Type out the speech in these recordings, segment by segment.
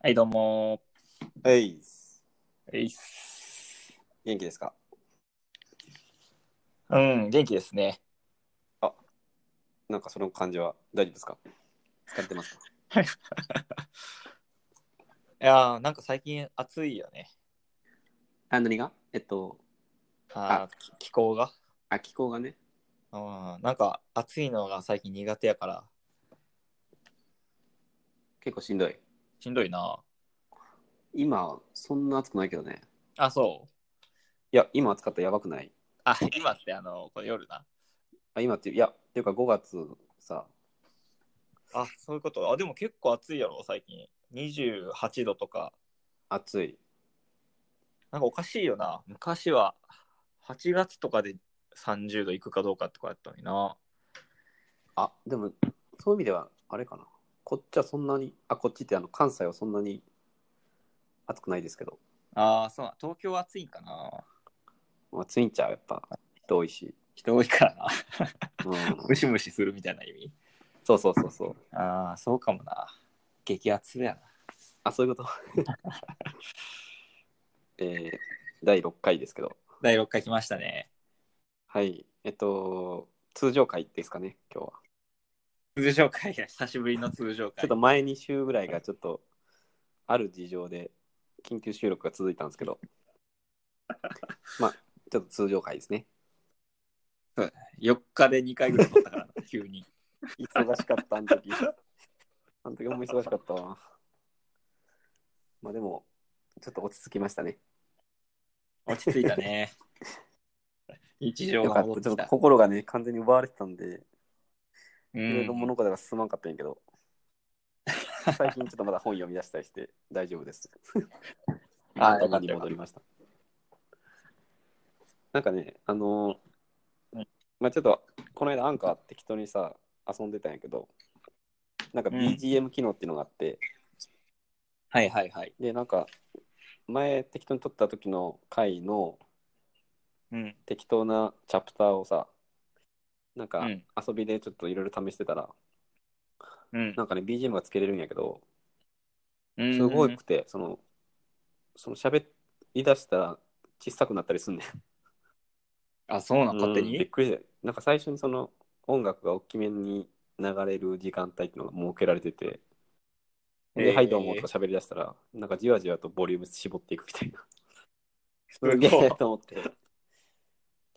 はい、どうもはい。ー。えいっす。元気ですかうん、元気ですね。なんかその感じは大丈夫ですか疲れてますかいやー、なんか最近暑いよね。あ、何がえっと、あー気気候が。あ、気候がね。うん、なんか暑いのが最近苦手やから、結構しんどい。しんどいな。今、そんな暑くないけどね。あ、そう。いや、今暑かったらやばくないあ、今ってあの、これ夜な。あ、今っていう、いや、っていうか5月さ、あ、そういうこと。あ、でも結構暑いやろ、最近。28度とか。暑い。なんかおかしいよな。昔は8月とかで30度いくかどうかとかやったのにな。あ、でも、そういう意味では、あれかな。こっちはそんなに、あ、こっちってあの、関西はそんなに暑くないですけど、ああ、そうな。東京は暑いんかな。暑いんちゃうやっぱ、人多いし。人多いから な。うん。ムシムシするみたいな意味。そうそうそうそう。ああ、そうかもな。激アツやな。あ、そういうこと えー、第6回ですけど。第6回来ましたね。はい、えっと、通常回ですかね、今日は。通常会が久しぶりの通常ちょ会っ。と前2週ぐらいがちょっと、ある事情で緊急収録が続いたんで すけど、まあ、ちょっと通常回ですね。 4日で2回ぐらい撮ったからな、 急に。忙しかった、あ の時。あの時も忙しかったわ。まあでも、ちょっと落ち着きましたね。落ち着いた ね。日常よかがっ。戻ったてちょきっとた。心がね、完全に奪われてたんで、ういろいろん、物事が進まんかったんや けど、最近ちょっとまだ本読み出したりして大丈夫です。 ああーとかに戻りました。なんかね、あのーうんまあちょっと、この間アンカー適当にさ、遊んでたんやけど、なんかうん BGM 機能っていうのがあって、はいはいはい。で、なんか、前適当に撮った時の回のうん。適当なチャプターをさ、なんうかん遊びでちょっといろいろ試してたら、うんなんかね、BGM がつけれるんやけど、うんすごくて、その、その喋り出したら小さくなったり すんねん。あ、そうなん、勝手うんびっにくりで。なんか最初にその音楽が大きめに流れる時間帯っていうのが設けられてて、で、えーはいどうもとか喋り出したら、なんかじわじわとボリューム絞っていくみたいな。ごいすげえと思って。ち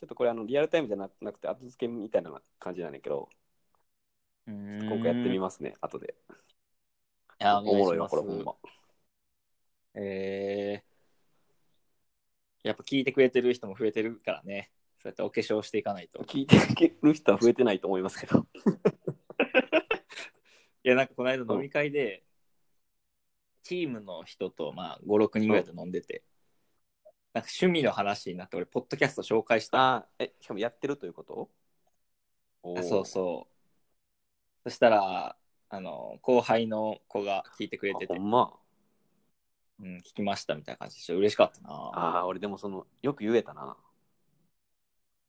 ょっとこれあのリアルタイムじゃなくて後付けみたいな感じなんだけど、今今回やってみまますね、後で。す。あ、おもろいわ、ここれれほんま。えーやっぱ聞いてくれてる人も増えてるからね。そうやってお化粧していかないと。聞いてる人は増えてないと思いますけど。いや、なんかこの間飲み会で、チームの人と、まあ、5、6人ぐらいと飲んでて、なんか趣味の話になって、俺、ポッドキャスト紹介した。あーえ、しかもやってるということあそうそう。そしたら、あの、後輩の子が聞いてくうれてほて、んま。うん、聞きましたみたいな感じで、ちょっと嬉しかったな。ああ、俺でもその、よく言えたな。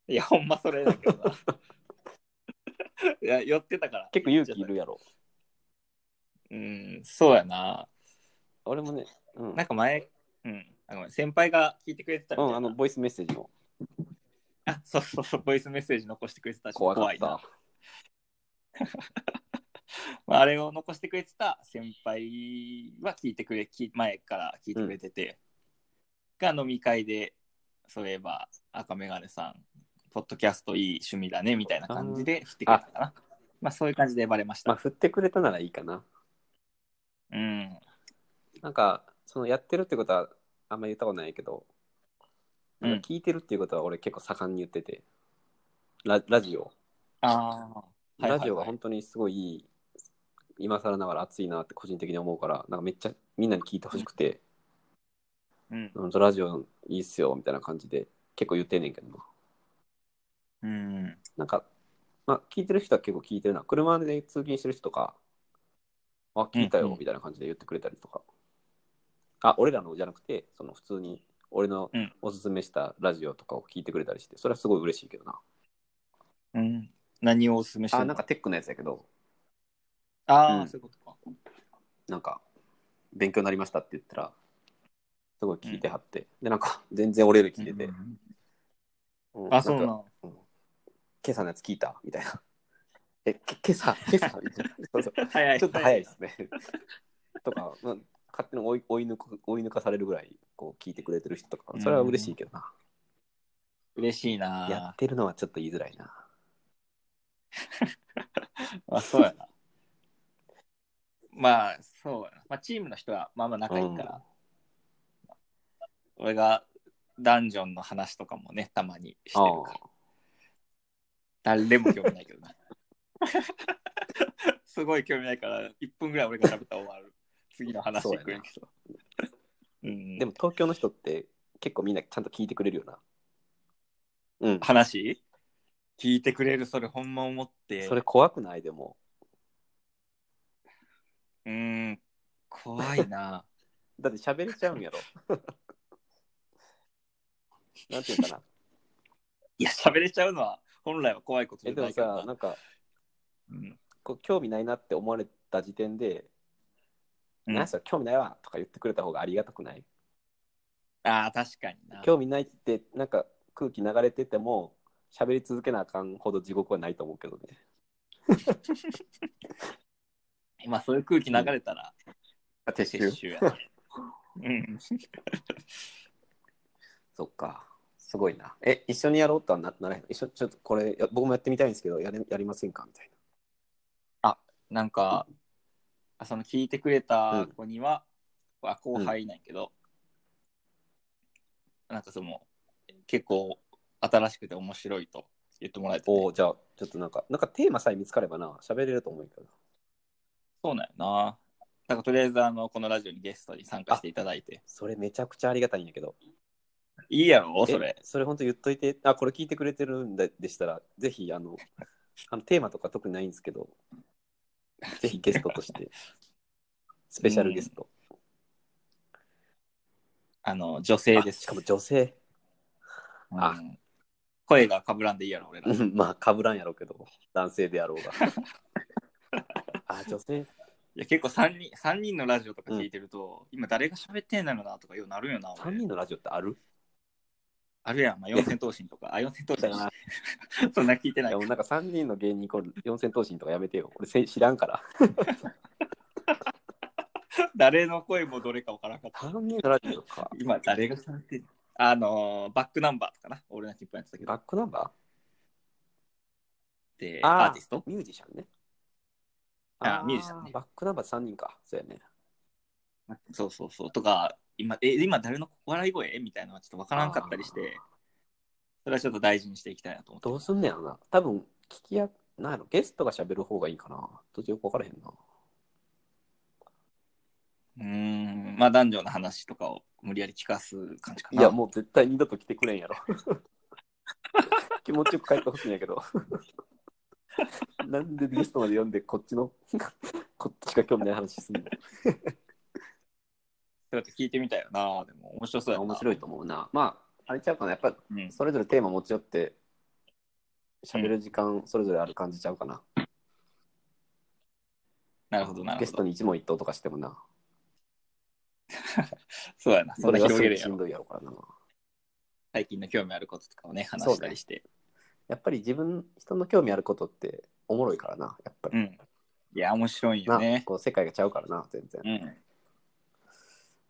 いや、ほんまそれだけどな。 いや、寄ってたから。結構勇気いるやろ。うん、そうやな。俺もね、うん。なんか前、うん、あごめん先輩が聞いてくれてたみたういん、なあの、ボイスメッセージの。あそうそうそう、ボイスメッセージ残してくれてたし、怖かった。な まあ、あれを残してくれてた先輩は聞いてくれ、き前から聞いてくれてて、が飲み会で、そういえば赤眼鏡さん、ポッドキャストいい趣味だねみたいな感じで振ってくれたかな。まあそういう感じでバレましまあ、た。振ってくれたならいいかな。うん。なんか、その、やってるってことは、あんま言ったことないけど、うんなんか聞いてるっていうことは、俺結構盛んに言ってて、ララジオ。ああ。はいはいはいラジオが本当にすごいいい、今更ながら熱いなって個人的に思うから、なんかめっちゃみんなに聞いてほしくて、うん。うん、ラジオいいっすよ、みたいな感じで、結構言ってんねんけどな。うん。なんか、まあ、聞いてる人は結構聞いてるな。車で通勤してる人とか、あ、聞いたうんうよん、みたいな感じで言ってくれたりとか。あ、俺らのじゃなくて、その普通に、俺のうんおすすめしたラジオとかを聞いてくれたりして、それはすごい嬉しいけどな。うん。何をおすすめしてあ、るのなんかテックのやつやけど、ああ、うんそういうことか。なんか、勉強になりましたって言ったら、すごい聞いてはって、で、なんか、全然俺より聞いてて、うんあ、そうなかの。うん今朝のやつ聞いたみたいな。 え、け今朝、今朝みたいな。そうそう早い。ちょっと早いですね。とか、まあ、勝手に追い追い抜く追い抜かされるぐらいこう聞いてくれてる人とか、それは嬉しいけどな。嬉しいやっ なてるのはちょっと言いづらいな。あ、そうやな。まあ、そうやな。まあ、チームの人はまあまあ仲いいから、俺がダンジョンの話とかもね、たまにしてあるから。誰でも興味ないけどな。 すごい興味ないから、1分ぐらい俺が喋ったら終わる。次の話行くんやけど。うん、ーでも東京の人って結構みんなちゃんと聞いてくれるよな。うん。話聞いてくれる、それほんま思って。それ怖くないでも。うーん、怖いな。だって喋れちゃうん やろ。なんていうかな。いや、喋れちゃうのは本来は怖いことじえ、ゃでなもいけどさな、。なんかうんこう興味ないなって思われた時点で、うんなんすよ、興味ないわとか言ってくれた方がありがたくないああ、確かにな。興味ないってなんか空気流れてても喋り続けなあかんほど地獄はないと思うけどね今、そういう空気流れたら、撤撤収収やな。うん、 そっかすごいなえ一緒にやろうとはなならへん一緒ちょっとこれや僕もやってみたいんですけどやれやりませんかみたいなんか、その聞いてくれた子には、あ後輩なんやけど、なんかその、結構新しくて面白いと言ってもらえなて、おーじゃあちょっとなんかなんかテーマさえ見つかればな喋れると思うけどそうなんやな。なんかとりあえずあのこのラジオにゲストに参加していただいて。それめちゃくちゃありがたいんやけどいいやろそれえ。それほんと言っといてあこれ聞いてくれてるんででしたらぜひあのあのテーマとか特にないんですけどぜひゲストとしてスペシャルゲスト、あの、女性です。しかも女性うんあ声がかぶらんでいいやろ、俺ら。うんまあかぶらんやろうけど男性であろうが あ女性いや結構3人三人のラジオとか聞いてると、今誰が喋ってんだろうなとかようなるよな。 3俺人のラジオってあるあるやん、まあ、四千頭身とか。あ、四千頭だから身 そんな聞いてないいやもうなんか3人の芸人イコール四千頭身とかやめてよ俺せ知らんから誰の声もどれかわからんかった。 3人のラジオか今、誰が喋ってんのあのー、バックナンバーとかな。俺の日本やってたけど。バックナンバで、ーあアーーティストミュージシャンねあーミュージシャンねバックナンバー3人かそうやねそうそうそう。とか、今、え、今誰の笑い声みたいなのはちょっとわからんかったりしあーて、それはちょっと大事にしていきたいなと思って。どうすんねやろな多分聞きやなんやろゲストが喋る方がいいかな途中よく分からへんなうーん、まあ男女の話とかを無理やり聞かす感じかいな。やもう絶対二度と来てくれんやろ 気持ちよく帰ってほしいんやけど なんでゲストまで読んでこっちの こっちが興味ない話すんちょっと聞いてみたいよな。でも面白そうやのな。面白いと思うなまああれちゃうかなやっぱうん、それぞれテーマ持ち寄って喋る時間それぞれある感じちゃうかな、なるほど、なゲるスほトど。に一問一答とかしてもなそうやな。そそんなれ広がすげごるやいしろん。どいやろうからな最近の興味あることとかをね、話そうねしたりして。やっぱり自分人の興味あることっておもろいからなやっぱうり、ん。いや、面白いよなね。こう世界がちゃうからな全然うん。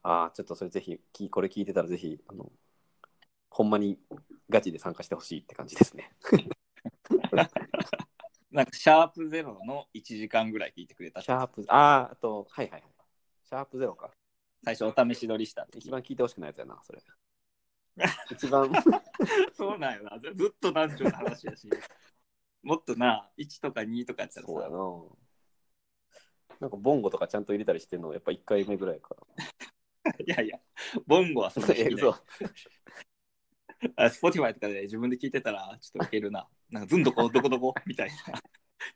ああ、ちょっとそれぜひ、きこれ聞いてたらぜひ、あの、ほんまにガチで参加してほしいって感じですね。なんか、シャープゼロの1時間ぐらい聞いてくれた。シャープ、ああ、あと、はいはいはい。シャープゼロか。最初、お試し撮りした時 一番聞いてほしくないやつやな、そ れ。一番、そうなんよな。ずずっと男女の話やし。 もっとな、1とか2とかやったらそうや さ、な。なんか、ボンゴとかちゃんと入れたりしてんの、やっぱ1回目ぐらいかいやいや、ボンゴはそら。れえ、聞い嘘。あ、Spotify とかで自分で聞いてたら、ちょっとウケるな。なんか、ずんどこ、どこどこみたいな。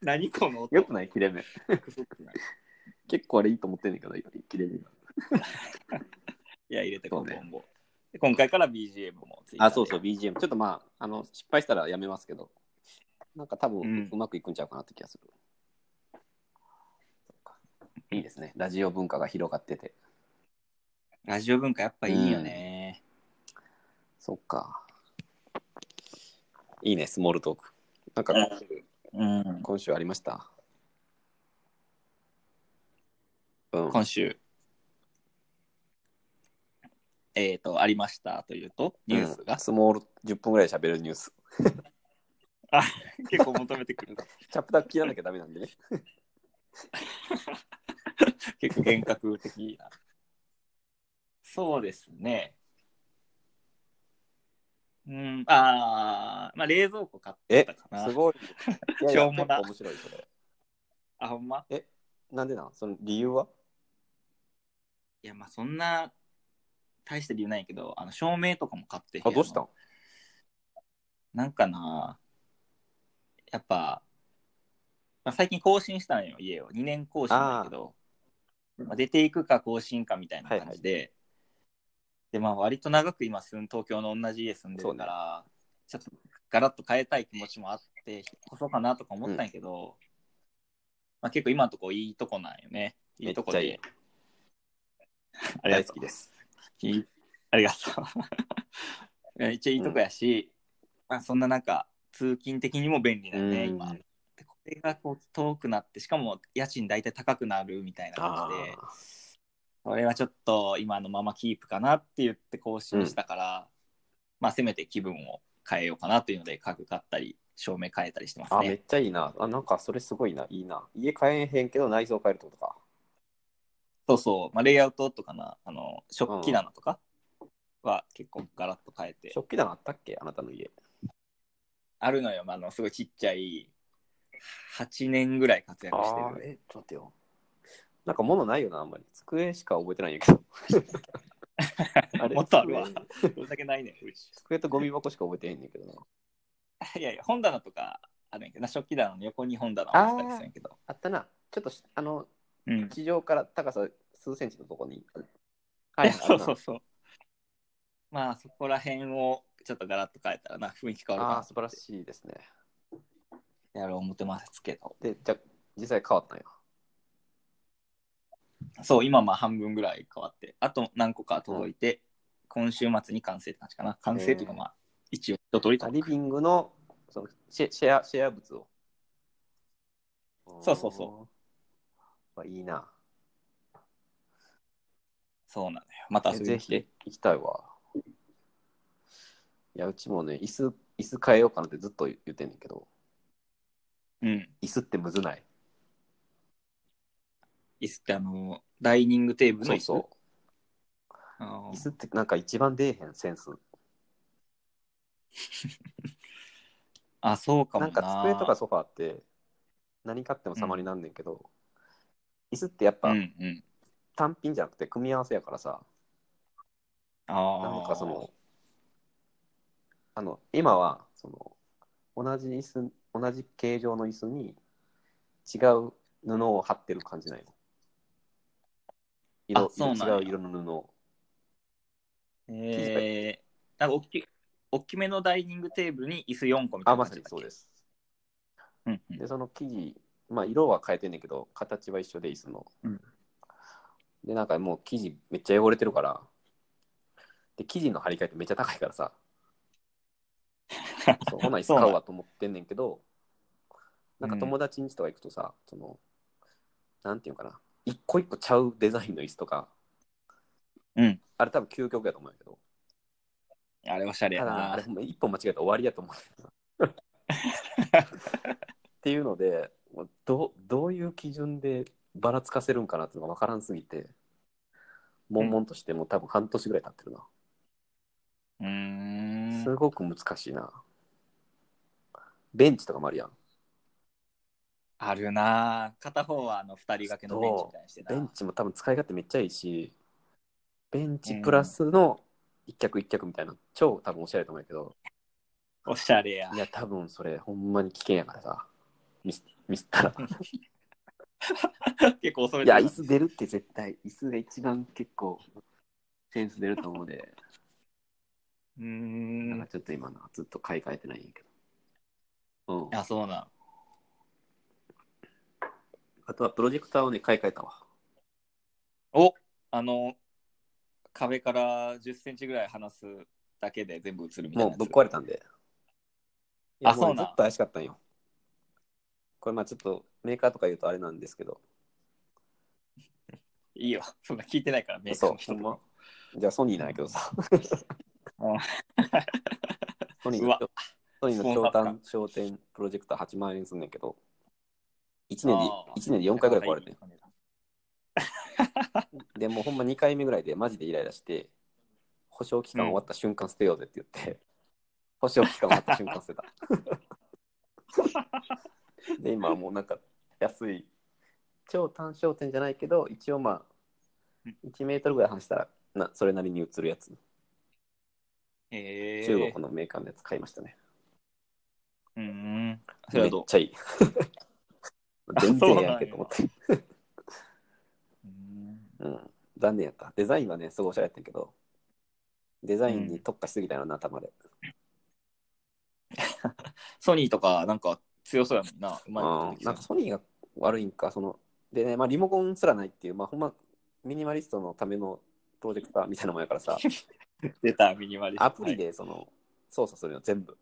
何この音よくない切れ目。くそくない結構あれいいと思ってんねんけど、切れ目が。いや、入れてこう、そうね今後。で今回から BGM もついて。あ、そうそう、。BGM。ちょっとまあ、あの、失敗したらやめますけど、なんか多うん分、うまくいくんちゃうかなって気がする。いいですね。ラジオ文化が広がってて。ラジオ文化やっぱいいよね。そっか。いいね、スモールトーク。なんか、うん。今週ありました。うん。今週。えっ、と、ありましたというと、ニュースうがん、スモール10分ぐらい喋るニュース。 結構求めてくる。チャプター切らなきゃダメなんでね。 結構幻覚的な。そうですね。うん、ああ、まあ冷蔵庫買ったかなす。ごい。いやいしやょうもな結構面白いそれ。あ、ほんまなんでなんその理由はいや、まあそんな、大した理由ないけど、あの、照明とかも買ってへんあ、どうしたんなんかな、やっぱ、まあ、最近更新したのよ、家を。2年更新だけど、まあ、出ていくか更新かみたいな感じで、で、まあ、割と長く今住ん、東京の同じ家住んでるから、ちょっとガラッと変えたい気持ちもあって、引っ越そうかなとか思ったんやけど、まあ、結構今のとこいいとこなんよね。いいとこめっちゃいでい。 ありが大と好うきです。いいありがとう。 一応いいとこやし、まあ、そんな中、通勤的にも便利だよね、うん今。でこれがこう遠くなって、しかも家賃大体高くなるみたいな感じであ、これはちょっと今のままキープかなって言って更新したから、まあせめて気分を変えようかなというので、家具買ったり、照明変えたりしてますあ、めねっ。ちゃいいな。あ、なんかそれすごいな。いいな。家変えへんけど内装変えるってことか。そうそう、まあ、レイアウトとかな、あの食器棚とかは結構ガラッと変えて。食器棚あったっけあなたの家。あるのよ、あの、すごいちっちゃい、8年ぐらい活躍してあーる。え、ちょっと待ってよ。なんか物ないよな、あんまり。机しか覚えてないんやけど。 あ れもっとあるわ。机どれだけないねん、うち机とゴミ箱しか覚えてへんねんけどな。いやいや、本棚とかあるんやけどな、食器棚の横に本棚あったりするんやけど。あったな。ちょっとし、あの、うん。地上から高さ数センチのとこに。。いや そうそう うそう。まあ、そこら辺をちょっとガラッと変えたらな、雰囲気変わるかあなあ、素晴らしいですね。やろう思ってますけど。で、じゃあ実際変わったんや。そう、今まあ半分ぐらい変わって、あと何個か届いて、今週末に完成って感じかな。完成というかまあ、一応一通りあと。リビングのそのシェシェアシェア物を。。そうそうそうあ、いいな。そうなのよ。また遊びぜに来てひ。行きたいわ。いや、うちもね、椅子、椅子変えようかなってずっと言ってんねんけど、うん。椅子ってむずない。椅子ってあの、ダイニングテーブルのそ椅う子そあう。ー椅子ってなんか一番出えへんセンス。あ、そうかもな。なんか机とかソファーって何買っても様になんねんけど、椅子ってやっぱうんうん。単品じゃなくて組み合わせやからさ、ああ。なんかその、あの、今は、その、同じ椅子、同じ形状の椅子に違う布を貼ってる感じなんよ。あ色、そうなんや色違う色の布を。えー、なんか大き大きめのダイニングテーブルに椅子4個みたいあ、なま感さじだにっけ。そうです。うんうんで、その生地、まあ、色は変えてんねんけど、形は一緒で椅子の。うんで、なんかもう生地めっちゃ汚れてるから、で、生地の張り替えってめっちゃ高いからさ、 そうほな椅子買うわと思ってんねんけど、そうなんなんか友達ん家とか行くとさ、その、なんていうのかな、一個一個ちゃうデザインの椅子とか、うんあれ多分究極やと思うんやけど、あれおしゃれやただあれな。ほんま一本間違えたら終わりやと思 うんだけどさっていうので、もうどどういう基準でばらつかせるんかなっていうのが分からんすぎて、悶々としてもう多分半年ぐらい経ってるな。うーんす。ごく難しいな。ベンチとかもあるやん。あるな。片方はあの2人掛けのベンチみたいにしてベンな。チも多分使い勝手めっちゃいいし、ベンチプラスの一脚一脚みたいな、超多分おしゃれと思うんやけど、おしゃれやい。や、多分それほんまに危険やからさ、ミスミスったら。結構恐れいてや、る椅子出るって絶対、椅子が一番結構、センス出ると思うで、うーなんかん。ちょっと今のはずっと買い替えてないんやけど。うん。あ、そうなん。あとはプロジェクターをね、買い替えたわ。おあの、壁から10センチぐらい離すだけで全部映るみたいなやもうつぶっ壊れたんで。あいやもそうなんずっと怪しかったんよ。これまあちょっとメーカーとか言うとあれなんですけど。いいよそんな聞いてないからメーカーその人う、ほとかんま。じゃあソニーなんやけどさ。 うんソニーうのわソニーのスポンサ商ー談商店プロジェクター8万円すんねんけど、1年で一年で4回ぐらい壊れてん。で、もうほんま2回目ぐらいでマジでイライラして、保証期間終わった瞬間捨てようぜって言って、保証期間終わった瞬間捨 てた。で、今はもうなんか安い、超単焦点じゃないけど、一応まあうん、 1メートルぐらい離したら、なそれなりに映るやつ、えー、中国のメーカーのやつ買いましたね。うんそれめっはどち ゃいい。あ全然ええやんけと思って。ううんうん、残念やった。デザインはね、すごいおしゃれやったんやけど、デザインに特化しすぎたよな、頭で。ソニーとかなんか強そうやもんなうまいあことできそうーなんかソニーが悪いんか、その、でね、まあ、リモコンすらないっていう、まあ、ほんま、ミニマリストのためのプロジェクターみたいなもんやか らさ、出たミニマリストアプリでその操作するの全部。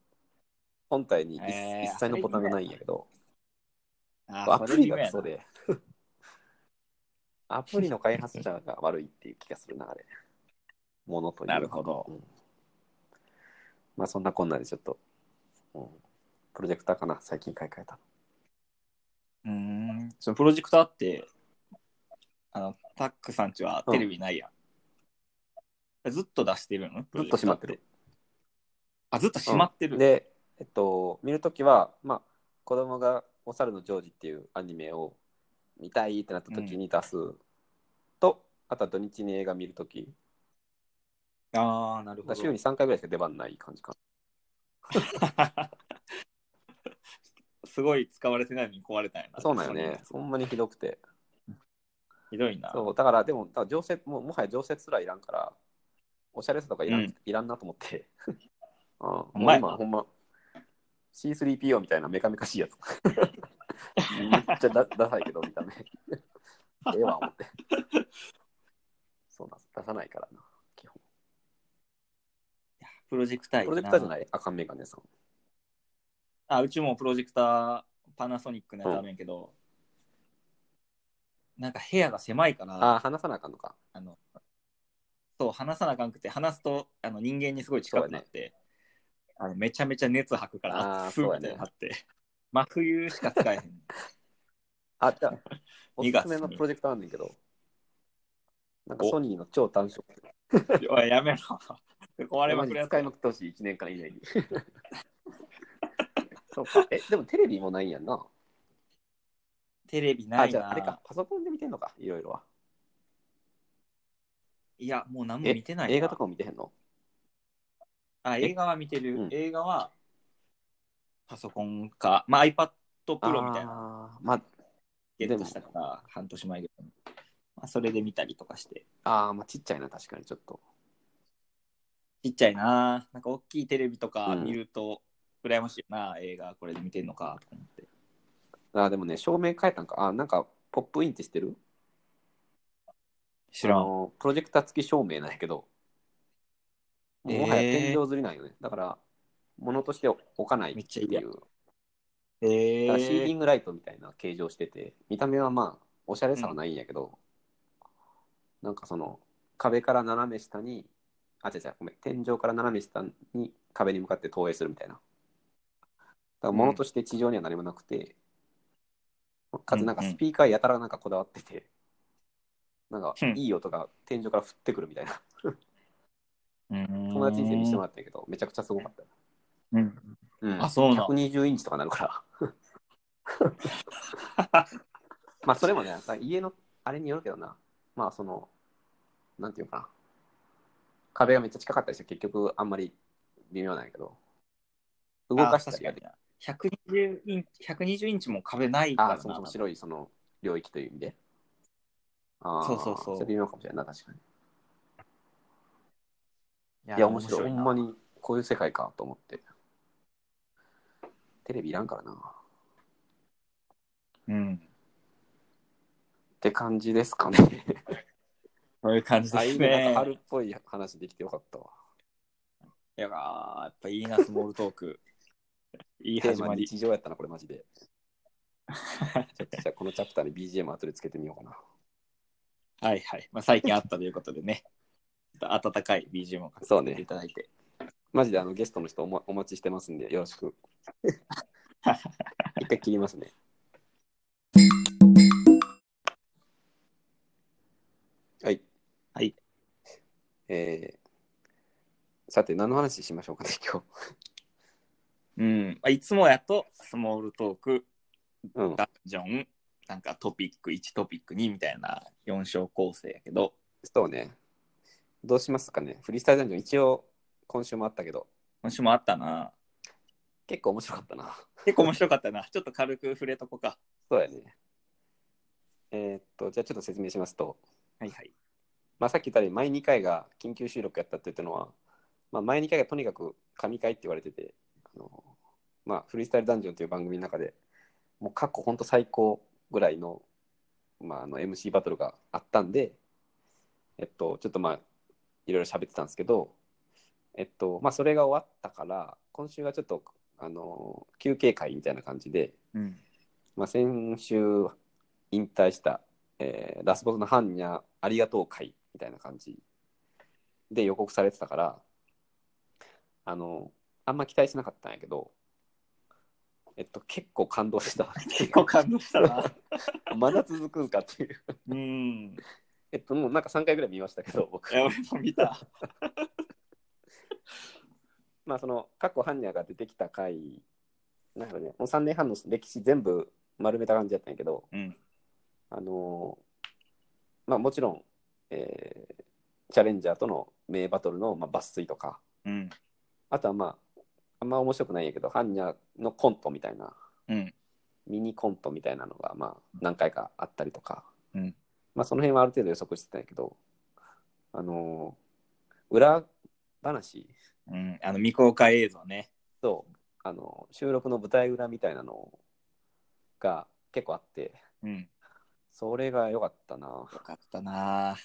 本体に一,、えー一切のボタンがないんやけど、はいあアプリがクそソれで。 アプリの開発者が悪いっていう気がするな、あれ。ものというかなるほどうんまあそんなこんなでちょっと、うんプロジェクターかな、最近買い替えた。夢やなうんそのプロジェクターってあのタックさんちはテレビないやん、ずっと出してるのずっと閉まってる。あずっと閉まってる、で、えっと、見るときは、まあ、子供が「お猿のジョージ」っていうアニメを見たいってなったときに出すと、あとは土日に映画見るとき、ああなるだから週に3回ぐらいしか出番ない感じかな。 すごい使われてないのに壊れたんやなそうなんよね。ほんまにひどくて。ひどいなそう、だから、でも、だから常設も、もはや常設すらいらんから、おしゃれさとかいらん,、うんいらんなと思って。 うん、もうほんまやな今、ほんま、C3PO みたいなメカメカしいやつ。 めっちゃ だダサいけど、見た目。ええわ、思って。そうなんです出さないからな、基本。プロジェクタープロジェクターじゃいない、赤メガネさん。あうちもプロジェクターパナソニックのやつあるんやけど、なんか部屋が狭いからああ、話さなあかんのか。あのそう話さなあかんくて話すとあの人間にすごい近くなって、あのめちゃめちゃ熱吐くからあー熱っそうみたいやねになって、真冬しか使えへん あ、じゃあ、おす二す月めにのプロジェクターあんねんけど、なんかソニーの超短縮。おいやめろ 壊れまくるやつ使いまくってほしい、1年間以内に。 そうか。え、でもテレビもないんやんな。テレビなあ、いじなゃああれか、パソコンで見てんのか、いろいろは。いやもう何もえ見てないな映画とかも見てへんのあ映画は見てる、うん映画はパソコンか、まあ、iPad Pro みたいなのな。まあゲットしたから半年前ぐらいに、まあ、それで見たりとかしてあー、まあ、ちっちゃいな、確かにちょっと。ちっちゃいななんか大きいテレビとかうん見ると羨ましいな、映画これで見てんのかと思ってあーでもね、照明変えたんか。あーなんか、ポップインって知ってる知らんあのプロジェクター付き照明なんやけど、えーもはや天井吊りなんよね。だから、物として置かないってめい。っちゃいうえだからシーリー、ングライトみたいな形状してて、見た目はまあ、おしゃれさはないんやけど、なんかその、壁から斜め下に、あ、違う違う、ごめん、天井から斜め下に壁に向かって投影するみたいな。だから物として地上には何もなくて、かつなんかスピーカーやたらなんかこだわってて、なんかうんいい音が天井から降ってくるみたいな。友友達に見せてもららったんやけど、めちゃくちゃすごかった。うん、うんあそうなん120インチとかなるから。 まあそれもね、さ家のあれによるけどな、まあその、なんていうのかな、壁がめっちゃ近かったりして、結局あんまり微妙なんやけど、動かしたりあ確かにな120インチ120インチも壁ないからあなあ、そもそも白いその領域という意味で。あーそうそうそうれ微妙かもしれないな、確かに。いやいや、面白い。ほんまににこういう世界かと思って。テレビいらんからな。っうんて感じですかね。そういう感じであ、いすいね。なんねか。春っぽい話できてよかったわ。いやー、やっぱいいな、スモールトー ク。いいテー始マまり。日常やったな、これマジで。じゃあこのチャプターに BGM 後でつけてみようかな。はいはい。まあ、最近あったということでね。ちょっと温かい BGM をかそうけていね。ただいて。マジであのゲストの人お,、ま、お待ちしてますんで、よろ しく。一回切りますね。はい。はい。えー、さて、何の話しましょうかね、今うん。まあ、いつもやと、スモールトーク、日。うん。ダンジョン、なんかトピック1、トピック2みたいな4章構成やけど、そうね。どうしますかね。フリースタイルダンジョン、一応、今週もあったけど、今週もあったな。結構面白かったな。 結構面白かったな。ちょっと軽く触れとこか。そうやね。えーっと、じゃあちょっと説明しますと、はいはい。まあ、さっき言ったように、前2回が緊急収録やったって言ったのは、まあ、前2回がとにかく神回って言われてて、あのまあ、フリースタイルダンジョンという番組の中でもう過去ほんと最高ぐらいの,、まあ、あの MC バトルがあったんで、えっと、ちょっとまあ、いろいろ喋ってたんですけど、えっと、まあ、それが終わったから、今週はちょっと、あの、休憩会みたいな感じで、うん。まあ、先週引退した、えーラスボスの般若ありがとう会みたいな感じで予告されてたからあのあんま期待しなかったんやけど、えっと、結構感動した結構感動した な。まだ続くんかっていううん。えっともうなんか3回ぐらい見ましたけど僕いや、俺も見た。まあその過去般若が出てきた回なんかねもう3年半の歴史全部丸めた感じやったんやけどうん。あのまあ、もちろん、えーチャレンジャーとの名バトルの、まあ、抜粋とかうん。あとはまああんま面白くないんやけど般若のコントみたいなうん。ミニコントみたいなのが、まあ、何回かあったりとか、うんまあ、その辺はある程度予測してたんやけど、あの裏話うん。あの、未公開映像ね。と、あの収録の舞台裏みたいなのが結構あってうん。それが良かったなよかったな。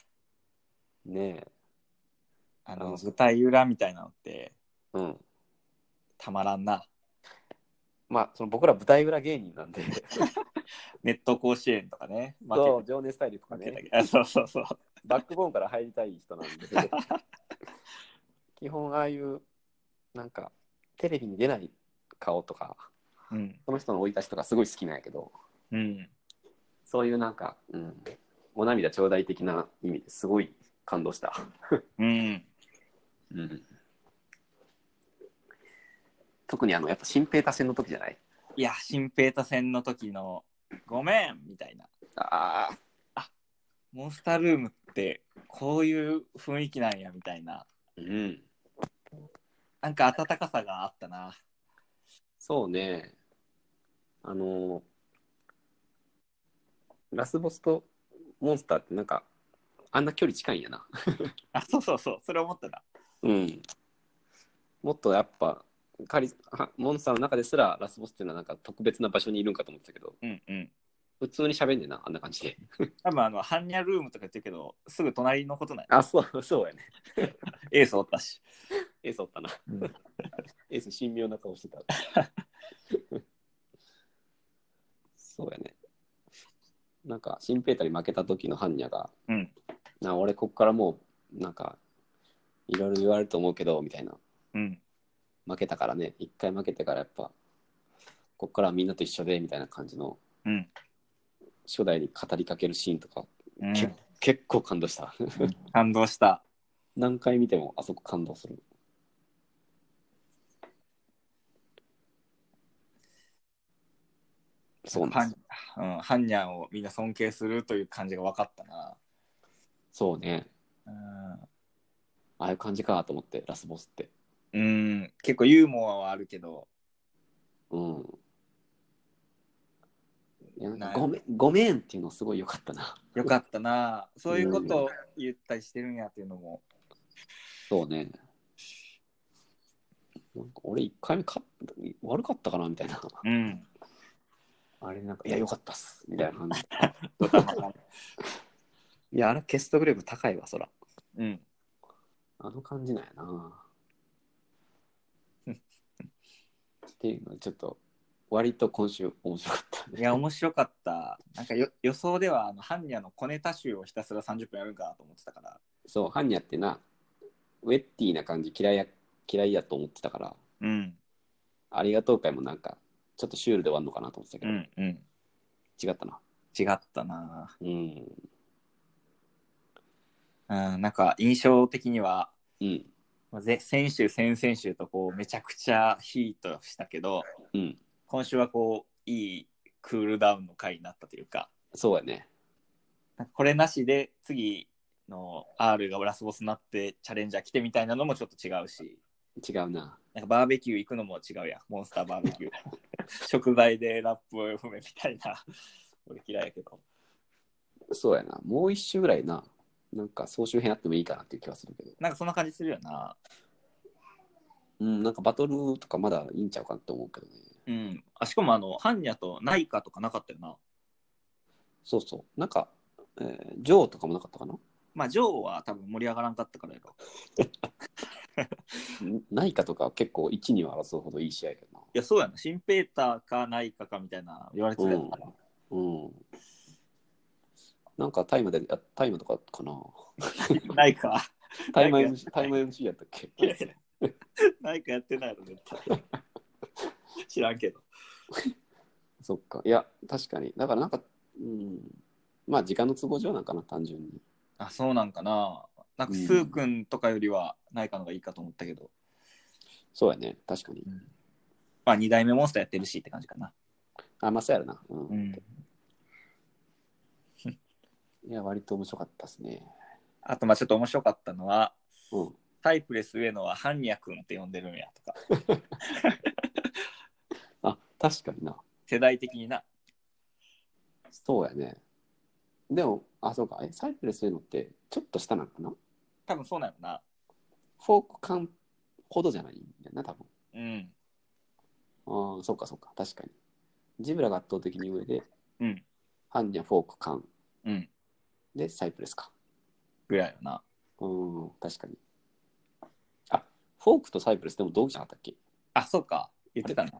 ねえああのの、舞台裏みたいなのって、うんたまらんな。まあ、その僕ら舞台裏芸人 なんで、ネット甲子園とかね。負そうけ情熱大陸とか負けねた、けど。あそうそうそう。バックボーンから入りたい人なん で、基本ああいう、なんか、テレビに出ない顔とか、うん。その人の生い立ちとかすごい好きなんやけど、うん。そういうなんか、うん、お涙頂戴的な意味ですごい感動した。うん。うん、特にあの、やっぱ新平達成の時じゃないいや、新平太戦の時の、ごめんみたいな。ああ、モンスタールームって、こういう雰囲気なんや、みたいな。うん。なんか温かさがあったな。そうね。あのーラスボスとモンスターってなんか、あんな距離近いんやな。あ、そうそうそう。それ思ったな。うん。もっとやっぱ、カリはモンスターの中ですらラスボスっていうのはなんか特別な場所にいるんかと思ってたけど、うんうん。普通に喋んねんな、あんな感じで。多分あの、般若ルームとか言ってるけど、すぐ隣のことない。あ、そう、そうやね。エースおったし。エースおったな。うん エース神妙な顔してた。 そうやね。なんか、新ペータに負けた時の般若が、うんな俺こっからもう、なんか、いろいろ言われると思うけど、みたいな。うん。負けたからね、一回負けてからやっぱ、こっからはみんなと一緒で、みたいな感じの、うん。初代に語りかけるシーンとか、うんけ結構感動した。感動した。何回見てもあそこ感動する。そうなんです。はんうん、ハンニャンをみんな尊敬するという感じが分かったな。そうね。うんああいう感じかと思って、ラスボスって。うん、結構ユーモアはあるけど、うん。いやなごめん、ごめんっていうのすごい良かったな。よかったな。そういうことを言ったりしてるんやっていうのも。そうね。なんか俺一回目勝った悪かったかなみたいな。うん。あれなんか、いや、良かったっす。みたいな感じ。ドタマが いや、あれ結束力高いわ、そら。うん。あの感じなんやな。っていうのはちょっと、割と今週面白かったね。いや、面白かった。なんかよ予想では、あの、ハンニャの小ネタ集をひたすら30分やるんかなと思ってたから。そう、ハンニャってな、ウェッティな感じ嫌いや、嫌いやと思ってたから、うん。ありがとう会もなんか、ちょっとシュールで終わるのかなと思ってたけうど、んうん。違ったな。違ったなうん。うん、なんか印象的には、うん。まあぜ先週、先々週とこう、めちゃくちゃヒートしたけど、うん。今週はこう、いいクールダウンの回になったというか、そうやね。なんかこれなしで次の R がラスボスになってチャレンジャー来てみたいなのもちょっと違うし、違うな。なんかバーベキュー行くのも違うやん、モンスターバーベ キュー。食材でラップを踏めみたいな、俺嫌いやけど。そうやな。もう一周ぐらいな、なんか総集編あってもいいかなっていう気はするけど、なんかそんな感じするよな。うん、なんかバトルとかまだいいんちゃうかなって思うけどね。うん。あしかもあの、ハンニャとナイカとかなかったよな。そうそう。なんか、えージョーとかもなかったかなまあ、ジョーは多分盛り上がらんかったからやろ。ないかとかは結構1、2を争うほどいい試合やけどいや、そうやな。シンペーターかナイカかみたいな言われてたやん。な。うん。うん。なんかタイマで、あタイマとかかなナイカ。タイマナイカ MC, タイマ MC やったっけいやいやナイカやってないの絶 対。知らんけど。そっか。いや、確かに。だからなんか、うん。まあ時間の都合上なんかな、単純に。あ、そうなんかな。なんかスー君とかよりはナイカの方がいいかと思ったけど、そうやね。確かに。まあ2代目モンスターやってるしって感じかな。あ、まあそうやろな。うん。うん。いや、割と面白かったですね。あとまあちょっと面白かったのは、うん。タイプレス上野はハンニャ君って呼んでるんやとか、あ、確かにな。世代的にな。そうやね。でも、あ、そうか。え、サイプレスいうのって、ちょっと下なのかな多分そうなのな。フォーク感ほどじゃないんだよな、多うん。分。ああ、そうか、そうか。確かに。ジブラが圧倒的に上で、うん。ハンニャ、フォーク感うん。で、サイプレスか。ぐらいよな。うん、確かに。あ、フォークとサイプレスでも同期じゃなかったっけあ、そうか。言ってたな。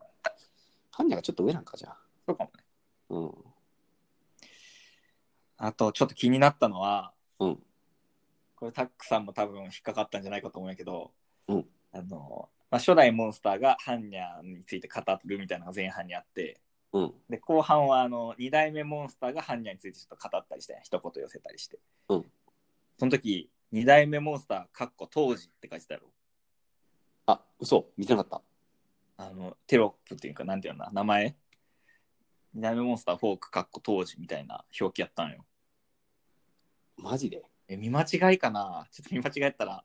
ハンニャがちょっと上なんかじゃあ。そうかもね。うん。あとちょっと気になったのは、うん。これタックさんも多分引っかかったんじゃないかと思うんやけど、うんあの、まあ、初代モンスターがハンニャについて語るみたいなのが前半にあって、うん。で、後半はあの、2代目モンスターがハンニャについてちょっと語ったりして、一言寄せたりして。うんその時、2代目モンスター、かっこ当時って書いてたやろ。あ、嘘。見てなかった。あの、テロップっていうか、なんていうのかな、名前 ?2 代目モンスター、フォーク、かっこ当時みたいな表記やったんよ。マジで。え、見間違いかなちょっと見間違えたら、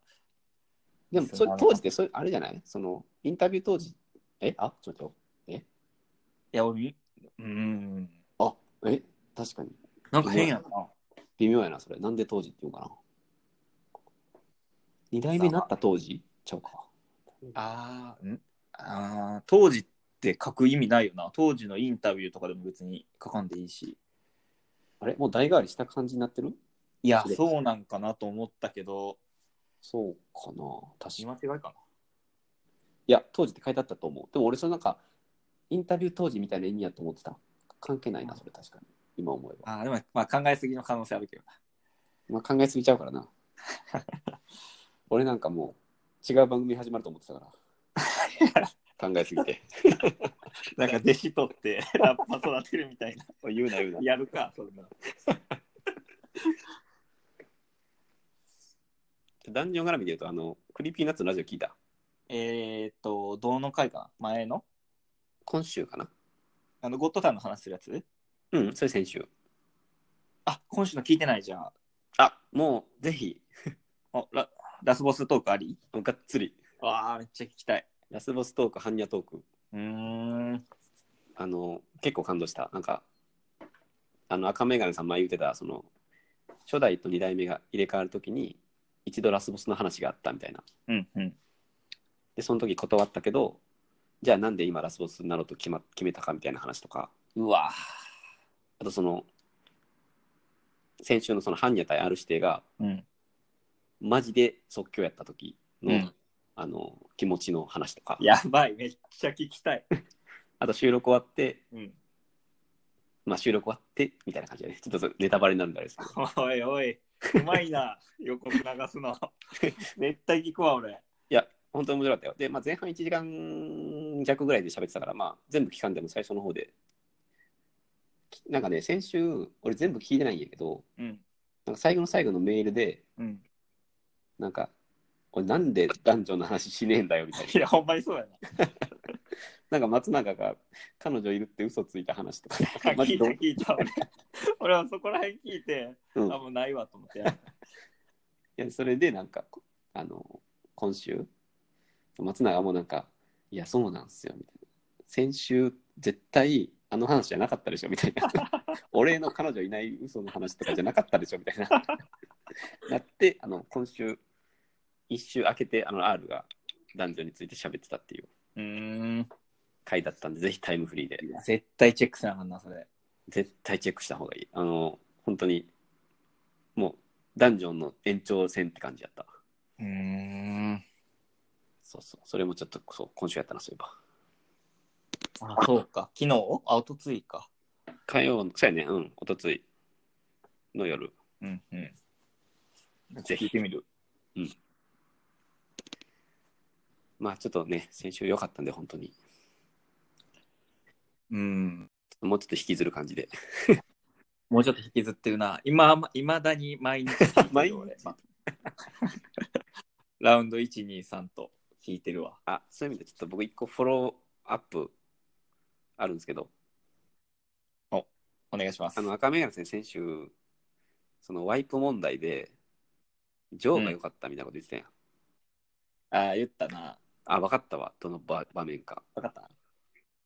でも、そうそれなの当時って、それ、あれじゃないその、インタビュー当時、え、あ、ちょっと待ってよ。いや、俺、うーん、あえ確かになんか変やな。微妙やなそれなんで当時って言うかな2代目になった当時ちゃうかあーんあー当時って書く意味ないよな当時のインタビューとかでも別に書かんでいいしあれもう代替わりした感じになってるいやそうそうなんかなと思ったけどそうかな確か今違いかいや当時って書いてあったと思うでも俺そのなんかインタビュー当時みたいな意味やと思ってた関係ないなそれ確かに今思えば、なあーでも、まあ、考えすぎの可能性あるけ どなまあ、考えすぎちゃうから な俺なんかもう違う番組始まると思ってたから考えすぎてなんか弟子取って ラッパ育てるみたいな 言うな言うなやるかそれならダンジョン絡みで言うとあのクリーピーナッツのラジオ聞いたえーっとどの回かな前の今週かなあのゴッドタンの話するやつうん、それ先週。あ今週の聞いてないじゃんあもうぜひ、あララスボストークありがっつり、わあめっちゃ聞きたいラスボストーク、ハンニャトーク、うーんあの、結構感動した。なんか、あの、赤眼鏡さん前言ってた、その、初代と二代目が入れ替わるときに、一度ラスボスの話があったみたいな。うんうんで、その時断ったけど、じゃあなんで今ラスボスになろうと決,、ま、決めたかみたいな話とか、うわーあとその、先週のその般若対 R 指定がうん。マジで即興やった時の、うんあの気持ちの話とかやばい、めっちゃ聞きたい。あと収録終わって、うん。まあ、収録終わってみたいな感じでねちょっとそれネタバレになるんだですけどおいおい、うまい な、横流すの。 絶対聞くわ、俺。いや本当に面白かったよで、まあ、前半1時間弱ぐらいで喋ってたから、まあ、全部聞かんでも最初の方できなんかね先週俺全部聞いてないんやけどうん。なんか最後の最後のメールでうん。なんか俺なんで男女の話しねえんだよみたいいなや、ほんまにそうや なんか松永が彼女いるって嘘ついた話と かな。マ聞ジいた、どう聞いた、 俺。俺はそこら辺聞いて、あ、うんもうないわと思ってやめた。いやそれでなんかこあの今週松永もなんか「いやそうなんすよ」みたいな「先週絶対あの話じゃなかったでしょ」みたいな「俺の彼女いない嘘の話とかじゃなかったでしょ」みたいななってあの今週一週明けてあの R が男女について喋ってたっていううーん。回だったんでぜひタイムフリーで絶対チェックせなあかんな、それ。絶対チェックした方がいいあの本当にもうダンジョンの延長戦って感じやったうーん。そうそうそれもちょっとそう今週やったなそういえばあ、そうか。昨日あ、おとついか。火曜の、そうやね、うん、おとついの夜。うんうん。ぜひ聞いてみる。まあちょっとね、先週良かったんで、本当に。うん。もうちょっと引きずる感じで。もうちょっと引きずってるな。今、いまだに毎日聞いてる。毎日 俺ラウンド1、2、3と聞いてるわ。あ、そういう意味で、ちょっと僕一個フォローアップあるんですけど、お願いします。あの、赤目が先先週、そのワイプ問題で、ジョーが良かったみたいなこと言ってたあやん。ー言ったな。あ、分かったわ、どの場場面か。わかった。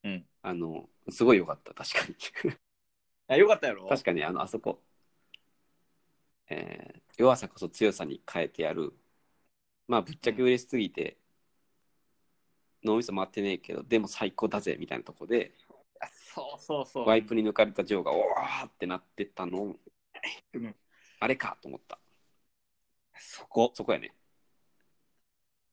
うん。あの、すごい良かった、確かに。あ、よかったやろ確かに、あの、あそこ。えー弱さこそ強さに変えてやる。まあ、ぶっちゃけ嬉しすぎて、脳みそ回ってねえけど、でも最高だぜ、みたいなとこで、あそうそうそう。ワイプに抜かれたジョーが、おーってなってたの、うんあれかと思った。そこ。そこやね。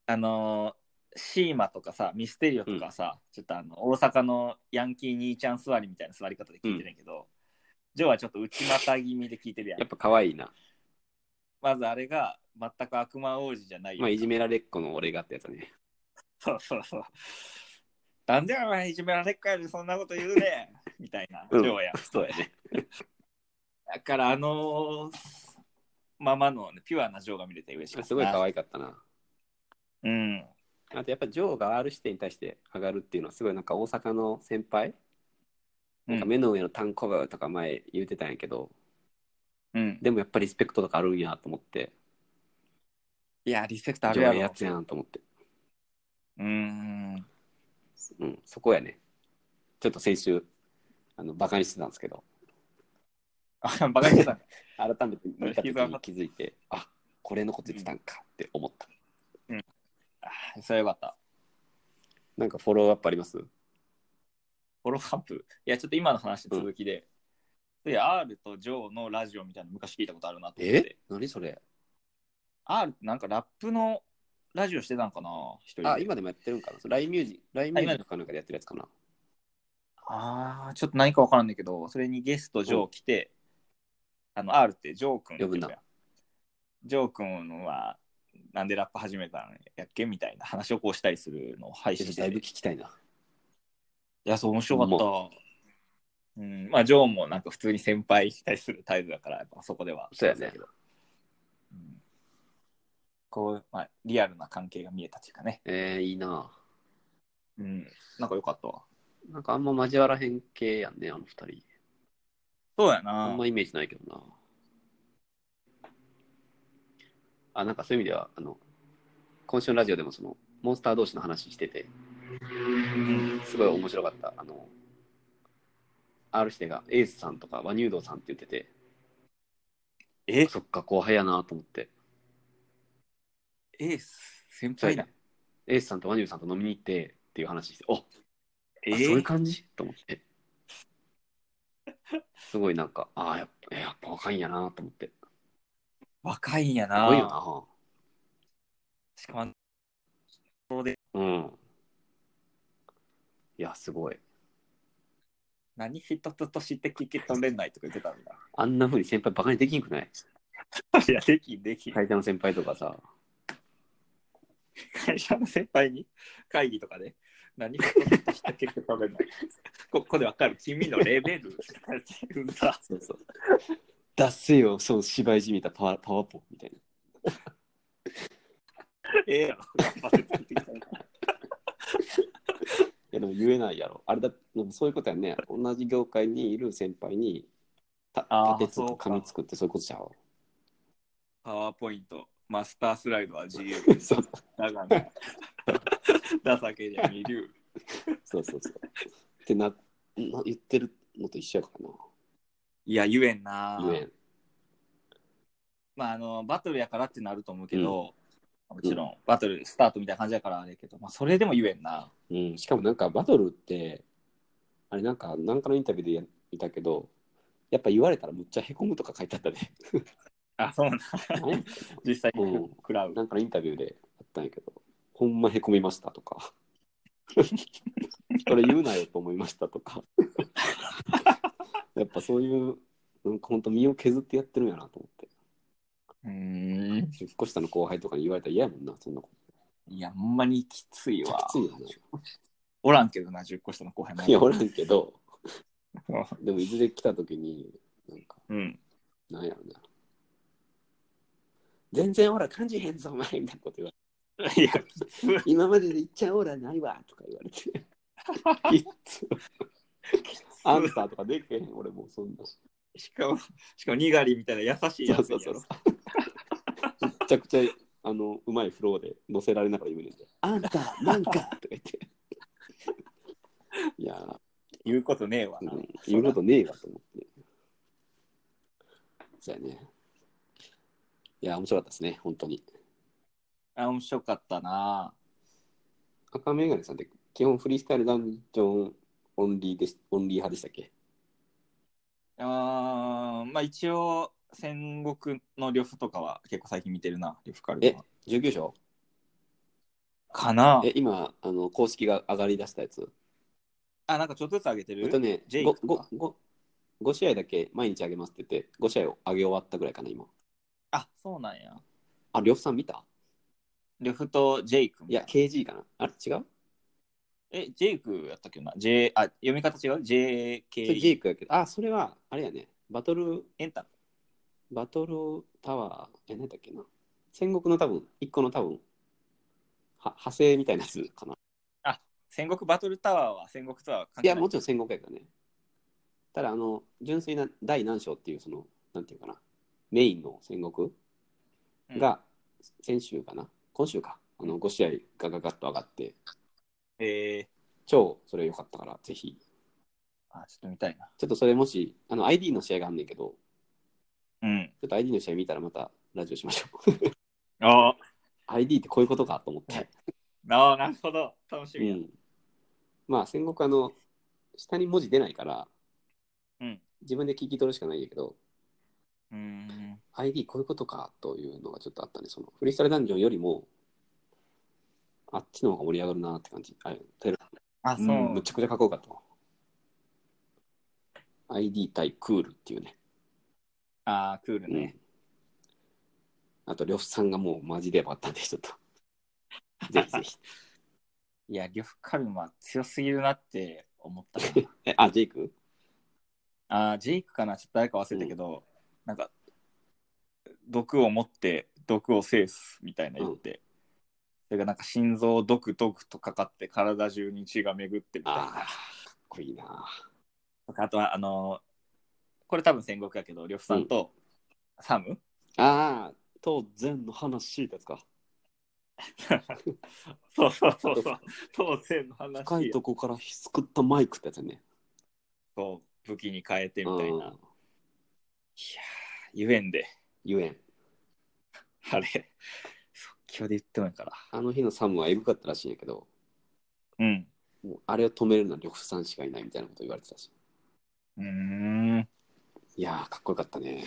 あのーシーマとかさ、ミステリオとかさ、ちょっとあの、大阪のヤンキー兄ちゃん座りみたいな座り方で聞いてるんやけど、ジョーはちょっと内股気味で聞いてるやんやっ。ぱ可愛いな。まずあれが、全く悪魔王子じゃないよまあ、いじめられっ子の俺がってやつね。そうそうそう。なんでお前いじめられっかよりそんなこと言うねんみたいな、ジうんョーや。そうやね。だからあのーままの、ね、ピュアなジョーが見れて嬉しい。すごい可い愛かったな。い。うん。あと、やっぱジョーが R 指定に対して上がるっていうのは、すごいなんか大阪の先輩、なんか目の上の単行部とか前言うてたんやけど、うん、でもやっぱりリスペクトとかあるんやと思って、いや、リスペクトあジるョやーはろ。やつやんと思って、うーん。うん、そこやね。ちょっと先週、あの、バカにしてたんですけど、あ、バカにしてた。改めて見た時に気づいて、あこれのこと言ってたんかって思った。あそれよかった。なんかフォローアップありますフォローアップ。いや、ちょっと今の話の続きで、で、R とジョーのラジオみたいなの昔聞いたことあるなと思って。何それ R ってなんかラップのラジオしてたんかな一人で。あ、今でもやってるんかな ?LINE ミュージック、LINE ミュージックかなんかでやってるやつかなああ、ちょっと何か分からんだけど、それにゲストジョー来て、あの、R ってジョー君って呼ぶやん呼ぶジョー君は、なんでラップ始めたんやっけみたいな話をこうしたりするのを配ちょ信っしてとだいて。ぶ聞いきたいな。や、そう、面白かった。うん、まあ、ジョーもなんか普通に先輩に対する態度だから、やっぱそこでは。そうやねけど。うんこう、まあ、リアルな関係が見えたというかね。えー、いいなうん。なんか良かったわ。なんかあんま交わらへん系やんね、あの二人。そうやあな。んまイメージないけどな。あ、なんかそういう意味では、あの、今週のラジオでもその、モンスター同士の話してて、うんすごい面白かった。あの、R 指定がエースさんとか和乳道さんって言ってて、え、そっか、後輩やなと思って。エース、先そう輩やだね。エースさんと和乳道さんと飲みに行ってっていう話して、おあえそういう感じと思って。すごいなんか、ああ、やっぱ、やっぱ若いんやなと思って。す若いんやな。ごいよな。しかも、うん。いや、すごい。何一つとして聞き取れないとか言ってたんだ。あんな風に先輩バカにできんくない いや、できんできん。会社の先輩とかさ、会社の先輩に会議とかで何一つとして聞き取れない。 ここでわかる。君のレベル。うんさそうそう。出せよ、そう、芝居じみたパワパワポみたいな。ええやろ。頑張ってついてきたいやでも言えないやろ。あれだ、でもそういうことやね。同じ業界にいる先輩に、たあー立てつそく、うか紙作ってそういうことちゃう。 パワーポイント、マスタースライドは自由。そうだがね、情けじゃ見る。 そうそうそう。ってな、な言ってるのと一緒やからいや、言えんなな。。言えん。まあ、あの、バトルやからってなると思うけど、もちろん、バトルスタートみたいな感じやからあれやけど、まあ、それでも言えんな。うん、しかもなんかバトルってあれなんかなんかのインタビューでや見たけどやっぱ言われたらむっちゃへこむとか書いてあったねあ、そうな。ね実際うにん食らう。なんかのインタビューであったんやけどほんまへこみましたとかそれ言うなよと思いましたとかやっぱそういうなんかほんと身を削ってやってるんやなと思ってうん。 10個下の後輩とかに言われたら嫌やもんなそんなこいや、ほんまにきついとわき。ついよねおらんけどな、10個下の後輩も。いやおらんけどでもいずれ来た時になんかうん。なんやろな。全然オーラ感じへんぞ、お前みたいなこと言われて。いや、きつ今まででいっちゃオーラないわとか言われて。 いつい。きついアンサーとかでけへん、俺もうそんな。そしかも、しかも、にがりみたいな優しいやうつそうやそうろ。。めっちゃくちゃ、あの、うまいフローで乗せられながら言うねんで。あんた、なんかとか言って。いやー、言うことねえわな。うん言うことねえわと思って。そうやね。いやー、面白かったですね、本当に。あ、面白かったな。赤メガネさんって基本フリースタイルダンジョンオンリーでしオンリー派でしたっけあーまあ一応戦国の呂布とかは結構最近見てるな呂布カルマえ ?19 かな章え、今、あの、公式が上がり出したやつ。あなんかちょっとずつ上げてえっとるね、ジェイ5クとか5 5試合だけ毎日上げますって言って、5試合を上げ終わったぐらいかな、今。あそうなんやあ、呂布さん見た呂布とジェイクいや、KG かな。あれ違うえジェイクやったっけな J あ読み方違うそれジェ JK イクやけど、あ、それは、あれやね、バトル、エンタバトルタワー、え、何だっけな。戦国の多分、1個の多分、は派生みたいなやつかな。戦国バトルタワーは戦国とは関い係や、ないもちろん戦国やからね。ただ、あの、純粋な第何章っていう、その、なんていうかな、メインの戦国うんが、先週かな、今週か、あの、5試合がガガッと上がって、えー、超それ良かったから、ぜひ、あちょっと見たいなちょっとそれもし、あの、ID の試合があんねんけど、うんちょっと ID の試合見たらまたラジオしましょう。 あ ID ってこういうことかと思って。ーあーなるほど楽しうみや、ん。まあ、戦国、あの、下に文字出ないから、うん自分で聞き取るしかないんやけど、うーん ID こういうことかというのがちょっとあったね。そのフリースタイルダンジョンよりも、あっちの方が盛り上がるなって感じ。あれテロあそう、うんむちゃくちゃかっこよかったわ。ID 対クールっていうね。あークールうねん、あと、呂布さんがもうマジでやばかったんで、ちょ っと。ぜひぜひ。いや呂布カルマ強すぎるなって思ったなえ、あ、ジェイクあージェイクかなちょっと誰か忘れたけど、なんか毒を持って毒を制すみたいな言って、それがなんか心臓毒毒とかかって体中に血が巡ってみたいなああ、かっこいいな。とかあとはあのーこれ多分戦国やけど呂布さんとサム、ああ、当然の話ってやつか。そうそうそうそう当然の話深いとこからひすくったマイクってやつやね。そう武器に変えてみたいな、うん。ゆえんでゆえん。あれ即興で言ってもいいからあの日のサムはエグかったらしいんやけど、うんもうあれを止めるのは呂布さんしかいないみたいなこと言われてたし。ううーん。いやー、かっこよかったね。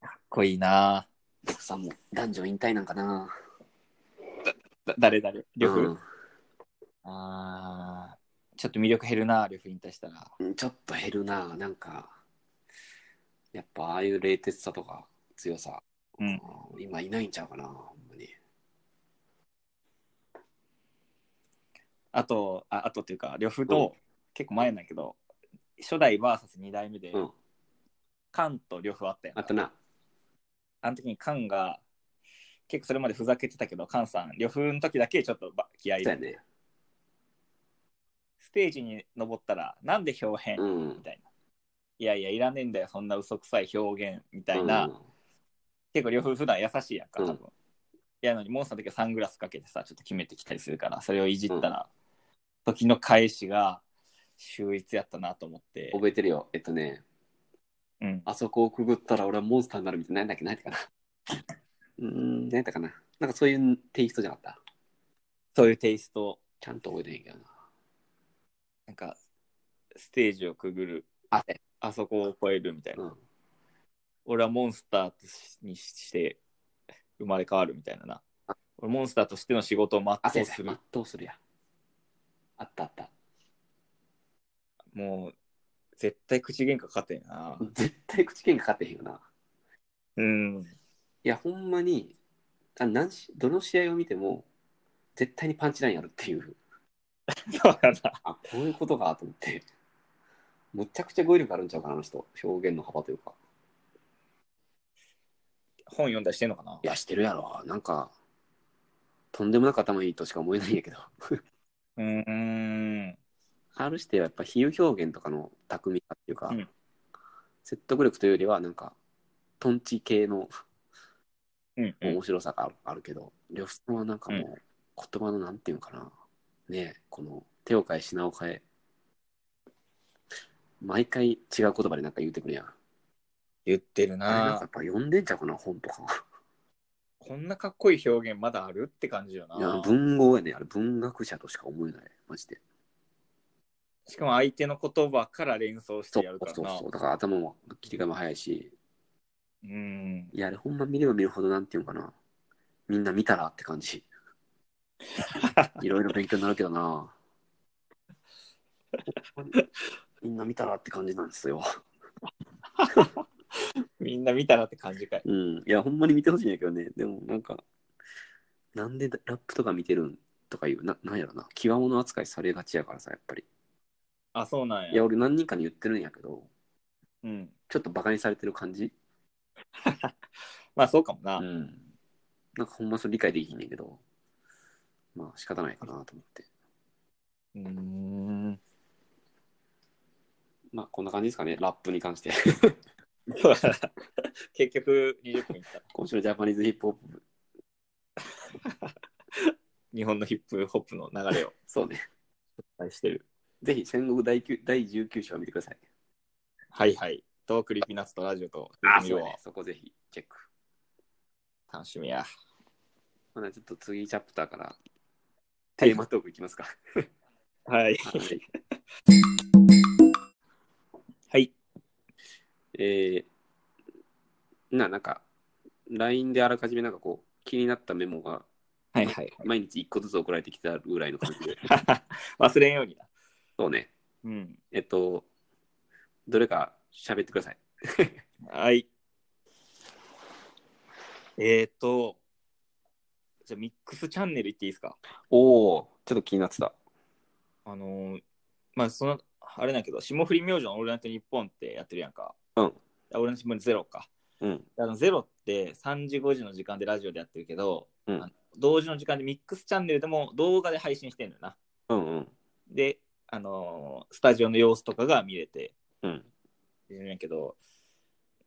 かっこいいなたくさんも男女引退なんかな。だ誰誰呂布、うんあーちょっと魅力減るな呂布引退したら。うんちょっと減るな、なんか、やっぱああいう冷徹さとか強さ、うん。うん今いないんちゃうかな、ほんまに。あと、ああとっていうか、呂布と、結構前なんやけど、初代 VS2 代目で、うん、カンと呂布あったやんあかとな、あの時にカンが、結構それまでふざけてたけど、カンさん、呂布の時だけちょっとば気合いそう入やれて、ね。ステージに登ったら、なんで表変、うんみたいな。いやいや、いらねえんだよ、そんな嘘くさい表現、みたいな。うん結構両夫普段優しいやんか、うん多分。やのに、モンスターの時はサングラスかけてさ、ちょっと決めてきたりするから、それをいじったら、時の返しが秀逸やったなと思って。覚えてるよ。えっとね、うん。あそこをくぐったら俺はモンスターになるみたいな、なんだっけ、なんだっけかな。うーん、なんだったかな。なんかそういうテイストじゃなかった。そういうテイスト、ちゃんと覚えてないけどな。なんか、ステージをくぐる、あ、えあそこを超えるみたいな。うん。俺はモンスターとしにして生まれ変わるみたいなな。俺モンスターとしての仕事をあ、そ全ううすするる。。どうするや。あったあった。もう、絶対口喧嘩かかってんな。絶対口喧嘩かかってへんよな。うん。 いや、ほんまに、あ何しどの試合を見ても、絶対にパンチラインあるっていう、そうやな。あ、こういうことかと思って、むちゃくちゃ語彙力あるんちゃうかな、あの人、表現の幅というか。本読んだりしてんのかないや、してるやろ、なんか、とんでもなく頭いいとしか思えないんやけど、うーん。あるしてはやっぱ比喩表現とかの巧みさっていうか、うん説得力というよりは、なんか、トンチ系のうん、うん。面白さがある,、あるけど、呂布さんはなんかもう、言葉のなんていうのかな、ねえ、この手を変え、品を変え、毎回違う言葉でなんか言うてくるやん。言ってるあれなんなかやっぱ読んでんちゃうかな、本とか。こんなかっこいい表現まだあるって感じよいや、な文豪やね、あれ文学者としか思えない、マジで。しかも相手の言葉から連想しそてうやるからそうなそう、だから頭も切り替えも早いし、うんいや、あれほんま見れば見るほどなんていうのかな、みんな見たらって感じ。いろいろ勉強になるけどな。ほんまにみんな見たらって感じなんですよ。みんな見たらって感じかいうん。いや、ほんまに見てほしいんやけどね。でも、なんか、なんでラップとか見てるんとかいう、な、なんやろな。極物扱いされがちやからさ、やっぱり。あそうなんやいや、俺何人かに言ってるんやけど、うん、ちょっとバカにされてる感じまあそうかもな、うん。なんかほんまそれ理解できひんねんけど、まあ仕方ないかなと思って。うん、まあこんな感じですかね、ラップに関して。 そうだな 結局20分いった今週のジャパニーズヒップホップ、日本のヒップホップの流れをそうね。期待してるぜひ戦国第9第19章を見てください。 はいはいとクリピーナッツとラジオと見見よよううね。そこぜひチェック。楽しみやまあね、ちょっと次チャプターからはいテーマトークいきますか。はい はいはいえー、な、なんか、LINE であらかじめなんかこう、気になったメモがはいはい毎日1個ずつ送られてきたぐらいの感じ で。 忘れんようになそうね。うんえっと、どれか喋ってください。はい。えっ、ー、と、じゃあミックスチャンネル行っていいですかおお、ちょっと気になってた。あのーまあ、その、あれなんやけど、霜降り明星のオールナイトニッポンってやってるやんか。うん。あオールナイトニッポンゼロか。うん。あのゼロって3時、5時の時間でラジオでやってるけど、うんあの同時の時間でミックスチャンネルでも動画で配信してんのよな。うんうん。で、あのースタジオの様子とかが見れて、うん。見れるんやけど、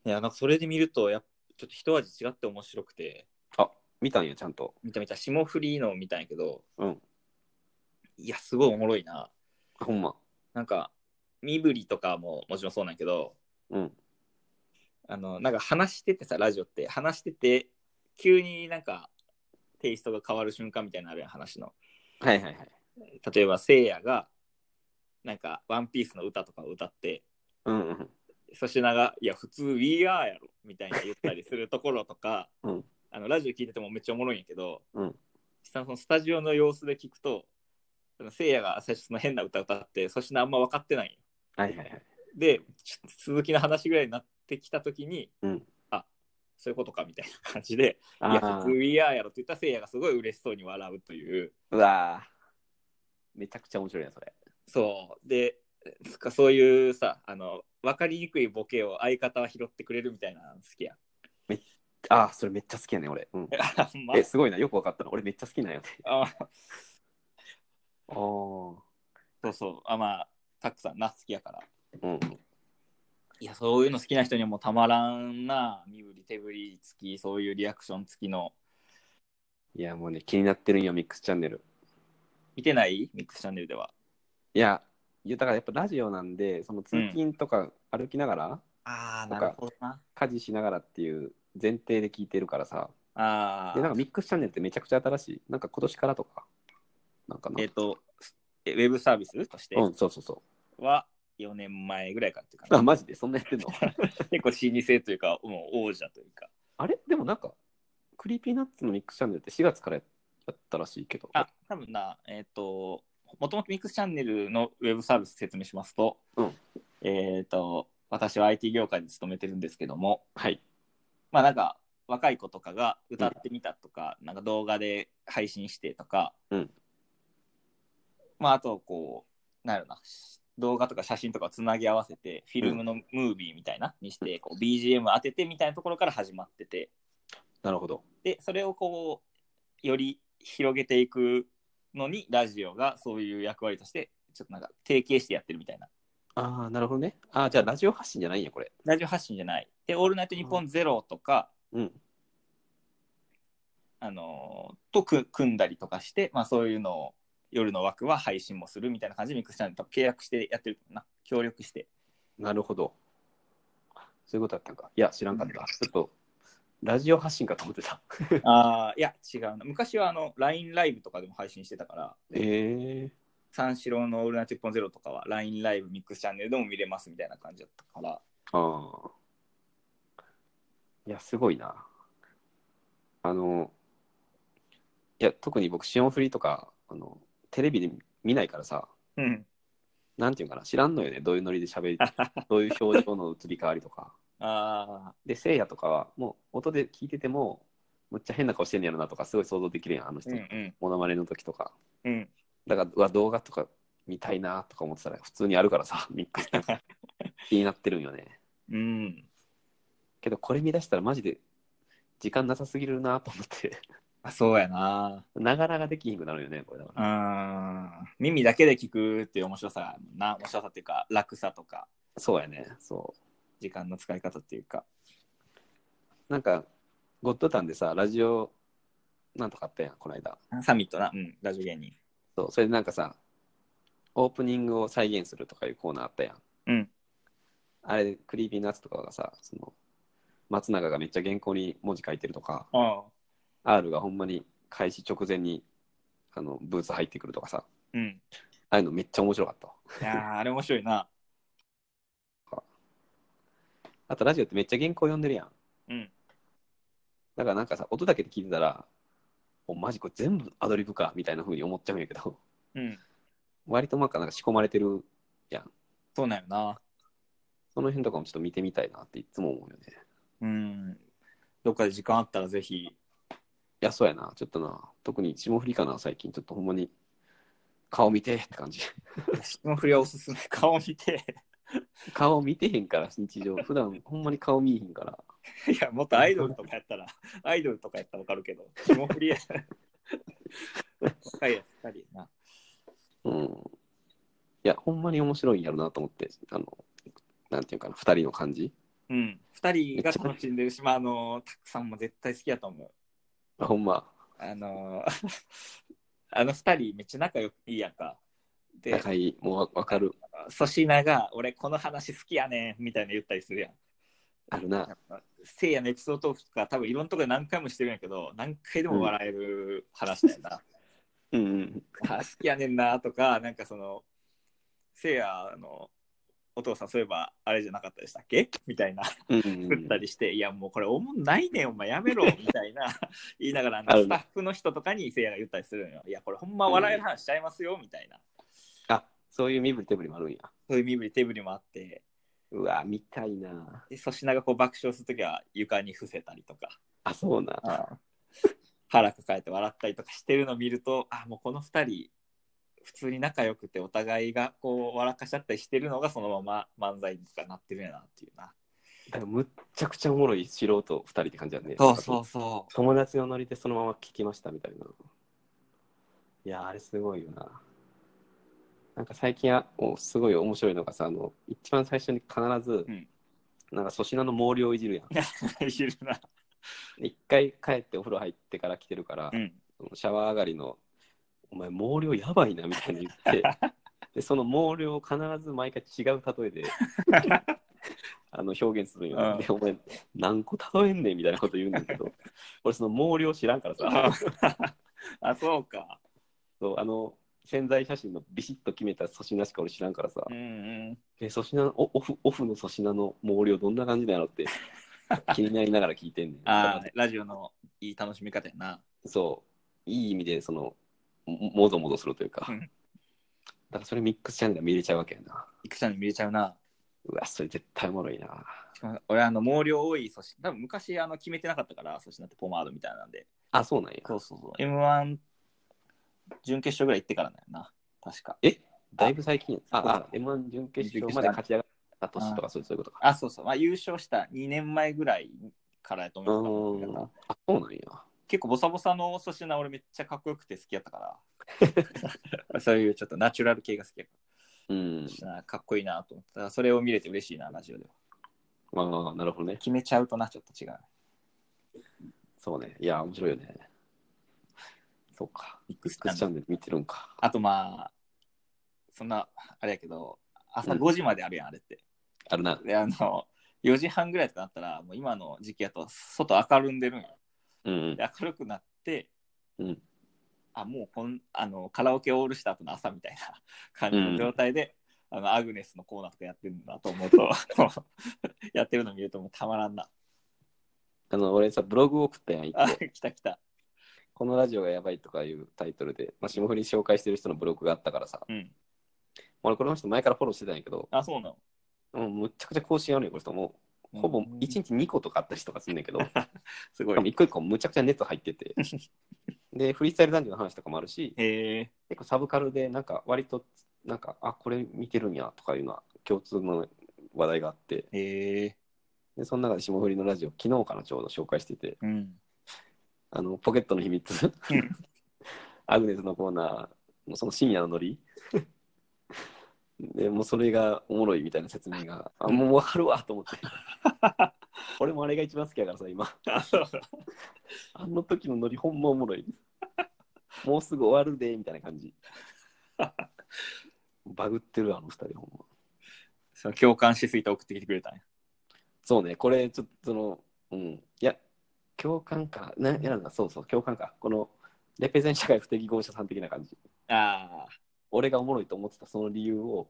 いや、なんかそれで見ると、やっぱちょっと一味違って面白くて、あ、見たんや、ちゃんと。見た見た霜降りのを見たんやけど、うんいやすごいおもろいなあほんま。なんか身振りとかももちろんそうなんやけどうん。あのなんか話しててさラジオって話してて急になんかテイストが変わる瞬間みたいなのあるやん話のはいはいはい。例えばせいやがなんか、ワンピースの歌とかを歌って、うんうん。粗品が、いや、普通、We Are やろ、みたいに言ったりするところとか、 うんあのラジオ聞いててもめっちゃおもろいんやけど、うん実際そのスタジオの様子で聞くと、そのせいやが最初その変な歌歌って、粗品あんま分かってないんよはいはいはい。で、ちょ続きの話ぐらいになってきたときに、うんあそういうことかみたいな感じで、いや、あ普あ通、。We Are やろって言ったせいやがすごい嬉しそうに笑うという。うわーめちゃくちゃ面白いね、それ。そうでつかそういうさあの分かりにくいボケを相方は拾ってくれるみたいなの好きやん。 ああ、それめっちゃ好きやね、俺。うん。あほんまえ、すごいな。よくわかったな。俺めっちゃ好きなんよね。あああ。うそうそうあまあたくさんな好きやからん。いやそういうの好きな人にはもうたまらんな身振り手振り付きそういうリアクション付きのいや、もうね、気になってるんよ、ミックスチャンネル。見てないミックスチャンネルではいや、いやだからやっぱラジオなんで、その通勤とか歩きながら、あーなるほどな家事しながらっていう前提で聞いてるからさ。あで、なんーかミックスチャンネルってめちゃくちゃ新しい。なんか今年からとか。なんかな。えっ、とえウェブサービスとしてうん、そうそうそは4年前ぐらいからっていうう。あ、か、マジでそんなやってんの結構老舗というかもう王者というかあれでもなんか、クリーピーナッツのミックスチャンネルって4月からやったらしいけど。あ、多分な、えっ、と、もともとミックスチャンネルのウェブサービス説明しますと、うんえっ、と、私は IT 業界に勤めてるんですけども、はい。まあなんか、若い子とかが歌ってみたとか、なんか動画で配信してとか、うんまああと、こう、なんやろな、動画とか写真とかをつなぎ合わせて、フィルムのムービーみたいなにして、こう BGM 当ててみたいなところから始まってて、なるほど。でそれをこうより広げていくのにラジオがそういう役割としてちょっとなんか提携してやってるみたいなああ、なるほどね。ああ、じゃあラジオ発信じゃないんや、これ。ラジオ発信じゃないで「オールナイトニッポンゼロとか、うん。あのーとく組んだりとかして、まあ、そういうのを夜の枠は配信もするみたいな感じでミックスチャンネルと契約してやってるな協力してなるほど。そういうことだったんか。いや、知らんかった。ちょっと、ラジオ発信かと思ってた。ああいや違うな昔はあの LINE ライブとかでも配信してたから ええ三四郎の「オールナイトニッポンゼロとかは LINE ライブミックスチャンネルでも見れますみたいな感じだったからああ。いや、すごいな。あの、いや、特に僕、シオンフリーとか、あの、テレビで見ないからさ、うんなんていうかな、知らんのよね。どういうノリで喋り、どういう表情の移り変わりとか。ああで、せいやとかは、もう、音で聞いてても、むっちゃ変な顔してんねやろなとか、すごい想像できるやん、あの人う。んモノマネの時とか。うんうんだからうわ動画とか見たいなとか思ってたら普通にあるからさ ミックス気になってるんよねうん。けどこれ見出したらマジで時間なさすぎるなと思ってあ、そうやな。ながらができひんくなるよねこれだかうら、ん。耳だけで聞くっていう面白さがあるもんな。面白さっていうか、楽さとか、そうやねそ時間の使い方っていうか。うなんかゴッドタンでさラジオなんとかあったやんこの間サミットな。うん。ラジオ芸人。そうそれでなんかさオープニングを再現するとかいうコーナーあったやんうん。あれクリーピーナッツとかがさその松永がめっちゃ原稿に文字書いてるとかあ R がほんまに開始直前にあのブーツ入ってくるとかさうん。ああいうのめっちゃ面白かったわいやーあれ面白いな。あとラジオってめっちゃ原稿読んでるやんうん。だからなんかさ音だけで聞いてたらおマジこれ全部アドリブかみたいな風に思っちゃうんやけどうん。割となんかなんか仕込まれてるそうなんよな。その辺とかもちょっと見てみたいなっていつも思うよねうん。どっかで時間あったらぜひ。いやそうやなちょっとな特に霜降りかな最近ちょっとほんまに顔見てって感じ の振りはおすすめ。顔見て。顔見てへんから日常普段ほんまに顔見えへんから いや、もっとアイドルとかやった ら、アイドルとかやったらわかるけど、霜降りや。若いやつ二人やな。うん。いや、ほんまに面白いんやろなと思って、あの、なんていうかな、二人の感じ。うん、2人が楽しんでるし、まあ、あのたくさんも絶対好きやと思う。あほんま、あの あの2人めっちゃ仲良くいいやんか。で、仲いい、もうわわかる、粗品が俺この話好きやねんみたいなの言ったりするやん。あるな。せいやのエピソードトークとか多分いろんなところで何回もしてるんやけど、何回でも笑え る話だよな。うんうん。あ好きやねんなとか、なんかその、せいやのお父さんそういえばあれじゃなかったでしたっけみたいなうん振ったりして、いやもうこれおもんないねんお前やめ ろみたいな言いながらあのあるねスタッフの人とかにせいやが言ったりするのよいやこれほんま笑える話しちゃいますよみたいなあそういう身振り手振りもあるんや。そういう身振り手振りもあってうわ、見たいな。で粗品がこう爆笑するときは床に伏せたりとかあ、そうな。腹抱えて笑ったりとかしてるのを見るとあもうこの2人普通に仲良くてお互いがこう笑かしちゃったりしてるのがそのまま漫才にかなってるんやなっていうなだからむっちゃくちゃおもろい素人二人って感じだね。う。うそ友達のノリでそのまま聞きましたみたいな。いや、あれすごいよな。なんか最近はもうすごい面白いのがさ、あの、一番最初に必ず、うんなんか粗品の毛量いじる やん。ういじるなで一回帰ってお風呂入ってから来てるから、うんシャワー上がりの、お前毛量やばいなみたいに 言って、でその毛量を必ず毎回違う例 えであの表現するんよ、うんで、お前何個例えんねんみたいなこと言うんだけど、俺その毛量知らんからさ、 あそうかそうあの潜在写真のビシッと決めた粗品しか俺知らんからさ、うんうんえ粗品おオフオフの粗品の毛量どんな感じなのって 気になりながら聞いてんねん。あーラジオのいい楽しみ方やなそう、いい意味で、その、ももぞもぞするというか、うんだからそれミックスチャンネルが見れちゃうわけやな。いくちゃんに見れちゃうなうわ、それ絶対おもろいな。しかも俺あの毛量多い粗品多分昔あの決めてなかったから粗品ってポマードみたいなんであ、そうなんや。そうそうそう M1 準決勝ぐらい行ってからだよな確かだいぶ最近そや、うあ、あ、M1 準決勝まで勝ち上がった年とか、そういうそういうことか。あ、そうそう。まあ、優勝した2年前ぐらいからやとう思うーん。あ、そうなんや。結構ボサボサの粗品俺めっちゃかっこよくて好きやった から。そういうちょっとナチュラル系が好きやかうんら。粗品かっこいいなと思ってたからそれを見れて嬉しいな、ラジオでは。ああ、なるほどね。決めちゃうとな、ちょっと違う。そうね。いや、面白いよね。そうか。ミッミクッスクスチャンネル見てるんか。あとまあ、そんな、あれやけど、朝5時まであるやん、あれって。あるな。で、あの、4時半ぐらいとかなったら、もう今の時期やと外明るんでるんよ。うんうん。で明るくなって、うんあもうこんあのカラオケオールした後の朝みたいな感じの状態で、あのアグネスのコーナーとかやってるんだと思うと もうやってるの見るともうたまらんなあの、俺さ、ブログ送ったやん、一個あ来た来たこのラジオがやばいとかいうタイトルで、まあ、霜降り紹介してる人のブログがあったからさ、うん俺この人前からフォローしてたんやけど、あそうなのもうむっちゃくちゃ更新あるよ、この人。もうほぼ1うん日2個とかあったりとかすんねんけど、すごでもい一個一個むちゃくちゃ熱入ってて。で、フリースタイル男女の話とかもあるし、へえ結構サブカルで、なんか割と、なんか、あ、これ見てるんやとかいうのは共通の話題があって、へえで、その中で霜降りのラジオ、昨日かな、ちょうど紹介してて、うんあの、ポケットの秘密うん、 アグネスのコーナーのその深夜のノリで、もうそれがおもろいみたいな説明が、あ、もうわかるわと思って。俺もあれが一番好きやからさ、今。あそうあの時のノリほんまおもろい。もうすぐ終わるで、みたいな感じ。バグってる、あの二人ほんま。その共感しすぎて送ってきてくれたんやそうね、これちょっとその、うん、いや、共感か、なやなんだ、そうそう、共感か。この、レペゼン社会不適合者さん的な感じ。あ俺がおもろいと思ってたその理由を、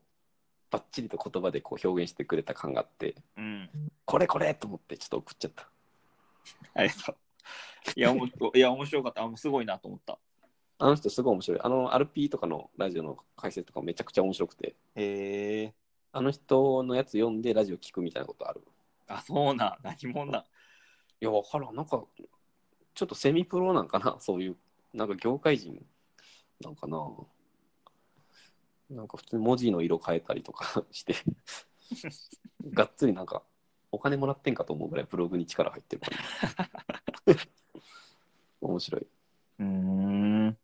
ばっちりと言葉でこう表現してくれた感があって、あうんこれこれと思ってちょっと送っちゃった。ありがとういやおもいや面白かったあもうすごいなと思ったあの人すごい面白い。あの、RP とかのラジオの解説とかめちゃくちゃ面白くて、へえあの人のやつ読んでラジオ聞くみたいなことある。あそうなん何者なんいや、わからん。なんか、ちょっとセミプロなんかな、 そういう、なんか業界人なんかな。なんか普通に文字の色変えたりとか して、がっつりなんか、お金もらってんかと思うぐらいブログに力入ってるから。 面白い。うーん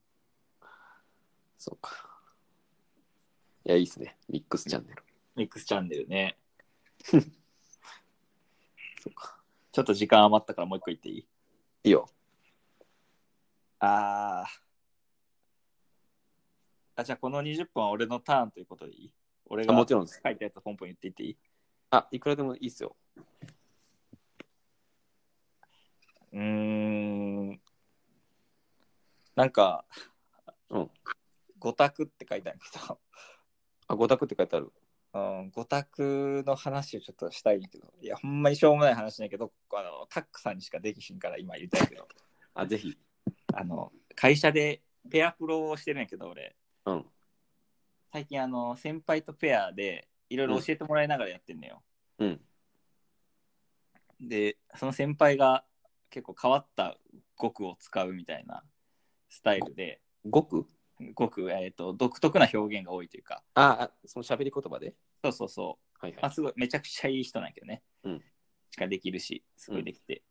そうか。いや、いいっすね。ミックスチャンネル。ミックスチャンネルね。そうか。ちょっと時間余ったからもう一個言っていいいいよ。ああ。あ、じゃあこの20分は俺のターンということでいい俺あがもちろんです。書いたやつポンポン言っていっていいあ、いくらでもいいっすよ。うーん。なんか、うん五択って書いてあるけど、あ、五択って書いてある。うん、五択の話をちょっとしたいんやけど、いや、ほんまにしょうもない話なんやけど、あの、タックさんにしかできひんから今言いたいけど、 あ、ぜひ。あの、会社でペアプロをしてるんやけど、俺、うん。最近あの、先輩とペアでいろいろ教えてもらいながらやってんのよ。うん。で、その先輩が結構変わった語句を使うみたいなスタイルで、五句語句、えっ、と、独特な表現が多いというか、あ、あその喋り言葉でそうそうそう、はいはあい。すごいめちゃくちゃいい人なんやけどね、うんができるしすごいできて、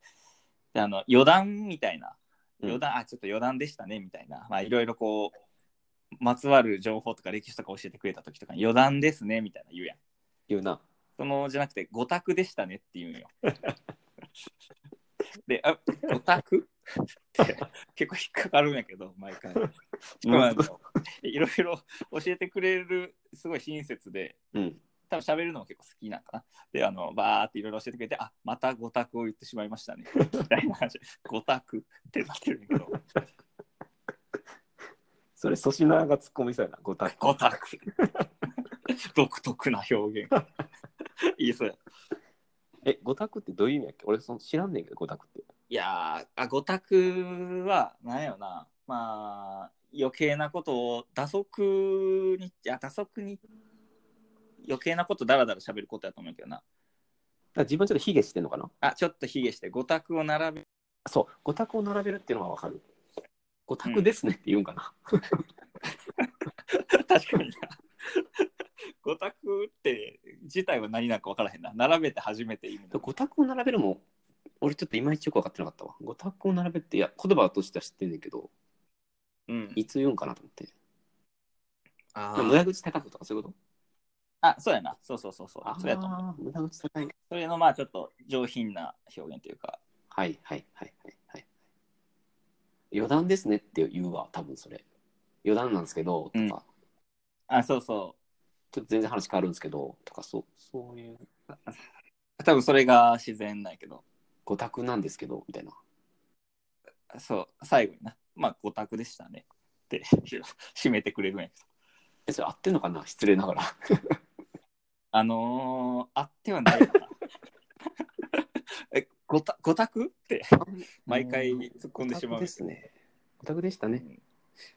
であの余談みたいなうん余談、あちょっと余談でしたねみたいなまあいろいろこうまつわる情報とか歴史とか教えてくれた時とかに余談ですねみたいな言うやん言うな。そのじゃなくて「五択でしたね」って言うん よで「あ五択?」って結構引っかかるんやけど毎回まああのいろいろ教えてくれるすごい親切でうん。多分喋るのも結構好きなんかな。で、あの、バーっていろいろ教えてくれて、あ、また五択を言ってしまいましたね。みたいな話。五択ってなってるんだけど、それ、粗品が突っ込みそうやな。五択。五択。独特な表現。いいそうや。え、五択ってどういう意味やっけ俺その知らんねんけど、五択って。いやー、あ五択は、なんやろな。まあ、余計なことを、打足に、いや、打足に、余計なことだらだら喋ることやと思うけどな。だから自分ちょっと卑下してんのかなあ、ちょっと卑下して、五択を並べそう、五択を並べるっていうのはわかる。五択ですねって言うんかな。 確かにな。五択って自体は何なんか分からへんな。並べて初めて意味での。五択を並べるも、俺ちょっといまいちよく分かってなかったわ。五択を並べるって、いや、言葉としては知ってんねんけど、うん、いつ言うんかなと思って。あ無駄口高くとかそういうことあ、そうやな。そうそうそうそう。そうやと思う。あー、無駄口高い。それのまあちょっと上品な表現というか。はいはいはいはいはい。余談ですねって言うわ、多分それ。余談なんですけど、とうか、んちょあ、そうそっと全然話変わるんですけど、とか、そう、そういう、う。多分それが自然なんやけど。五択なんですけど、みたいな。そう、最後にな。まあ五択でしたね。って締めてくれるんやけど。え、それ合ってんのかな失礼ながら。あのー、あってはないよ な。え、五択五択って毎回突っ込んでしま五択う。ですね。五択でしたうね。ん。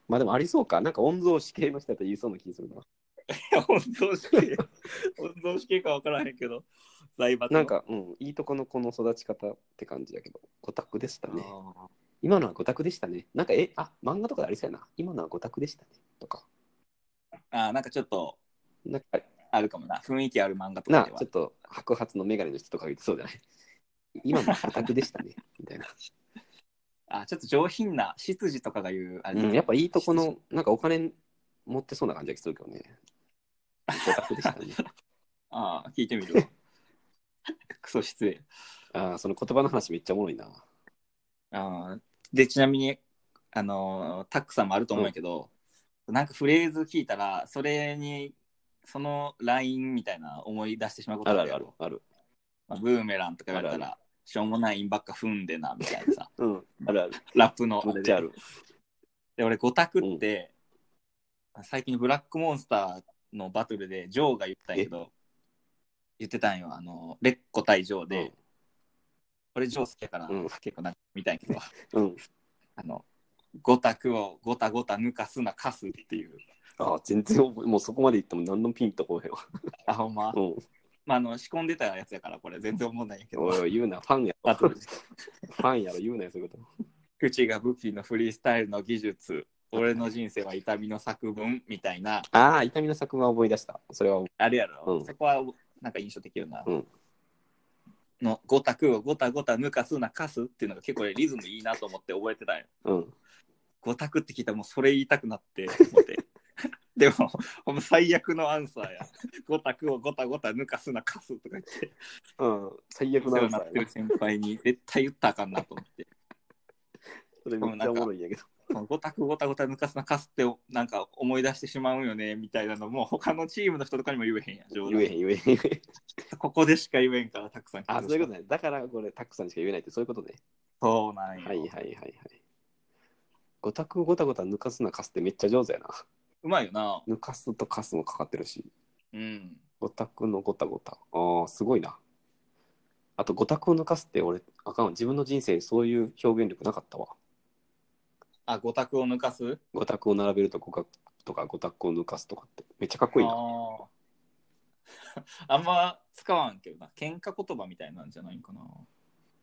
まあでもありそうか。なんか御曹司系の人だと言いそうな気するな。本葬式本葬式か分からへんけど財閥のなんか、うん、いいとこの子の育ち方って感じだけど、五択でしたあーね。今のは五択でしたね。なんか、え、あ、漫画とかでありそうやな。今のは五択でしたね。とか。あーなんかちょっとなんか、あるかもな雰囲気ある漫画となかあではちょっと白髪の眼鏡の人とか言ってそうじゃない今のオタクでしたねみたいな、あーちょっと上品な執事とかが言うあれ、うん、やっぱいいとこのなんかお金持ってそうな感じがするけどねオタクでしたね あー聞いてみるわ クソ失礼ああその言葉の話めっちゃおもろいなあーでちなみにあのータックさんもあると思うんやけど、なんかフレーズ聞いたらそれにそのラインみたいな思い出してしまうことあるあるるやあるろあるまあ、ブーメランとか言われたあるらしょうもないインばっか踏んでなみたいなさうんあるあるラップのめっちゃあるで俺五択って、最近ブラックモンスターのバトルでジョーが言ったんやけど言ってたんよあのレッコ対ジョーで、俺ジョー好きやから、うん結構なんか見たんやけど うん、うん、あの五択をゴタゴタ抜かすなかすっていうああ全然覚えもうそこまで言っても何のピンとこうへんわあほんま、うんまあ、あの仕込んでたやつやからこれ全然思わないんやけどおいおい言うなファンやろバトルファンやろ言うなよそういうこ口が武器のフリースタイルの技術俺の人生は痛みの作文みたいなとああ痛みの作文は思い出したそれはあれやろ、うんそこはなんか印象的よな。うんのゴタクをゴタゴタ抜かすなかすっていうのが結構俺リズムいいなと思って覚えてたんよ。うんゴタクって聞いたらもうそれ言いたくなって思 って。でも、ほんま最悪のアンサーや。ゴタクをゴタゴタ抜かすなかすとか言って、うん最悪おな世話話になだってる先輩に絶対言ったらあかんなと思って。それめっちゃおもろいんやけどこのゴタクゴタゴタ抜かすなかすってなんか思い出してしまうんよねみたいなのも他のチームの人とかにも言えへんやん。冗言談えへん言えへん言えへんここでしか言えんからたくさん聞いてほあ、しそういうことね。だからこれ、たくさんしか言えないって、そういうことね。そうなんよ。はいはいはいはい。五択をごたごた抜かすなかすってめっちゃ上手やな。 うまいよな。抜かすとカスもかかってるし。うん。五択のごたごた。ああ、すごいな。あと、五択を抜かすって俺、あかんわ。自分の人生、そういう表現力なかったわ。あ、五択を抜かす五択を並べると五択とか五択を抜かすとかって、めっちゃかっこいいな。 あーあんま使わんけどな。喧嘩言葉みたいなんじゃないんかな。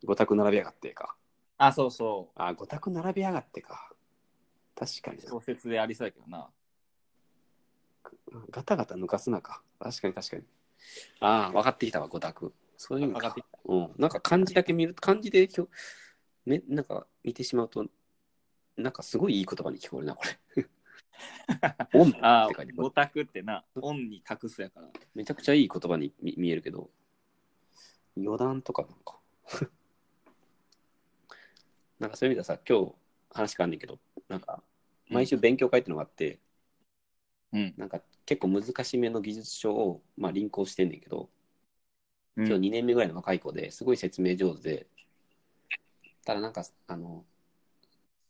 五択並べやがってか。あ、そうそああ、五択並べやがってか。確かにう。な小。説でありそうやけどな。ガタガタ抜かすなか。確かに確かに。ああ、分かってきたわ、五択。そういうの分かかってき。うん。なんか漢字だけ見る、漢字でひょ、ね、なんか見てしまうと、なんかすごいいい言葉に聞こえるな、これ。 オンってあ書いてー、五択ってな、オンに託すやから。めちゃくちゃいい言葉に見見えるけど、余談とかなんか。 なんかそういう意味ではさ、今日話変わんねんけど、なんか、毎週勉強会ってのがあって、うん。なんか結構難しめの技術書を、まあ、輪行してんねんけど、うん今日2年目ぐらいの若い子ですごい説明上手で、ただなんか、あの、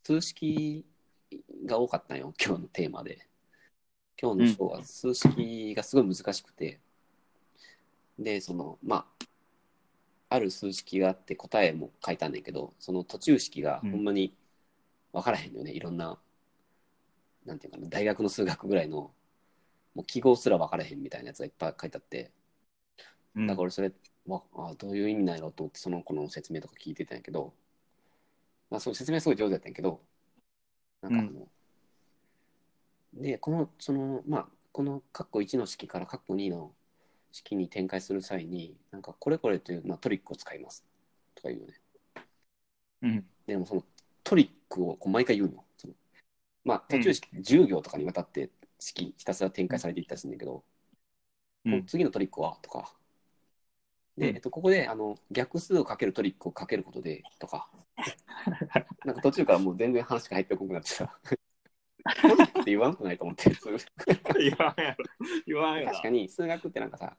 数式が多かったんよ、今日のテーマで。今日の章は数式がすごい難しくて、で、その、まあ、ある数式があって答えも書いたんだけど、その途中式がほんまに分からへんのよね、いろんな、なんていうかな、大学の数学ぐらいの、もう記号すら分からへんみたいなやつがいっぱい書いてあって、うんだから俺それ、わあどういう意味なんやろうと思ってその子の説明とか聞いてたんやけど、まあ、その説明すごい上手だったんやけどなんかあの、でこのそのまあこの括弧1の式から括弧2の式に展開する際になんかこれこれという、まあ、トリックを使いますとか言うよねうん。でもそのトリックをこう毎回言うのそのまあ途中式10行とかにわたって式ひたすら展開されていったりするんだけど、うこんの次のトリックはとか。で、うんえっと、ここであの逆数をかけるトリックをかけることでとか、なんか途中からもう全然話が入ってこなくなって さ、トリックって言わんくないと思って、確 言わんやろ。言わん やろ。かに数学ってなんかさ、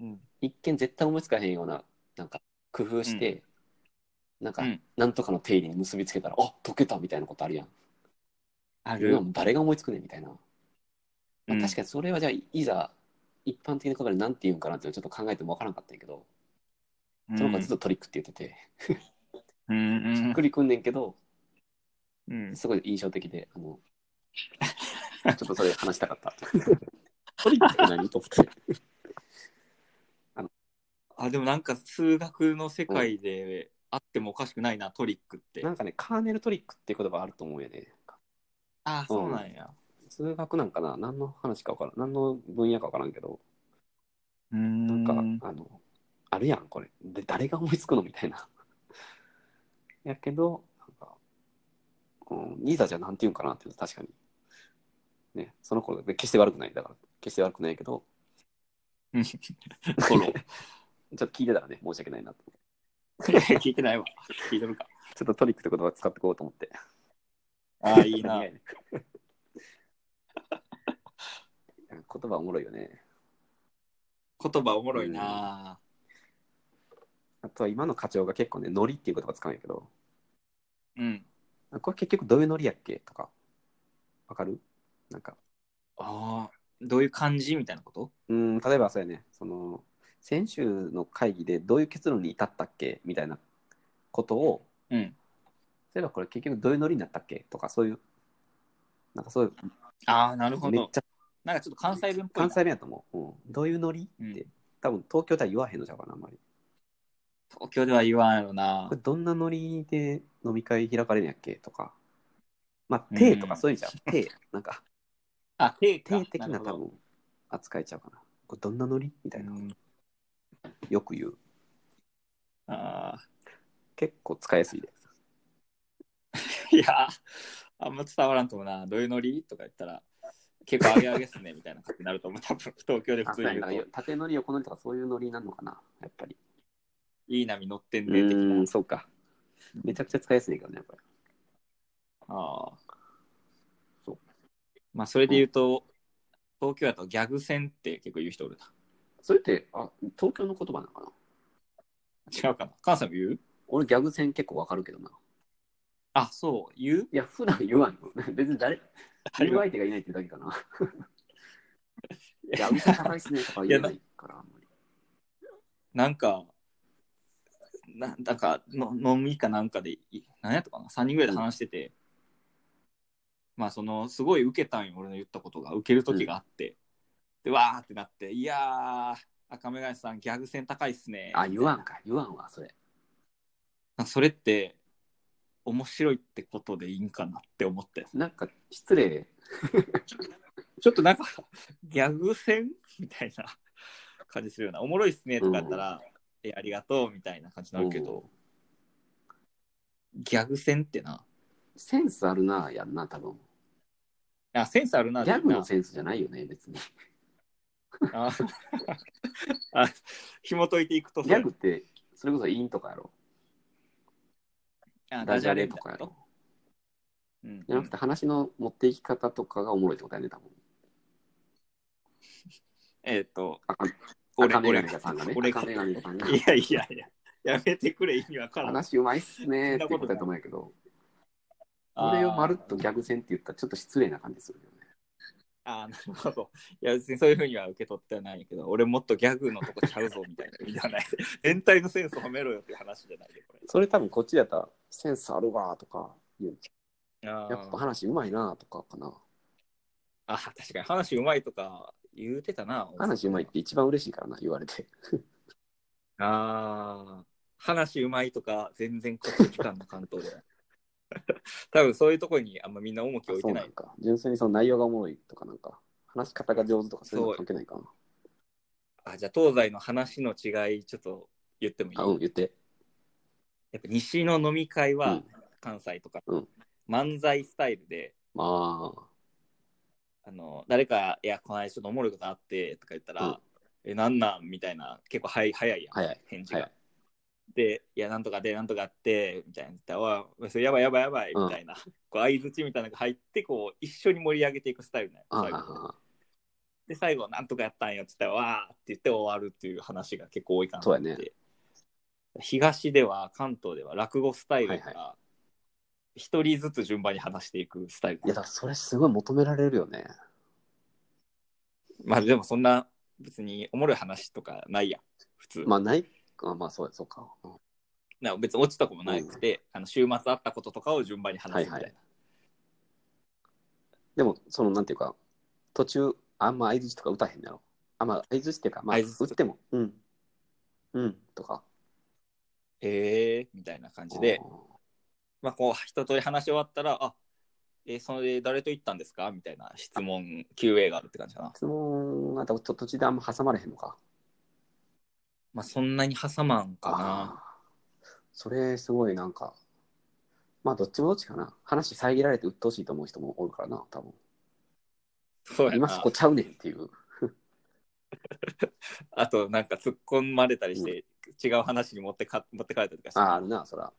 うん。一見絶対思いつかへんような、なんか工夫して、なんか、うんなんとかの定理に結びつけたら、あ解けたみたいなことあるやん。あそれるは。もう誰が思いつくねんみたいな。まあ確かにそれはじゃあ、いざ、一般的な言葉で何て言うんかなっていうのをちょっと考えてもわからんかったんやけど、にその子はずっとトリックって言ってて、うんうしっんくりくんねんけど、うん。すごい印象的で、あの、ちょっとそれ話したかった。トリックって何と 思って。あ、でもなんか数学の世界であってもおかしくないな、トリックってな。んかね、カーネルトリックっていう言葉あると思うよね。ああ、そうなんや。数学なんかな、何の話か分からん、何の分野か分からんけど、うんなんか、あの、あるやん、これ。で、誰が思いつくのみたいな。 やけど、なんか、うん、いざじゃなんて言うんかなっていうと確かに。ね、その頃で決して悪くない。だから、決して悪くないけど、 フォロー。ちょっと聞いてたらね、申し訳ないなと。聞いてないわ。聞いてるか。ちょっとトリックって言葉使っていこうと思って。ああ、い いなや。言葉おもろいよね。言葉おもろいな。あとは今の課長が結構ね、ノリっていう言葉使うんやけど、うん。これ結局どういうノリやっけとか、わかるなんか、ああ、どういう感じみたいなことうん、例えばそうやね、その、先週の会議でどういう結論に至ったっけみたいなことを、うん。例えばこれ結局どういうノリになったっけとか、そういう、なんかそういう、ああ、なるほめっどち。ゃなんかちょっと関西弁っぽい関な。西弁やと思う。うん、どういうノリうんって、多分東京では言わへんのじゃうかな、あんまり。東京では言わんやろなこれ。どんなノリで飲み会開かれるんやっけとか、まうあ、ん手とかそういうんじ ゃん。手、なんか、あ、手か手的なる多ほど分扱えちゃうかな。これどんなノリみたいなう、んよく言う。ああ、結構使いやすいで。いや、あんま伝わらんともな。どういうノリとか言ったら、結構あげあげっすね、みたいな感じになると思う。多分東京で普あ通そうにやね言なんうかと、縦ノリ、横ノリとかそういうノリなのかな、やっぱり。いい波乗ってんうね、的ー、。なんそうか。めちゃくちゃ使いやすいけどね、これ。ああ。そうまあ、それで言うと、東京やとギャグ戦って結構言う人おるな。それって、あ、東京の言葉なのかな違うかな関西も言う俺ギャグ戦結構わかるけどな。あ、そう、言う いや、普段言わんよ。別に誰、れ言うは相手がいないってだけか な。いや、嘘高いっすねとか言えないから、あんまり。なんか、ななんかの飲みかなんかで、いなんやったかな、3人ぐらいで話してて、まあ、その、すごい受けたんよ、俺の言ったことが、受ける時があって、で、わーってなって、いやー、赤目がさん、ギャグ線高いっすね。あ、言わんか、言わんわ、それ。なんかそれって、面白いってことでいいんかなって思って。なんか、失礼。ちょっとなんか、 ギャグ戦みたいな 感じするような、おもろいっすねとかだったら、え、ありがとうみたいな感じになるけど、うんギャグ戦ってな、センスあるな、やんな、多分。あ、センスあるな、ギャグのなセンスじゃないよね、別に。ああ、紐解いていくと、ギャグって、それこそインとかやろ。あダジャレとかやダジャレみたいなろこ。うんじゃなくて、話の持っていき方とかがおもろいってことやね、多分。えっ、と、あか俺、赤メガ俺ネさんがね。俺赤メガネさん が。いやいやいや、やめてくれ、意味わからん。話うまいっすねってことやと思うんやけど、あこーれをまるっとギャグ戦って言ったらちょっと失礼な感じするよね。あーなるほど。いや、別にそういうふうには受け取ってはないけど、俺もっとギャグのとこちゃうぞみたいな意味じゃない。全体のセンス褒めろよっていう話じゃないで、こそれ多分こっちやったら、センスあるわーとか言う、れ。あやっぱ話うまいなーとかかな。あ、確かに話うまいとか言うてたな。話うまいって一番嬉しいからな、言われて。ああ、話うまいとか全然こっち期間の関東で。 多分そういうところにあんまみんな重きを置いそうてななんい。か。純粋にその内容がおもろいとかなんか、話し方が上手とかそういうの関係ないかな。あ、じゃあ東西の話の違いちょっと言ってもいいあ、うん、言って。やっぱ西の飲み会うはん関西とか、うん漫才スタイルで、まあ、あの、誰か、いや、この間ちょっとおもろいことあってとか言ったら、うんえ、なんなんみたいな、結構はい早いやん、早い。返事早がい。。で、いや、なんとかで、なんとかあって、みたいな言ったら、わあそれやばいやばいやばい、うんみたいな、こう、相づちみたいなのが入って、こう、一緒に盛り上げていくスタイルなんよああ最後までああ、で、最後、なんとかやったんよって言ったら、わーって言って終わるっていう話が結構多いかなとそう思やっねて。東では、関東では、落語スタイルはかいら、一人ずつ順番に話していくスタイルい。や、だからそれすごい求められるよね。まあ、でもそんな、別におもろい話とかないやん、普通。まあ、ない、あまあ、そうや、そうか。うんな別に落ちたこともなくて、あの週末あったこととかを順番に話すみたいな。はいはいでも、その、なんていうか、途中、あんま相づちとか打たへんやろ。あ、まあ、相づちっていうか、まあ、相づち打っても、うん、うん、とか。ええー、みたいな感じで、まあ、こう一通り話し終わったら、あえーそれ誰と行ったんですかみたいな質問、QA があるって感じかな。質問が、ちょっと途中であんま挟まれへんのか。まあ、そんなに挟まんかな。あーそれ、すごい、なんか、まあ、どっちもどっちかな。話遮られて鬱陶しいと思う人もおるからな、多分。そうやな今そこちゃうねんっていう。あと、なんか突っ込まれたりして、違う話に持ってか持ってかれたりとかして、ああ、あるな、そら。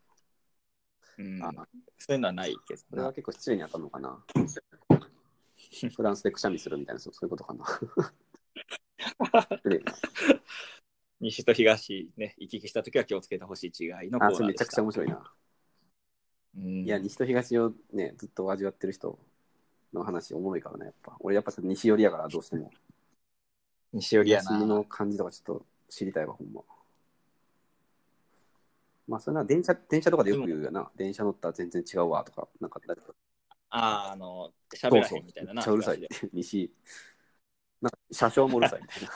うん、あそういうのはないけそどれなは。結構失礼に当たるの かな。フランスでくしゃみするみたいな、そうそういうことかな。失礼な西と東、ね、行き来したときは気をつけてほしい違いのコーナあ、それーめでちゃしくちゃた。面白いな。うんいや、西と東をね、ずっと味わってる人の話、おもろいからね、やっぱ。俺、やっぱちょっと西寄りやから、どうしても。西寄りや東な。の感じとかちょっと知りたいわ、ほんま。まあ、それな、電車、電車とかでよく言うよな。電車乗ったら全然違うわ、とか。なんか、だあーあの、喋らへんみたいなめな。っちゃうるさい東で。西、なんか、車掌もうるさいみたいな。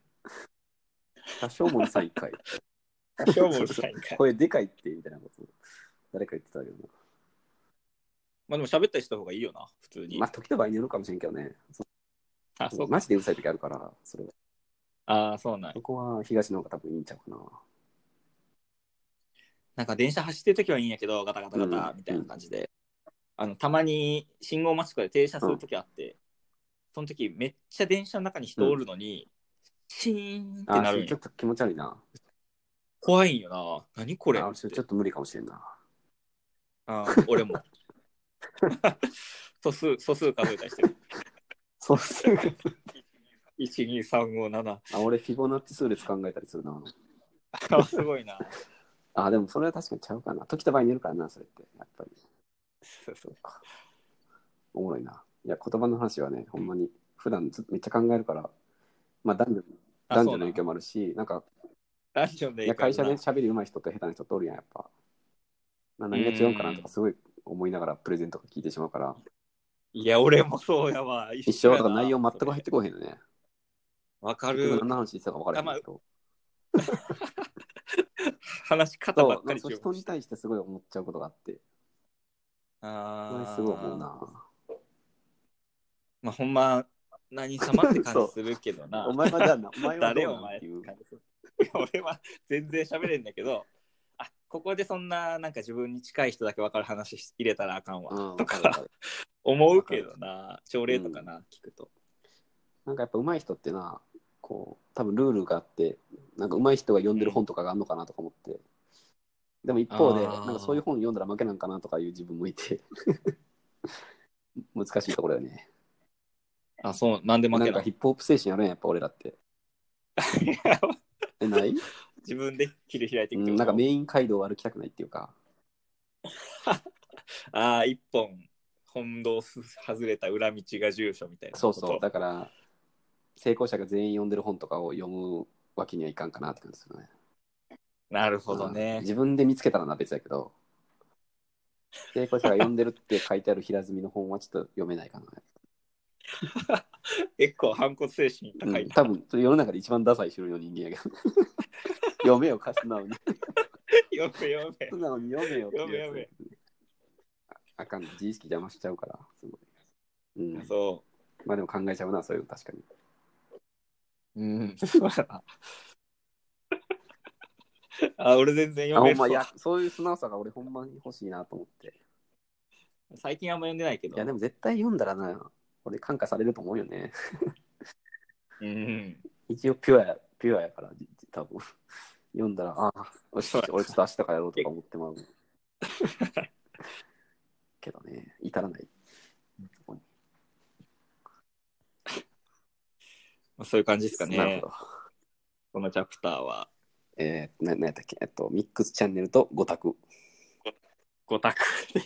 車掌もうるさいんかい。 今日もうるさいんかい声でかいって、みたいなこと。誰か言ってたけどな。まあでも喋ったりした方がいいよな、普通に。まあ、時と場合によるかもしれんけどね。そあ、そうか。マジでうるさい時あるから、それは。ああ、そうなんやそこは東の方が多分いいんちゃうかな。なんか電車走ってる時はいいんやけど、ガタガタガタうんみたいな感じで。あの、たまに信号待ちとかで停車する時あって、その時めっちゃ電車の中に人おるのに、シーンってあなそるれんちょよっ。と気持ち悪いな。怖いんよな。何これあそれちょっと無理かもしれんな。あー俺も。 素数、素数数えたりしてる。そうっす ね1、2、3、5、あ俺、フィボナッチ数列考えたりするな。 7。あすごいな。あ、でもそれは確かにちゃうかな。時と場合によるからな、それって。やっぱり。そうそうおもろいな。いや、言葉の話はね、ほんまに、普段ずめっちゃ考えるから、まあ、男女あ そ男女うのな影響もあるし、なんか、ラジオでいいいやから会社でな喋り上手い人と下手な人とおるやん、やっぱ。な何が違うんかなとか、すごい思いながらプレゼントとか聞いてしまうから、いや、俺もそうやわ。一一生緒とやかな内容全く入ってこへんのね。わか結局る何。の話してたか分からへんけど。話し方そう、ばなっんかかりそしうよ人に対してすごい思っちゃうことがあって、それああ。すごい思う。な。まあ、ほんま、何様って感じするけどなお。前はじゃ あな、お前は誰どおうなん前っていう。俺は全然喋れんだけど、あここでそんな、なんか自分に近い人だけ分かる話入れたらあかんわ。うん、と分かる分かかる。思うけどな。朝礼とかな、聞くと。なんかやっぱ上手い人ってな、こう、多分ルールがあって、なんか上手い人が読んでる本とかがあんのかなとか思って。でも一方で、あーなんかそういう本読んだら負けなんかなとかいう自分もいて。 難しいところよね。あ、そう、なんで負なけんかなヒップホップ精神あるやん、やっぱ俺らって。いえ、ない、 自分で切り開いてういくってん、こなんかとメイン街道を歩きたくないっていうか。ああ、一本、本堂す外れた裏道が住所みたいなそこうと。そう。だから、成功者が全員読んでる本とかを読むわけにはいかんかなって感じですよね。なるほどうんね。自分で見つけたらな、別だけど。成功者が読んでるって書いてある平積みの本はちょっと読めないかな。結構反骨精神う高いん、な。多分世の中で一番ダサい種類の人間やけど。 読めよ、か素直に。よく読め素。直に読めよっていうやつ。読め読あかん、自意識邪魔しちゃうから、すごい。うん。そまあでも考えちゃうな、そういうの確かに。う。うん。 あ、俺全然あほ読んまいめるや。そういう素直さが俺ほんまに欲しいなと思って最近あんま読んでないけど。いやでも絶対読んだらな俺感化されると思うよね うん。一応ピュアやピュアやからじじ多分 読んだらああよしそうや俺ちょっと明日からやろうとか思って まうけどね至らないまあそういう感じですかなるねほ。どこのチャプターは。えー、ななんやったっけえっとミックスチャンネルと五択五択で。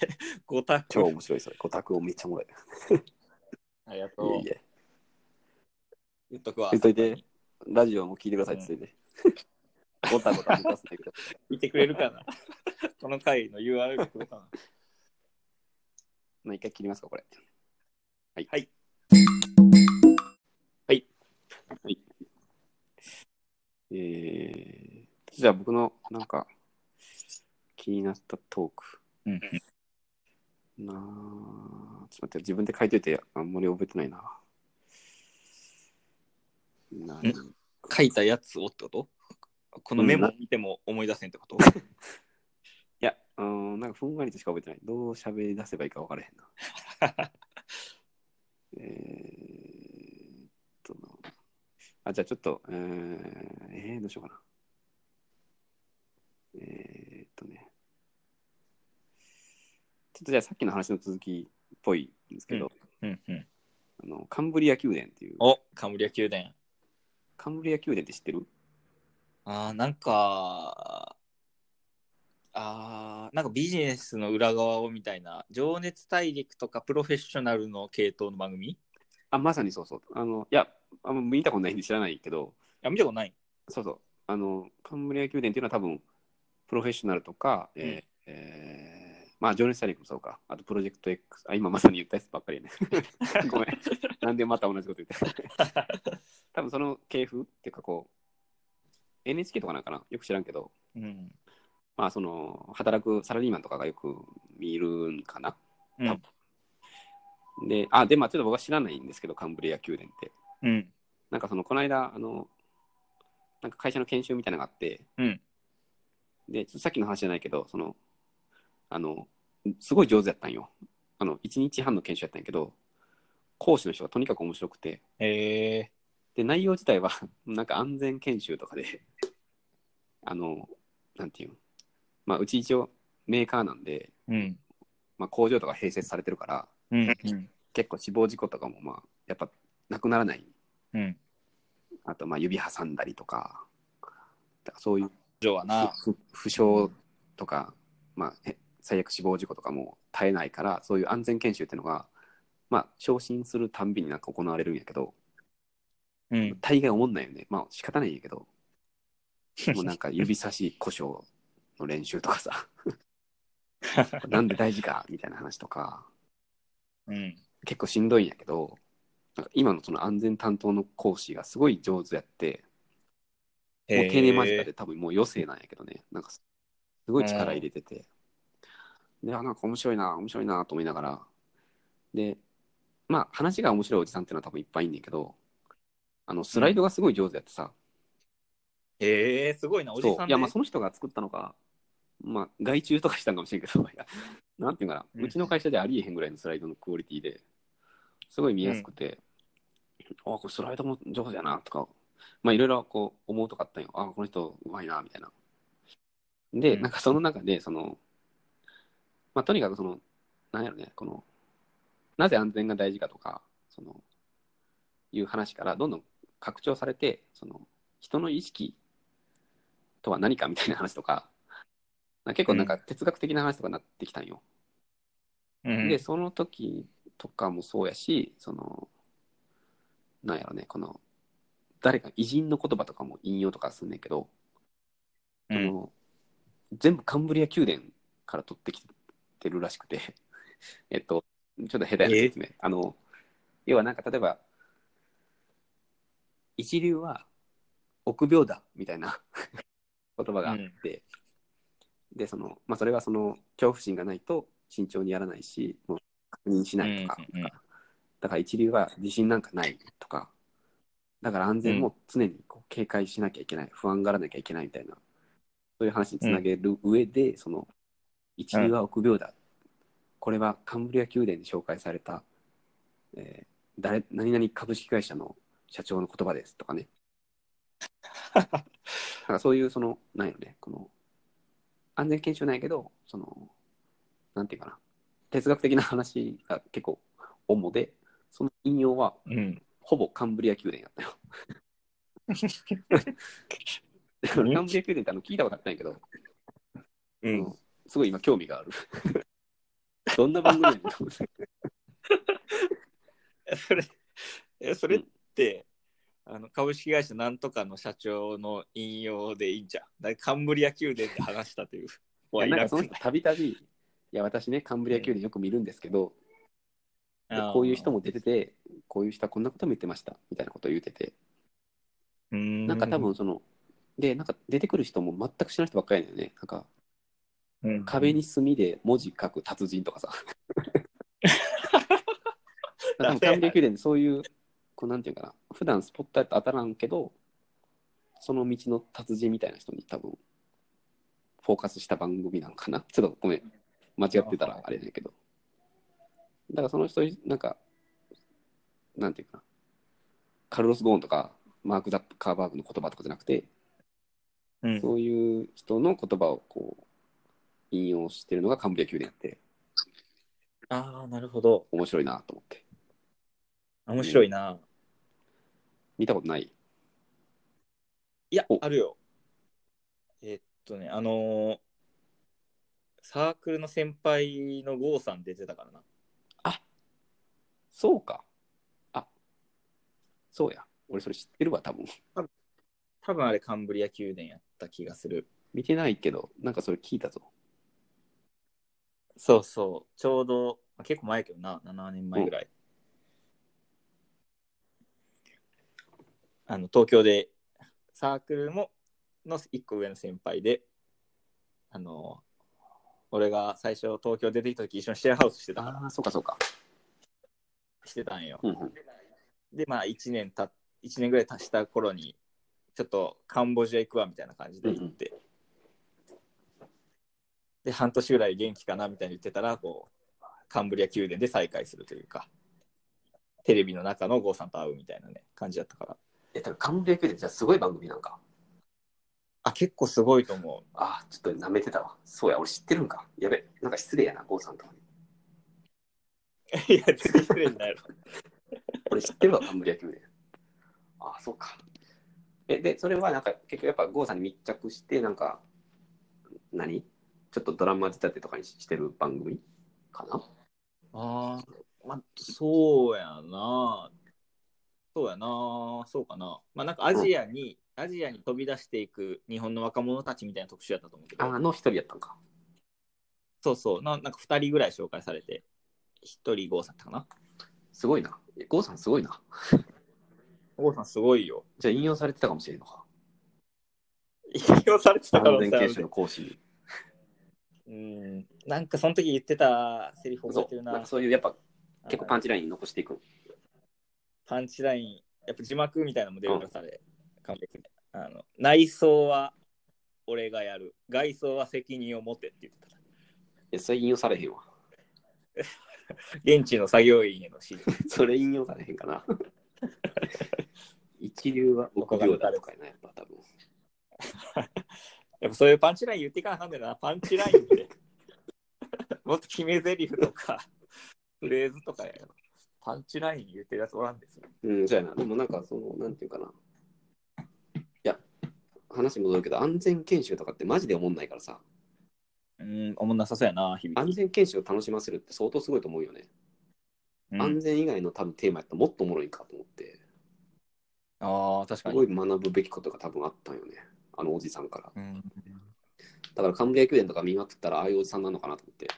五択。超面白いそれ五択をめっちゃおもろいありがとう。いえいえ言っとくわ。言っといてラジオも聞いてくださいって言ってね ゴタゴタ動かすんだけど見てくれるかな この回の URL が来るかなまあ一回切りますかこれはいはいはいはいえー、じゃあ僕のなんか気になったトークうん。なあちょっと待って自分で書いといてあんまり覚えてないななん書いたやつをってことこのメモ見ても思い出せんってこと、いやうんなんかふんわりとしか覚えてないどう喋り出せばいいか分からへんな えーっとなあじゃあちょっとえー、えーどうしようかなえー、っとねちょっとじゃあさっきの話の続きっぽいんですけど、うんうん、あのカンブリア宮殿っていうおカムリア宮殿。カンブリア宮殿って知ってるあーなんか、あーなんかビジネスの裏側をみたいな、情熱大陸とかプロフェッショナルの系統の番組いあまさにそうそうあのいやあんま見たことないんで知らないけどや見たことない。そうそう。あの、カンブリア宮殿っていうのは多分、プロフェッショナルとか、えーえーまあ、情熱大陸もそうか。あと、プロジェクト X。あ、今まさに言ったやつばっかりやね。 ごめん。なんでまた同じこと言った 多分その系譜っていうか、こう、NHK とかなんかなよく知らんけど、うん。まあ、その、働くサラリーマンとかがよく見るんかな。うん多分で、あ、で、まあ、ちょっと僕は知らないんですけど、カンブリア宮殿って。うん。なんかそのこの間あのなんか会社の研修みたいなのがあって、うんでちょっとさっきの話じゃないけどそのあのすごい上手やったんよあの1日半の研修やったんやけど講師の人がとにかく面白くてえで内容自体は なんか安全研修とかで あのなんていうのまあうち一応メーカーなんで、ー、うん。まあ、工場とか併設されてるからうん。うん。結構死亡事故とかもまあやっぱなくならないうん。あとまあ指挟んだりとかだからそういうジョはな。ふ負傷とか、まあ、え最悪死亡事故とかも絶えないからそういう安全研修っていうのが、まあ、昇進するたんびになんか行われるんやけど、うん。大概思んないよね。まあ、仕方ないんやけど、もうなんか指差し故障の練習とかさ、なんで大事かみたいな話とか、うん。結構しんどいんやけど、なんか今のその安全担当の講師がすごい上手やって、もう定年間近で多分もう余生なんやけどね、なんかすごい力入れてて、で、あ、なんか面白いな、面白いなと思いながら、で、まあ話が面白いおじさんっていうのは多分いっぱいいんねんけど、あのスライドがすごい上手やってさ、へえ、すごいな、おじそうさんいやまあその人が作ったのか、まあ外注とかしたんかもしれんけど、 いやなんていうかな、うんうちの会社でありえへんぐらいのスライドのクオリティで、すごい見やすくて、あ、これスライドも上手やなとか、まあいろいろこう思うとかあったんよ。あ、この人うまいなみたいな。で、うんなんかその中で、その、まあとにかくその、なんやろね、この、なぜ安全が大事かとか、その、いう話からどんどん拡張されて、その、人の意識とは何かみたいな話とか、なんか結構なんか哲学的な話とかになってきたんよ。うんで、その時とかもそうやし、その、なんやろね、この、誰か偉人の言葉とかも引用とかすんねんけど、うそんの全部カンブリア宮殿から取ってきてるらしくて、 えっと、ちょっと下手やなえ説明。あの、要はなんか例えば、一流は臆病だみたいな 言葉があって、で、その、まあ、それはその恐怖心がないと慎重にやらないし、もう確認しないとか、うんうんうんだから一流は自信なんかないとか、だから安全も常にこう警戒しなきゃいけない、不安がらなきゃいけないみたいな、そういう話につなげる上で、その、一流は臆病だ、これはカンブリア宮殿で紹介された、えー誰、何々株式会社の社長の言葉ですとかね。なんかそういう、その、なんやろね、この、安全研修なんやけど、その、なんていうかな、哲学的な話が結構主で、その引用はうん。ほぼカンブリア宮殿やったよ。カンブリア宮殿ってあの聞いたことあったんやけど、うあんのすごい今興味がある。 どんな番組やねんと思ってえそれ、え、それって、あの株式会社なんとかの社長の引用でいいんじゃん。だカンブリア宮殿で話したという。 いやなんかそのい人たびたび、いや私ね、カンブリア宮殿よく見るんですけど、でなくこういう人も出てて、こういう人はこんなことも言ってました、みたいなことを言ってて、うん、なんか多分その、で、なんか出てくる人も全く知らない人ばっかりだよね。なんかうん壁に墨で文字書く達人とかさ。なんかカンブリア宮殿でそういう、こうなんていうかな、普段スポットライト当たらんけど、その道の達人みたいな人に多分、フォーカスした番組なのかな。ちょっとごめん、間違ってたらあれだけど。だからその人、なんか、なんていうかな、カルロス・ゴーンとか、マーク・ザッカーバーグの言葉とかじゃなくて、うん そういう人の言葉をこう、引用してるのがカンブリア宮殿やって、ああ、なるほど。面白いなと思って。面白いな。見たことないいやお、あるよ。えっとね、あのーサークルの先輩の郷さん出てたからな。そうか。あ、そうや。俺それ知ってるわ、多分。多分あれカンブリア宮殿やった気がする。見てないけど、なんかそれ聞いたぞ。そうそう。ちょうど、まあ結構前やけどな、7年前ぐらい。あの、東京で、サークルも、の1個上の先輩で、あの、俺が最初東京出てきた時一緒にシェアハウスしてたから、ああ、そうかそうか。してたんよ。うんうん。で、まあ1年た、一年ぐらい足した頃に、ちょっとカンボジア行くわみたいな感じで行って、で、半年ぐらい元気かなみたいに言ってたら、こう、カンブリア宮殿で再会するというか、テレビの中の郷さんと会うみたいなね、感じだったから。え、多分カンブリア宮殿じゃすごい番組なんか。あ、結構すごいと思ああ、ちょっと舐めてたわ。そうや、俺知ってるんか。やべ、なんか失礼やな、ゴーさんとかに。う。い や、全然失礼になる。俺知ってるわ、カンブリア宮殿。ああ、そうか。え、で、それはなんか結局やっぱゴーさんに密着して、なんか、何ちょっとドラマ仕立てとかにししてる番組かなああ、まあ、そうやな。そうやな。そうかな。まあ、なんかアジアに、アジアに飛び出していく日本の若者たちみたいな特集やったと思うけど、あの一人やったんか。そうそう、ななんか2人ぐらい紹介されて、1人郷さんだったかな。すごいな。えゴーさんすごいな。郷さんすごい よ。じゃあ引用されてたかもしれんのか。引用されてたから安全研修の講師に。うん。なんかその時言ってたセリフ覚えそてう。るなんなか。そういうやっぱ結構パンンチライン残していく。パンチライン、やっぱ字幕みたいなのも出るから、あれ、完璧であの。内装は俺がやる。外装は責任を持てって言ってた。え、それ引用されへんわ。 現地の作業員への指示。それ引用されへん かな。一流は臆病だとかやな、やっぱ多分。やっぱそういうパンチライン言っていかなあかんねんな。パンチラインって。 もっと決め台詞とか、フレーズとかやろ。パンチライン言ってるやつおらんですよ。うん、そうやな。でもなんか、その、なんていうかな。いや、話戻るけど、安全研修とかってマジで思んないからさ、うん、おもんなさそうやな、日々。安全研修を楽しませるって相当すごいと思うよね。安全以外の多分テーマやったらもっとおもろいんかと思って、ああ、確すごい学ぶべきことが多分あったんよね。あのおじさんから。うん、だから、カンブリア宮殿とか見まくったら、ああいうおじさんなのかなと思って。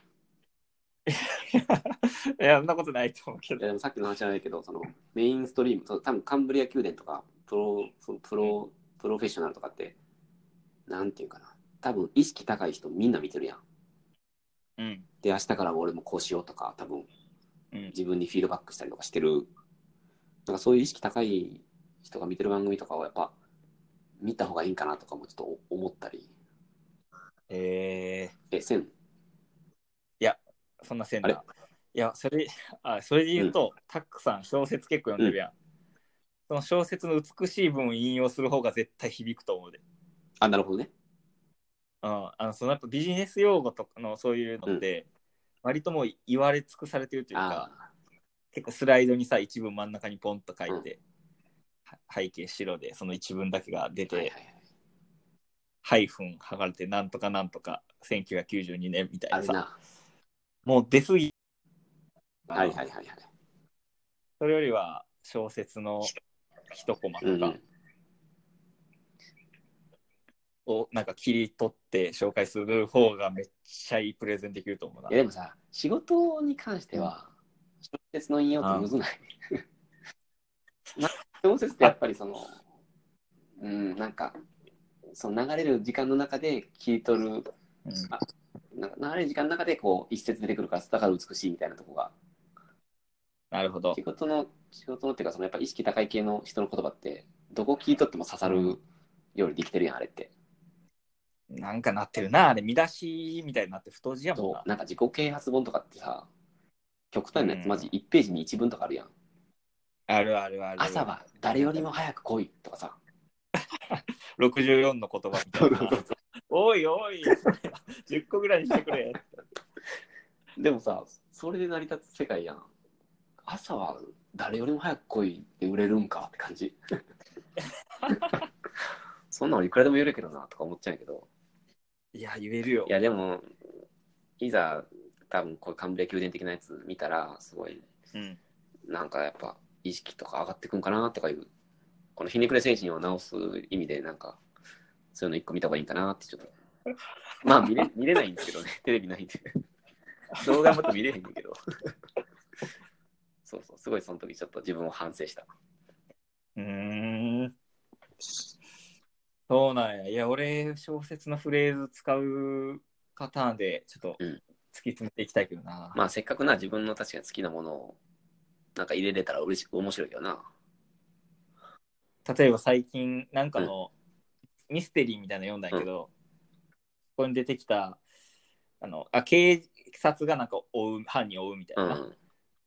いや、そんなことないと思うけいやど。でもさっきの話じゃないけど、そのメインストリーム、その多分カンブリア宮殿とか、プロ、そのプロ、プロフェッショナルとかって、なんていうかな、多分意識高い人みんな見てるやん。 うん。で、明日から俺もこうしようとか、多分うん。自分にフィードバックしたりとかしてる。なんかそういう意識高い人が見てる番組とかをやっぱ見た方がいいんかなとかもちょっとお思ったり。ええ、せん。ー、そんなせんあれだ。いや、それ、あ、それで言うと、タックさん、小説結構読んでるやん。その小説の美しい文を引用する方が絶対響くと思うで。あ、なるほどね。うん、あのそのやっぱビジネス用語とかのそういうのって、割ともう言われ尽くされてるというあか、結構スライドにさ、一文真ん中にポンと書いて、は背景白で、その一文だけが出あ、て、はいはいはい。ハイフン剥がれて、なんとかなんとか、1992年みたいあなれさ、な。もう出過ぎ。はいはいはいはい。それよりは小説の一コマうとんうかん。をなんか切り取って紹介する方がめっちゃいいプレゼンできると思うないや。でもさ、仕事に関しては、小説の引用ってむずない。 な小説ってやっぱりその、うん、なんか、その流れる時間の中で切り取る、うんなんか流れる時間の中でこう一節出てくるから、だから美しいみたいなとこが、なるほど仕。事の、仕事のっていうか、そのやっぱ意識高い系の人の言葉って、どこ切り取っても刺さるようにできてるやん、あれって。なんかなってるな、あれ、見出しみたいになって太字やもんそなう、。なんか自己啓発本とかってさ、極端なやつ、マジ1ページに1文とかあるやん。あるあるある。朝は誰よりも早く来いとかさ。 64の言葉みたいな。 おいおい、10個ぐらいにしてくれ。でもさ、それで成り立つ世界やん。朝は誰よりも早く来いって売れるんかって感じ。 そんなのいくらでも言えるけどなとか思っちゃうんやけど。いや、言えるよい。やでも、いざ多分こういうカンブリア宮殿的なやつ見たら、すごいうん、なんかやっぱ意識とか上がってくんかなとかいう、このひねくれ精神を直す意味でなんか、そういうの一個見た方がいいんかなってちょっと。まあ見れ見れないんですけどね、テレビないんで。動画もっと見れへんねんけど。そうそう、すごいその時ちょっと自分を反省した。うーん。そうなんや。いや、俺、小説のフレーズ使うパターンで、ちょっとうん突き詰めていきたいけどな。まあせっかくな自分の確かに好きなものをなんか入れれたら嬉し面白いよな。例えば最近、なんかのミステリーみたいなの読んだんやけど、ここに出てきた、あの、あ、警察がなんか追う、犯人を追うみたういん。な。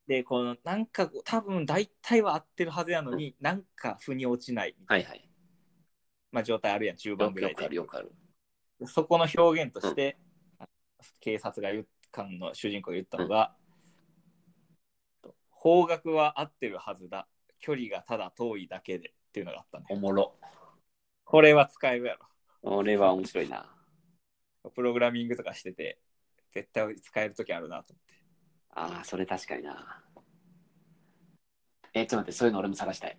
で、この、なんか、多分大体は合ってるはずやのに、なんか腑に落ちないみたいなはいはい。まあ、状態あるやん、中よ盤ぐくらよいくあるで。よくある。そこの表現として、警察が言う、官の主人公が言ったのが、方角は合ってるはずだ。距離がただ遠いだけでっていうのがあったおね。もろ。これは使えるや俺は面白いな。ろ。プログラミングとかしてて、絶対使えるときあるなと思って。ああ、それ確かにな。えちょっと待って、そういうの俺も探したい。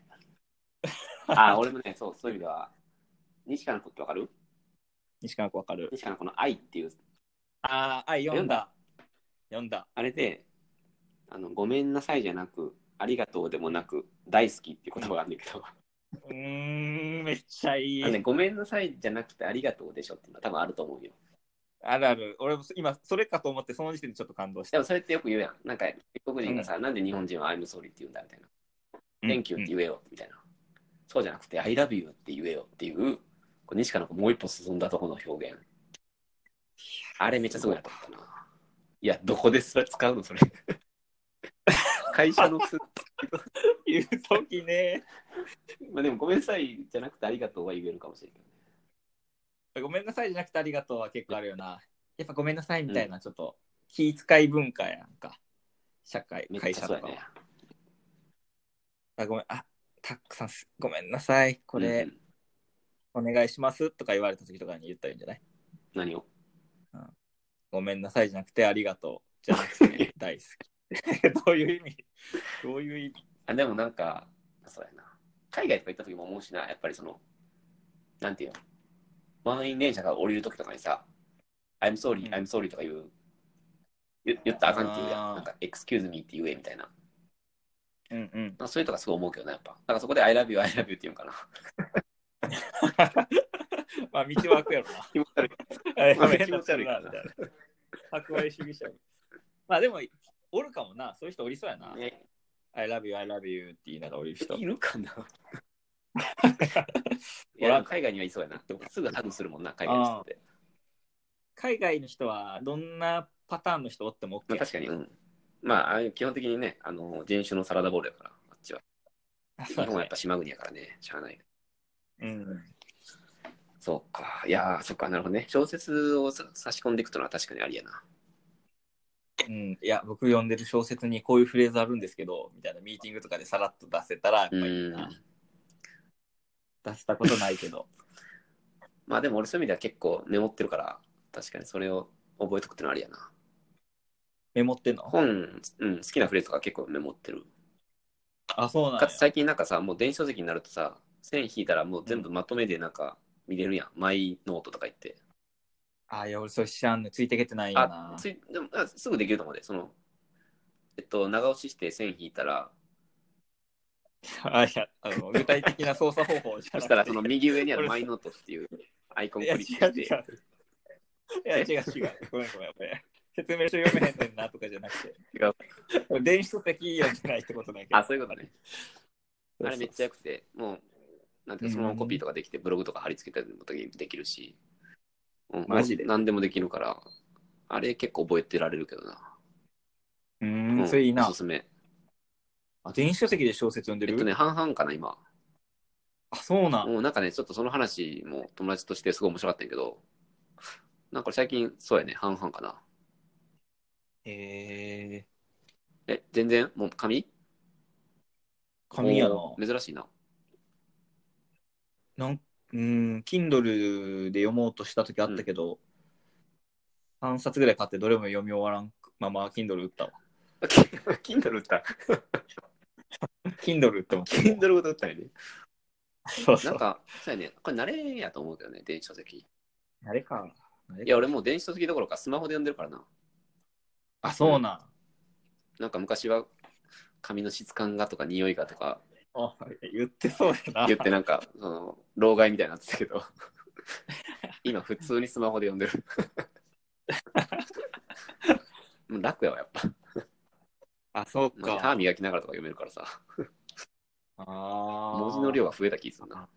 あ、俺もね、そう、そういう意味では、西川の子ってわかる 西川子わかる。西川の子の愛っていう、ああ、はい、読んだ。読んだ。あれで、あの、ごめんなさいじゃなく、ありがとうでもなく、大好きっていう言葉があるんだけど、うーん、めっちゃいあのねい。ごめんなさいじゃなくてありがとうでしょっていうのは多分あると思うよ。あるある。俺も今、それかと思って、その時点でちょっと感動しでた。もそれってよく言うやん。なんか、外国人がさ、なんで日本人は I'm sorry って言うんだみたいな。Thank you って言えよみたいな。そうじゃなくて、I love you って言えよっていう、こう西川の子もう一歩進んだところの表現。あれめっちゃすごいなと思ったな。いや、どこでそれ使うのそ れ。会社のす、うん言うときね。まあでもごめんなさいじゃなくてありがとうは言えるかもしれないごめんなさいじゃなくてありがとうは結構あるよな。やっぱごめんなさいみたいな、ちょっと気遣い文化やんか。社会け、ど。め会っちゃ社そとうかやはね。あごめん、あたっくさんす、ごめんなさい。こうれんうんお願いしますとか言われた時とかに言ったらいいんじゃない何をごめんなさいじゃなくてありがとうじゃなくて大好き。 どういう意味どういう意味あでもなんか、そうやな。海外とか行った時も思うしな、やっぱりその、なんていうの、満員電車が降りる時とかにさ、I'm う sorry, ん I'm sorry とか言う、言言ったらあかんっていうやん。あーなんか、excuse me って言えみたいな。うん うん。なんかそういうとかすごい思うけどな、やっぱ。なんかそこで I love you, I love you って言うんかな。まあ道は開くやろな。気持ち悪い。や まあめ気持ち悪いからなみたいな。博愛主義者。まあでも、おるかもな。そういう人おりそうやな。ね I love you, I love you って言いながらおる人。いるかないおらや、ん海外にはいそうやな。すぐハグするもんな、海外の人って。 海外の人はどんなパターンの人おってもま OK あ、。確かに、うん。まあああいう、基本的にね、あの人種のサラダボールやから、あっちは。あ 日そう本だはやっねぱ島国やからね、しゃあない。うん。そうか。いやー、そっか、なるほどね。小説をさ差し込んでいくとのは確かにありやな。うん、いや僕読んでる小説にこういうフレーズあるんですけどみたいなミーティングとかでさらっと出せたらやっぱうりいいん。な出せたことないけどまあでも俺そういう意味では結構メモってるから、確かにそれを覚えとくってのはありやな。メモってんの本、うん、好きなフレーズとか結構メモってる。あそうなんかやつ最近なんかさ、もう電子書籍になるとさ、線引いたらもう全部まとめでなんか見れるやん。マイノートとか言って。あいや俺それ知らんのついてけてないよあな、ついでもあすぐできると思うで、その、えっと、長押しして線引いたら、あいやあの具体的な操作方法じゃなそくてしたらその右上にあるマイノートっていうアイコンいクやリ違ッうクして違う。いや違う違うごめんごめんごめん説明書読めへんねんなとかじゃなくて違う俺電子書籍読んでないってことだけどあ、そういうことね。あれめっちゃゃ良くて、もう、なんていうのそのままコピーとかできて、ブログとか貼り付けたりもできるし、うんマジでもう何でもできるから、あれ結構覚えてられるけどな。うーうんんそれいいなおすすめ。あ電子書籍で小説読んでえる、っとね、半々かな、今。あそうなん、もうなんかね、ちょっとその話も友達としてすごい面白かったんやけど、なんか最近、そうやね、半々かな。へええ、全然、もう紙紙やなおー珍しいな。なんうん、Kindle で読もうとした時あったけど、3冊ぐらい買ってどれも読み終わらんまま Kindle 売ったわ。 Kindle 売 った。 Kindle って思って Kindle ごと売ったよね。そうそな。うんか、そうやね、これ慣れやと思うけどね、電子書籍。あれか。いや、俺もう電子書籍どころかスマホで読んでるからな。あ、そうなん。なんか昔は髪の質感がとか匂いがとかあ言ってそうやな。言ってなんかその老害みたいになってたけど今普通にスマホで読ん でるもう楽やわやっぱ あ、そうマジか。歯磨きながらとか読めるからさあー文字の量が増えた気するな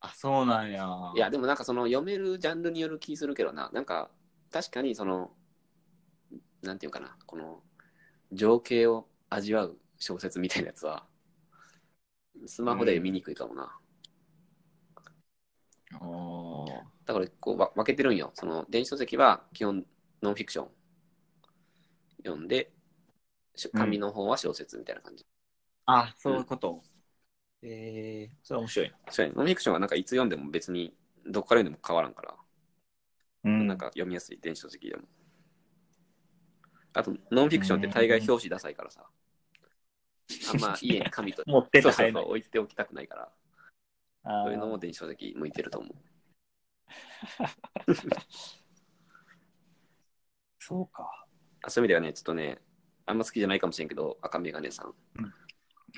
あ、そうなんや。いやでもなんかその読めるジャンルによる気するけどななんか確かにそのなんていうかなこの情景を味わう小説みたいなやつはスマホで読みにくいかもな、あーだからこうわ分けてるんよ。その電子書籍は基本ノンフィクション読んで、しうん紙の方は小説みたいな感じ。あ、そういうこと。えー、それ面白いな。そうやねノンフィクションはなんかいつ読んでも別にどこから読んでも変わらんから、うんなんか読みやすい電子書籍でも。あと、ノンフィクションって大概表紙ダサいからさ、あ んま家に紙と持ってそたうそ入うるそうの。置いておきたくないからあそういうのもー電子書籍向いてると思うそうか。あそういう意味ではねちょっとねあんま好きじゃないかもしれんけど赤眼鏡さんは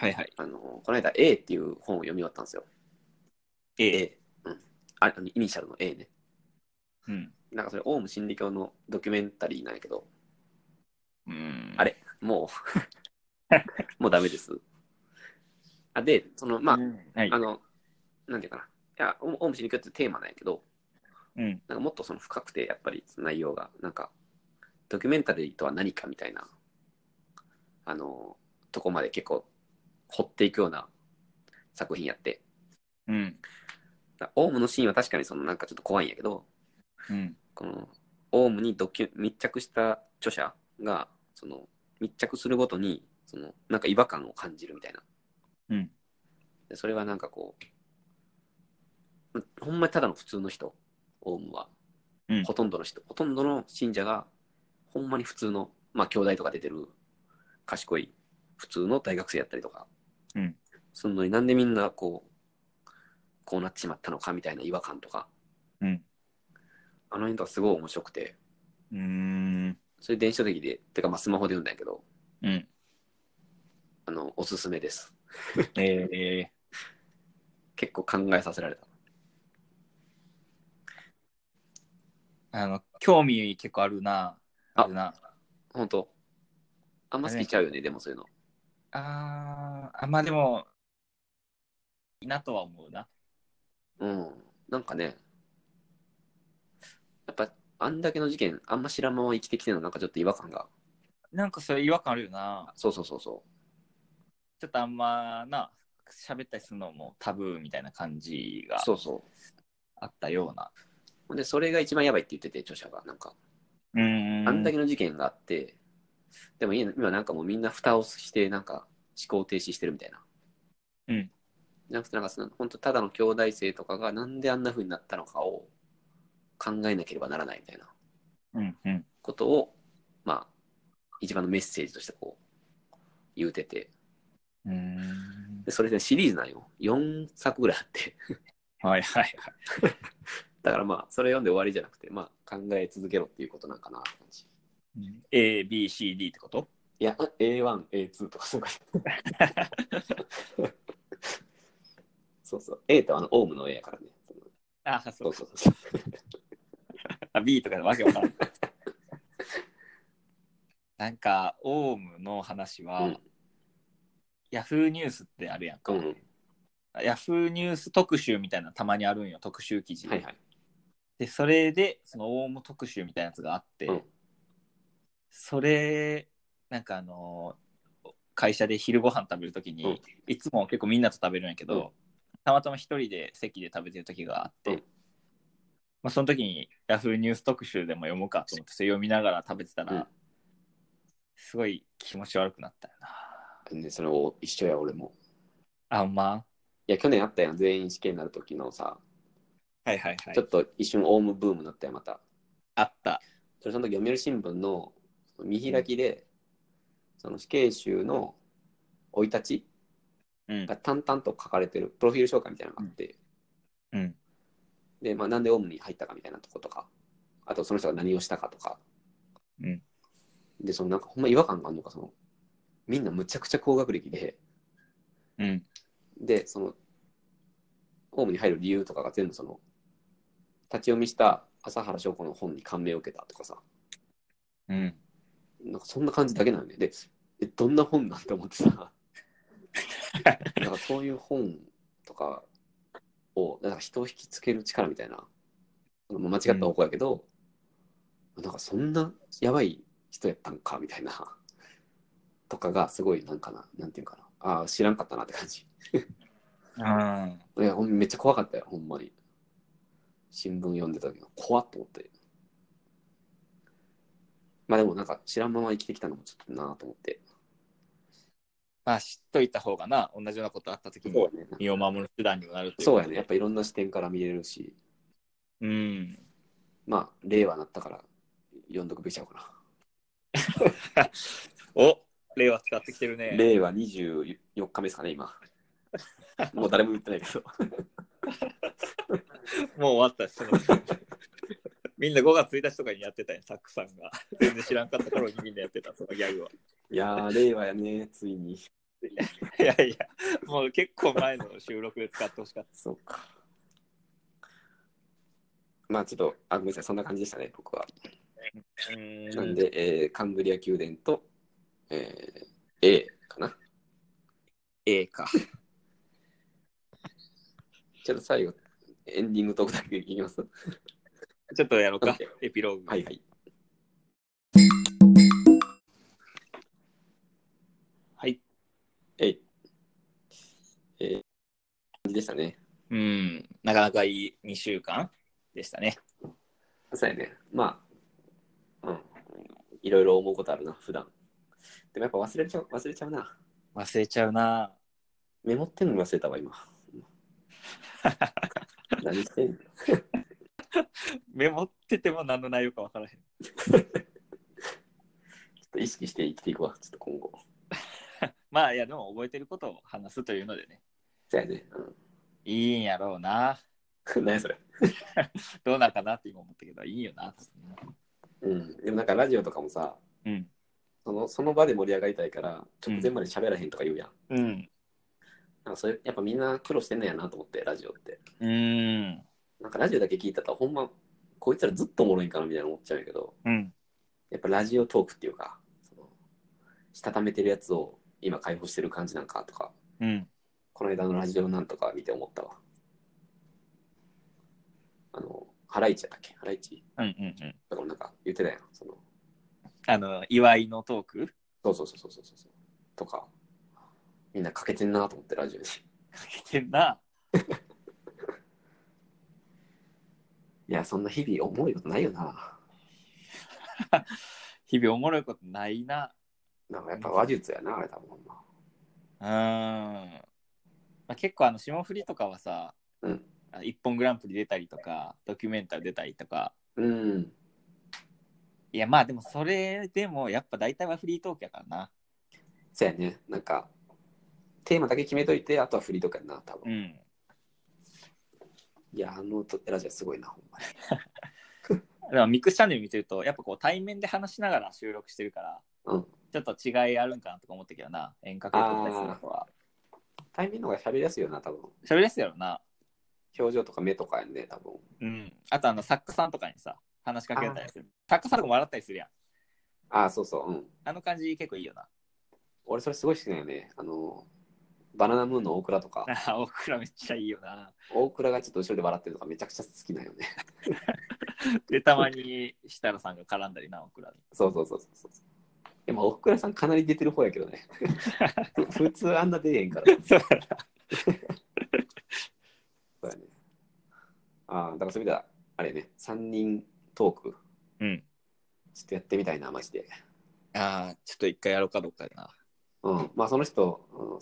いはい。あのこの間 A っていう本を読み終わったんですよ A。 A、うん、ああのイニシャルの A ねうん。なんかそれオウム真理教のドキュメンタリーなんやけどうんあれも うもうダメですあでそのまあ、うんはいあ。のなんていうかないやオウムオウム真理教ってテーマなんやけどうん。なんかもっとその深くてやっぱり内容がなんかドキュメンタリーとは何かみたいなあのとこまで結構掘っていくような作品やってうん。だオウムのシーンは確かにそのなんかちょっと怖いんやけどうん。このオウムにドキュ密着した著者がその密着するごとにそのなんか違和感を感じるみたいな、うんでそれはなんかこううんほんまにただの普通の人オウムは、うんほとんどの人ほとんどの信者がほんまに普通のまあ兄弟とか出てる賢い普通の大学生やったりとか、うんすんのになんでみんなこうこうなってしまったのかみたいな違和感とか、うんあの辺とかすごい面白くて、うーん。それ電子書籍で、てかまあスマホで読んだんやけど、うん。あの、おすすめです。え結構考えさせられた。ー、あの、興味結構あるな。ああるな。本当あんま好きちゃうよね、でもそういうの。あーあ、まあでも、いいなとは思うな。うん。なんかね、やっぱ、あんだけの事件、あんま知らんまま生きてきてるの、なんかちょっと違和感が。なんかそれ違和感あるよな。そうそうそうそちょっとあんまな、喋ったりするのもタブーみたいな感じうが。そうそあったような。う。ほんで、それが一番やばいって言ってて、著者が。なんか、うんあんだけの事件があって、でも今今なんかもうみんな蓋をして、なんか思考停止してるみたいな。うん。じゃなくて、なんかその、本当ただの兄弟生とかがなんであんな風になったのかを考えなければならないみたいなうんうん。ことを、まあ、一番のメッセージとしてこう、言うてて。うん。で、それでシリーズなんよ。4作ぐらいあって。はいはいはい。だからまあ、それ読んで終わりじゃなくて、まあ、考え続けろっていうことなんかなって感じ。 A, B, C, D ってこといや、A1、A2 とかそうか。 そうそう。A とあの、オウムの A やからね。あ、そそううそそううそう。あ、B とかのわけわからん。なんか、オウムの話は、うんヤフーニュースってあるやんか。うん。ヤフーニュース特集みたいなのたまにあるんよ、特集記事。はいはい。で、それで、そのオウム特集みたいなやつがあって、うんそれ、なんかあのー会社で昼ご飯食べるときに、うんいつも結構みんなと食べるんやけど、うんたまたま一人で席で食べてる時があって、うんまあ、その時にヤフーニュース特集でも読むかと思ってそれ読みながら食べてたら、うんすごい気持ち悪くなったよなね、それを一緒や、俺も。あんまいや、去年あったやん、全員試験になる時のさ、はいはいはちょっと一瞬オウムブームだったやん、また。あったそれその時読売新聞の見開きで、その死刑囚の生い立ちうんが淡々と書かれてるプロフィール紹介みたいなのがあって、うんで、まあ、なんでオウムに入ったかみたいなとことか、あとその人が何をしたかとか、うんで、そのなんかほんま違和感があるのか、その、みんなむちゃくちゃ高学歴で、うんで、その、オウムに入る理由とかが全部その、立ち読みした朝原翔子の本に感銘を受けたとかさ、うんなんかそんな感じだけなのね。で、え、どんな本なんて思ってさ、なんかそういう本とかを、なんか人を引きつける力みたいな、そのまあ間違った方向やけど、なんかそんなやばい人やったんかみたいな、とかがすごいなんかな、なんていうかな、ああ、知らんかったなって感じ。うんいや、ほんめっちゃ怖かったよ、ほんまに。新聞読んでたけど、怖っと思って。まあでもなんか知らんまま生きてきたのもちょっとなぁと思って。まあ知っといた方がな同じようなことあった時にうやね。身を守る手段にもなるというそうやね。やっぱいろんな視点から見れるし、うん まあ、令和なったから読んどくべきちゃうかな。お令和使ってきてるね。令和24日目ですかね、 今。もう誰も言ってないけど。もう終わったし、その みんな5月1日とかにやってたよ、サックさんが。全然知らんかった頃にみんなやってた、そのギャグは。いやー、令和やね、つい に。いやいや、もう結構前の収録で使ってほしかっそうか。まあちょっと、あ、ごめんなさい、そんな感じでしたね、僕は。た。うんなんで、えーカンブリア宮殿と、えー A かな。 A か。ちょっと最後、エンディングトークだけいきます。ちょっとやろうか OK、エピローグ。はいはい。はい。えい。えー、感じでしたね。うん、なかなかいい2週間でしたね。そうやね。まあ、うん。いろいろ思うことあるな、普段。でもやっぱ忘れちゃう、忘れちゃうな。忘れちゃうな。メモってんの忘れたわ、今。何してんのメモってても何の内容か分からへん。ちょっと意識して生きていくわ、ちょっと今後。まあ、いや、でも覚えてることを話すというのでね。そうやね。いいんやろうな。うん。何やそれ。どうなんかなって今思ったけど、いいよな。うん。でもなんかラジオとかもさ、うん。そのその場で盛り上がりたいから、直前まで喋らへんとか言うやん。うん。なんかそれやっぱみんな苦労してんねやなと思って、ラジオって。うん。なんかラジオだけ聞いたら、ほんま、こいつらずっとおもろいんかなみたいな思っちゃうんやけど、うん。やっぱラジオトークっていうか、そのしたためてるやつを今解放してる感じなんかとか、うん。この間のラジオなんとか見て思ったわ。あの、ハライチやったっけハライチうん。うん。だからなんか言ってたやん。そのあの、祝いのトークそうそうそうそうそうそう。とか、みんな欠けてんなと思って、ラジオに。かけてんな。いや、そんな日々思うことないよな。日々おもろいことないな。なんかやっぱ話術やな、あれ多分ほんま。うーん。まあ、結構あの、霜降りとかはさ、うんあ一本グランプリ出たりとか、ドキュメンタル出たりとか、うん。いや、まあでもそれでも、やっぱ大体はフリートークやからな。そうやね。なんか、テーマだけ決めといて、あとは振りとかやな、多う分。ん。いや、あのとラジオすごいな、ほんまに。でもミックスチャンネル見てると、やっぱこう対面で話しながら収録してるから、うんちょっと違いあるんかなとか思ったけどな、遠隔で撮ったりするのとは。タイミングの方が喋りやすいよな、多分。喋りやすいやろな。表情とか目とかやね、多分。うん。あとあの、作家さんとかにさ、話しかけたりする。作家さんとかも笑ったりするやん。ああ、そうそう、うん。あの感じ結構いいよな。 俺、それすごい好きだよね。あの、バナナムーンの大倉とか、あ、大倉めっちゃいいよな。大倉がちょっと後ろで笑ってるとか、めちゃくちゃ好きなんよね。 で、たまに設楽さんが絡んだりな、大倉に。そうそうそうそうそう。でも、大倉さんかなり出てる方やけどね。 普通あんな出えへんから。そうそうやね。ああ、だからそれ見たら、あれやね、3人トーク、うん。ちょっとやってみたいな、マジで。ああ、ちょっと一回やろうかどうかやな。うん。まあ、その人、うん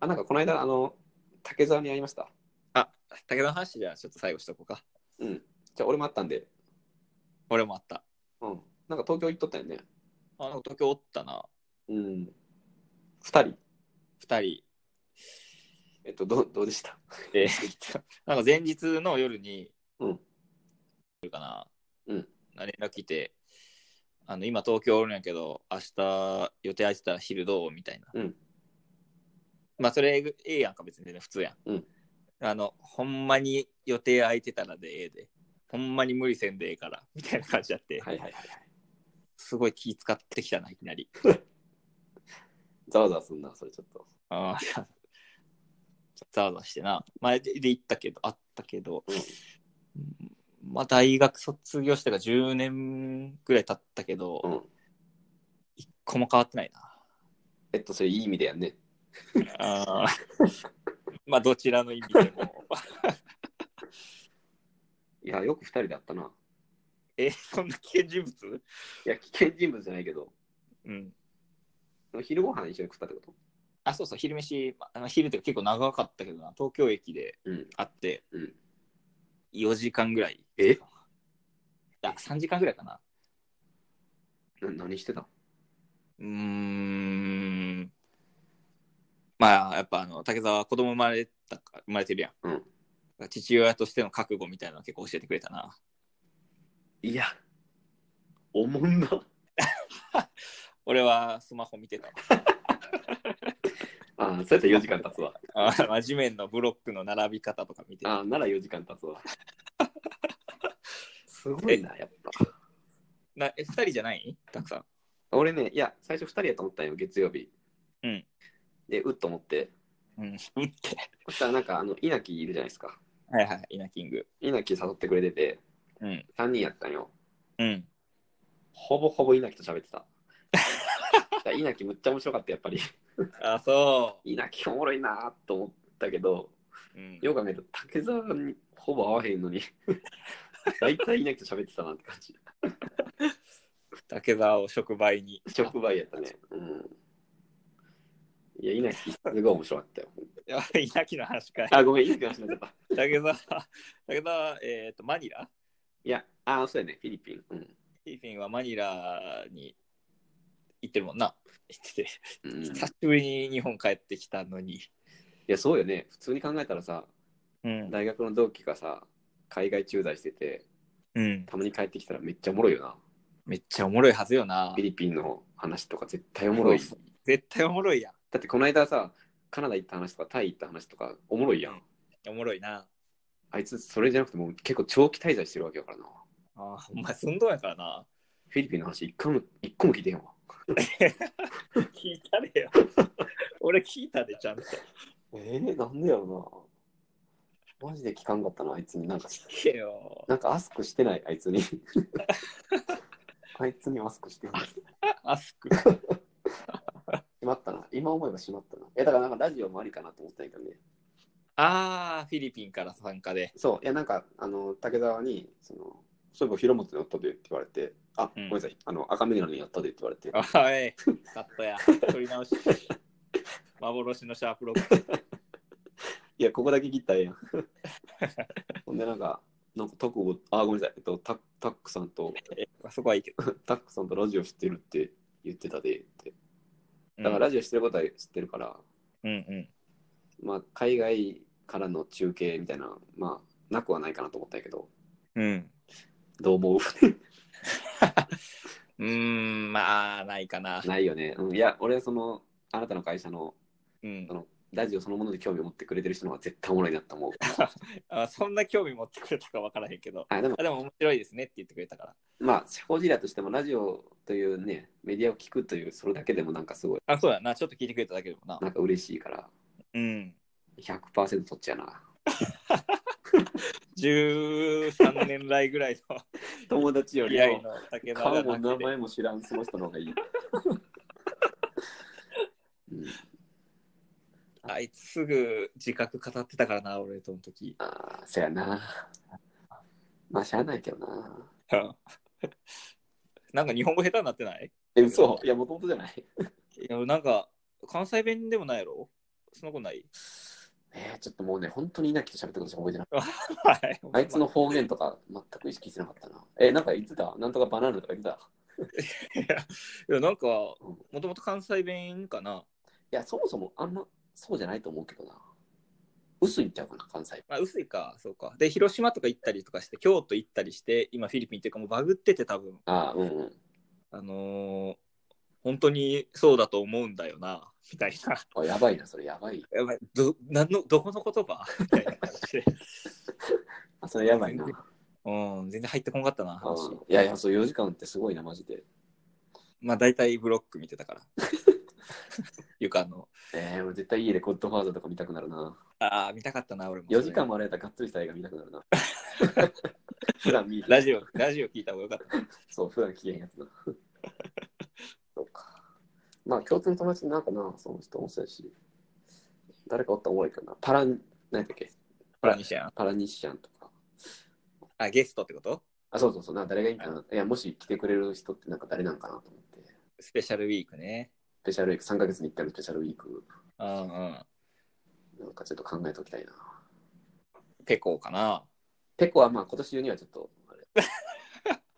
あ、なんかこの間、あの、竹沢に会いました。あ、武田の話じゃあちょっと最後しとこうか。うん。じゃあ、俺もあったんで、俺もあった。うん。なんか東京行っとったよね。あの、東京おったな。うん。二人。二人。えっと、どうどうでしたえーなんか前日の夜に、うんかな、うん連絡来て、あの今東京おるんやけど、明日予定空いてたら昼どうみたいな。うんまあそれええやんか、別に全然普通やん。うんあの、ほんまに予定空いてたらでええで、ほんまに無理せんでええから、みたいな感じやって、はいはいはいはい。すごい気使ってきたな、いきなり。ざわざわすんな、それちょっと。ああ、ざわざわしてな。前で行ったけど、あったけど、まあ大学卒業してから10年ぐらい経ったけど、うん。一個も変わってないえっと、それいい意味でやんね。な。ああ、 まあどちらの意味でも。いや、よく二人で会ったな。 え、そんな危険人物いや、危険人物じゃないけど、うん。昼ご飯一緒に食ったってことあ、そうそう、昼飯、まあの昼って結構長かったけどな、東京駅でうん。会って、うん4時間ぐらい。えいや、3時間ぐらいかな。な何してたうーんまあ、やっぱあの、竹澤は子供生まれたか、生まれてるやん。うん父親としての覚悟みたいなの結構教えてくれたな。いや、おもんな。俺はスマホ見て たわ。ああ、そうやったら4時間経つわ。あー地面のブロックの並び方とか見てた。ああ、なら4時間経つわ。 すごいな、やっぱ。なえ、二人じゃないたくさん。俺ね、いや、最初2人やと思ったんよ、月曜日。うん。で、うっと思って。うん。うんって。そしたら、なんか、あの、稲木いるじゃないですか。はいはい、イナキング。稲木誘ってくれてて、うん。 3人やったんよ。うん。ほぼほぼ稲木と喋って た。だから稲木むっちゃ面白かった、やっぱり。あ、そ稲木おもろいなーと思ったけど、う。うん。よく考えたら竹澤にほぼ合わへん のに、大体稲木と喋ってたなって感じ。竹沢を触媒に。直売やったね。うん。いや、稲木すごい面白かったよ。 やばい、稲木の話かい。 あ、ごめん、稲木の話になっちゃった。竹沢、竹沢、えっ、と、マニラいや、あ、そうやね、フィリピン。うん。フィリピンはマニラに行ってるもんな。行ってて、うん、い久しぶりに日本帰ってきたのに。や、そうよね。普通に考えたらさ、うん。大学の同期がさ、海外駐在してて、うん。たまに帰ってきたらめっちゃおもろいよな。めっちゃおもろいはずよなフィ。リピンの話とか絶対おもろい。そう絶対おもろいやだってこの間さ、カナダ行った話とかタイ行った話とかおもろいやん。ん。おもろいな。あいつそれじゃなくてもう結構長期滞在してるわけやからな。ああ、お前、寸胴やからな。フィリピンの話一回も一個も聞いてへんわ。聞いた でよ。俺聞いたで、ちゃんと。えー、なんでやろな。マジで聞かんかったな、あいつに。なんか、聞けよ。なんかアスクしてない、あいつに。あいつにアスクしてない。しアスク。まったな。今思えばしまったな。え、だからなんかラジオもありかなと思ったんやけどね。ああ、フィリピンから参加で。そう、いやなんか、あの、竹澤に、その、そういえば広本にやったでって言われて、あ、うんごめんなさい、あの、赤眼鏡にやったでって言われて、あーえい、カットや。撮り 直し。幻のシャープロック。いや、ここだけ切ったら ええやん。ほんで、なんか、なんか、徳を、あ、ごめんなさい、えっと、タタックさんと、えそこはいいけど。タックさんとラジオ知ってるって言ってたでって。うんだから、ラジオ知ってることは知ってるから、うんうん。まあ、海外からの中継みたいな、まあ、なくはないかなと思ったんやけど、うん。どう思ううーん、まあ、ないかな。ないよね。うん、いや、俺はその、あなたの会社の、うんそ。の、ラジオそのもので興味を持ってくれてる人の方が絶対おもろいな と思う。あそんな興味持ってくれたかわからへんけど。あでもあ、でも面白いですねって言ってくれたから。まあ、社交辞令としても、ラジオというね、メディアを聞くという、それだけでもなんかすごい、あ、そうやな。ちょっと聞いてくれただけでもな。なんか嬉しいから、うん。 100%そっちやな。 13年来ぐらいの友達よ付りき合いもの竹顔田もがな名くて前も知らんその人の方がい い。うん、あいつすぐ自覚語ってたからな、俺との時。ああ、そやな。まあ、しゃあないけどな。 なんか日本語下手になってないえ、嘘いや、もともとじゃない。いや、なんか関西弁でもないやろそんなことないえー、ちょっともうね、本当に稲木と喋ったことしか覚えてない。はい。 あいつの方言とか全く意識してなかったな。え、なんか言ってたなんとかバナナとか言ってた いや。いや、なんか、もうんともと関西弁かな。いや、そもそもあんまそうじゃないと思うけどな。薄いんちゃうかな、関西。まあ、薄いか、そうか。で、広島とか行ったりとかして、京都行ったりして、今フィリピンっていうかもうバグってて多分、ああ、うんうん。あのー本当にそうだと思うんだよな、みたいな。 あやばいな、それやばい。やばいど、なんの、どこの言葉 みたいな感じで。あ、それやばいな。うん、全然入ってこんかったな、あ話。いやいや、そう、4時間ってすごいな、マジで。まあ、大体ブロック見てたから。 床の。えー、俺絶対家でゴッドファーザーとか見たくなるな。ああ、見たかったな、俺も。 4時間もあれやったらがっつりした映画見たくなる な。普段見ラジオ、ラジオ聞いた方がよ かった。そう、普段聞けへんやつな。 そうか。まあ、共通の友達なんかな、その人面白いし。誰かおったらおもろいけどな。パラン、何やったっけほら、西やん。パラニシアンとか。あ、ゲストってことあ、そうそうそう、なんか誰がいいんかな。いや、もし来てくれる人ってなんか誰なんかなと思って。スペシャルウィークね。スペシャルウィーク、3ヶ月に1回のスペシャルウィーク、うんうん。なんかちょっと考えておきたいな。ペコかな。ペコはまあ今年中にはちょっと、あれ。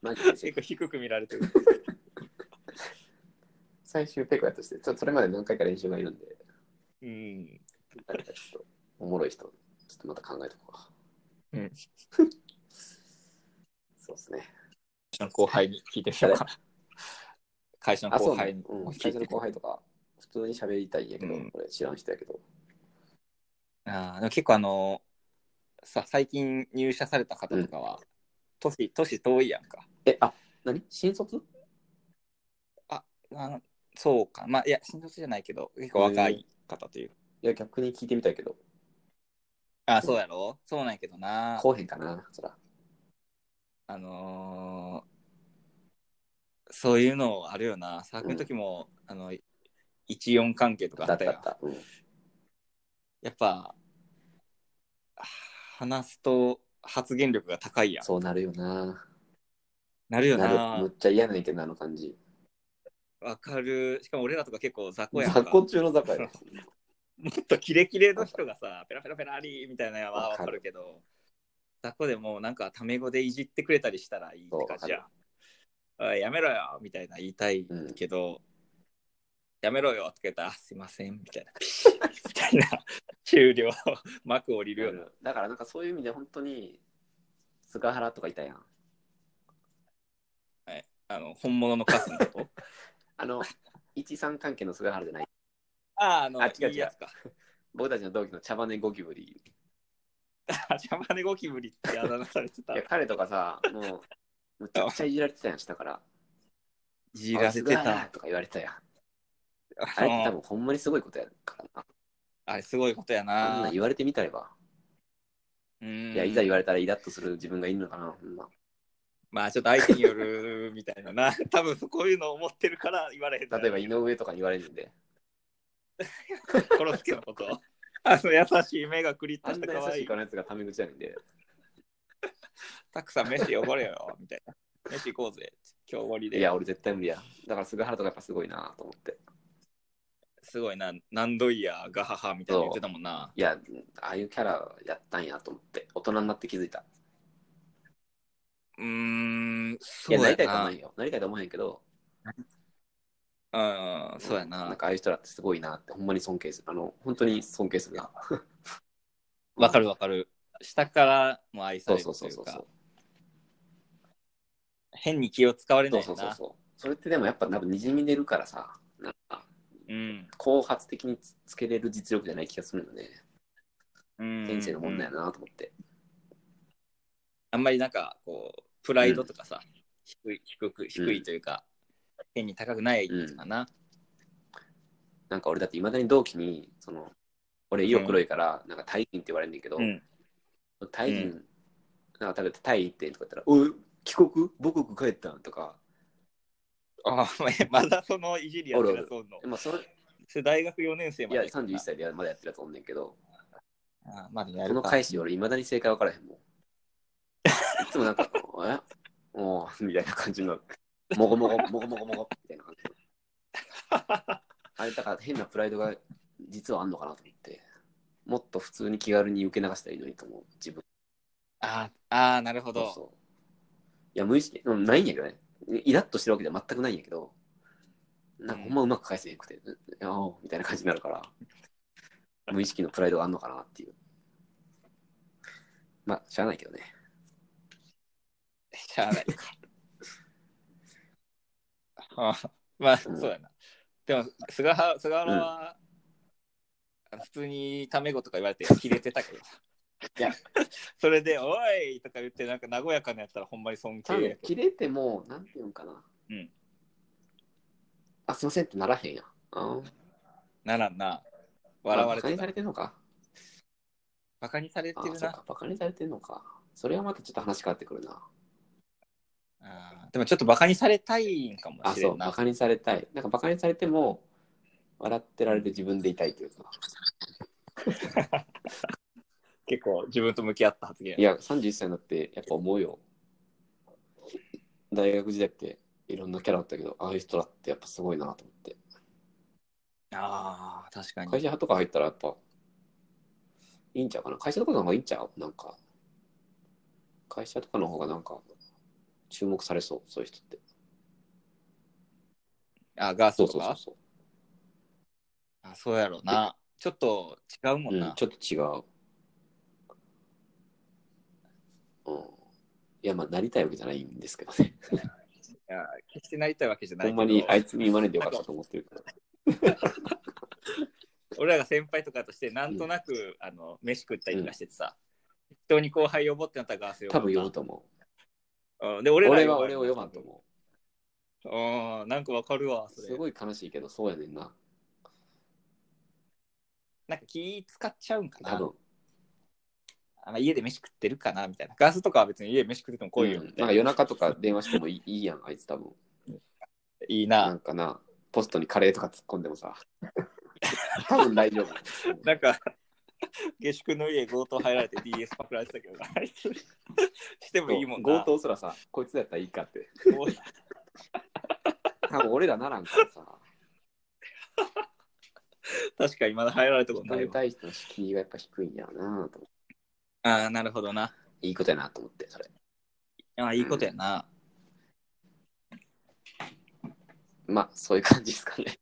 マジで結構低く見られてる。最終ペコやとして、ちょっとそれまで何回か練習がいるんで、うん。誰かちょっと、おもろい人、ちょっとまた考えとこうか。うん。 そうですね。会社の後輩に聞いてみようかな。会社のあ、そ後う輩ねに。うん。聞会い社てのみ後輩とか、普通に喋りたいんやけど、うんこれ知らん人やけど。あーでも結構あのさ最近入社された方とかは、年年遠いやんかえ、あ、何新卒あのそうかまあいや新卒じゃないけど結構若い方という、いや、逆に聞いてみたいけど、あそうやろそうなんやけどなこうへんかな、そら。あのーそういうのあるよなサークルの時も、あの14関係とかあだっったたよあった。うん。やっぱあ話すと発言力が高いやんそうなるよな。なるよなる。むなっちゃ嫌なんやけどな、あの感じ。わかるしかも俺らとか結構雑魚やんか雑魚中の雑魚や。もっとキレキレの人が さ、ペラペラペラリーみたいなのはわかるけど、雑魚でもうなんかタメ語でいじってくれたりしたらいいって感じやん。おいやめろよみたいな言いたいけど、やめろよって言ったら、あすいませんみ たいな、ピシッみたいな、終了、幕降りるような。だからなんかそういう意味で本当に菅原とかいたやんあの、本物のカスの こと。あの一三関係の菅原じゃないあ、あの、あ違う違ういいやつか。僕たちの同期の茶羽ゴキブリあジャマネゴキブリってあだ名されてたいや。彼とかさもうむちゃくちゃいじられてたやん下からいじらせてあ菅原た。とか言われてたやんああれって多の分ほんまにすごいことやからあれすごいことやなそんな。なん言われてみたればうんいやいざ言われたらイラッとする自分がいるのかなほんままあちょっと相手によるみたいなな 多分そうこういうのを思ってるから言われへん例えばい井上とかに言われるんで殺すけのことあの優しい目がクリッとあんしなた可優し愛いい顔のやつがタメ口やねんでたくさん飯汚れよみたい な飯行こうぜ今日おごりいでや俺絶対無理やだから菅原とかやっぱすごいなと思ってすごいな何度いやガハハみたいな言ってたもんないやああいうキャラやったんやと思って大人になって気づいたうーんいそや、うなりたやいと思わなんよ。なりたいと思わへんけど、うんそうやなんなかああいう人らってすごいなって、ほんまに尊敬する。あの、本当に尊敬するな。わかるわかる下からも愛さそうれるとそうそいうそうう。かそ変に気を使われなういそようそうなそう。それってでもやっぱ多分にじみ出るからさ、なんか、うん後発的につつけれる実力じゃない気がするよね。うん人生の問題やなと思って。あんまりなんかこうプライドとかさ、低い低く低いというか、変に高くないかな、なんか俺だっていまだに同期に、その、俺色黒いから、なんかタイ人って言われるんだけど、うんタイ人、うなんか例えばタイ行ってとか言ったら、おい、帰国母国帰ったんとか、 あお前まだそのいじりやってたそうのまあそれ、それ大学4年生いまや、で31歳でやまだやってるやつおんねんけど、あまだやこるのか返し俺いまだに正解分からへんもん。いつもな んか、えおうみたいな感じの、もごもご、もごもごもごみたいな感じの。あれだから変なプライドが実はあんのかなと思って、もっと普通に気軽に受け流したらいいのにと思う、自分。ああなるほどそうそう。いや、無意識、うんないんやけどね。イラッとしてるわけでは全くないんやけど、なんかほんまうまく返せへんくて、うんあおうみたいな感じになる から、無意識のプライドがあんのかなっていう。まあ、しゃあないけどね。しゃあないか あーまあ、うんそうやなでも菅原菅原は、普通にタメ語とか言われてキレてたけどいや それで「おい!」とか言ってなんか和やかなやったらほんまに尊多分敬切れても、なんていうんかな。うんあ、すいませんってならへんやん。あならんな笑われバカてにさたれてんのか。バカにされてあ、るそうなか。バカにされてんのか。それはまたちょっと話変わってくるな。あーでもちょっとバカにされたいんかもあ、しそれう。んなバカにされたい。なんかバカにされても、笑ってられる自分でいたいというか。結構自分と向き合った発言いや、31歳になって、やっぱ思うよ。大学時代って、いろんなキャラあったけど、ああいう人らってやっぱすごいなと思って。ああ確かに会社とか入ったらやっぱ、いいんちゃうかな。会社とかの方がいいんちゃうなんか。会社とかの方がなんか、注目されそう、そういう人って。あガースそトとうそうかそうそう。あそうやろうなちょっと違うもんうな。ん、ちょっと違う。うん。いや、まあ、なりたいわけじゃないんですけどね。いや決してなりたいわけじゃないほけんど。まにあいつに言われんでよかったと思ってる から。俺らが先輩とかとして、なんとなく、あの飯食ったりとかしててさ、人に後輩呼ぼうってなったらガース呼ぶ多分呼ぶと思う。うんで、俺ら俺は俺を呼ばんと思思う。うん、なんかわかるわ、う。それ。すごい悲しいけど、そうやねんな。なんか気使っちゃうんか多な。分。あまあ、家で飯食ってるかなみたいな。ガスとかは別に家で飯食ってても来いようんみたなんいかな。夜中とか電話してもいいいいやん、あいつ 多分。いいなな。んかな、ポストにカレーとか突っ込んで もさ。多分大丈夫。なんか、 下宿の家強盗入られて DS パクられてたけど、あいつしてもいいもんな。強盗すらさ、こいつやったらいいかって。もう多分俺らならんからさ。 確かにま だ入られたこと人ないにわ。対しての敷居がやっぱ低いんやなと思って。ああ、なるほどな。いいことやなと思って、それ。ああ、いいことやな。まあ、そういう感じで すかね。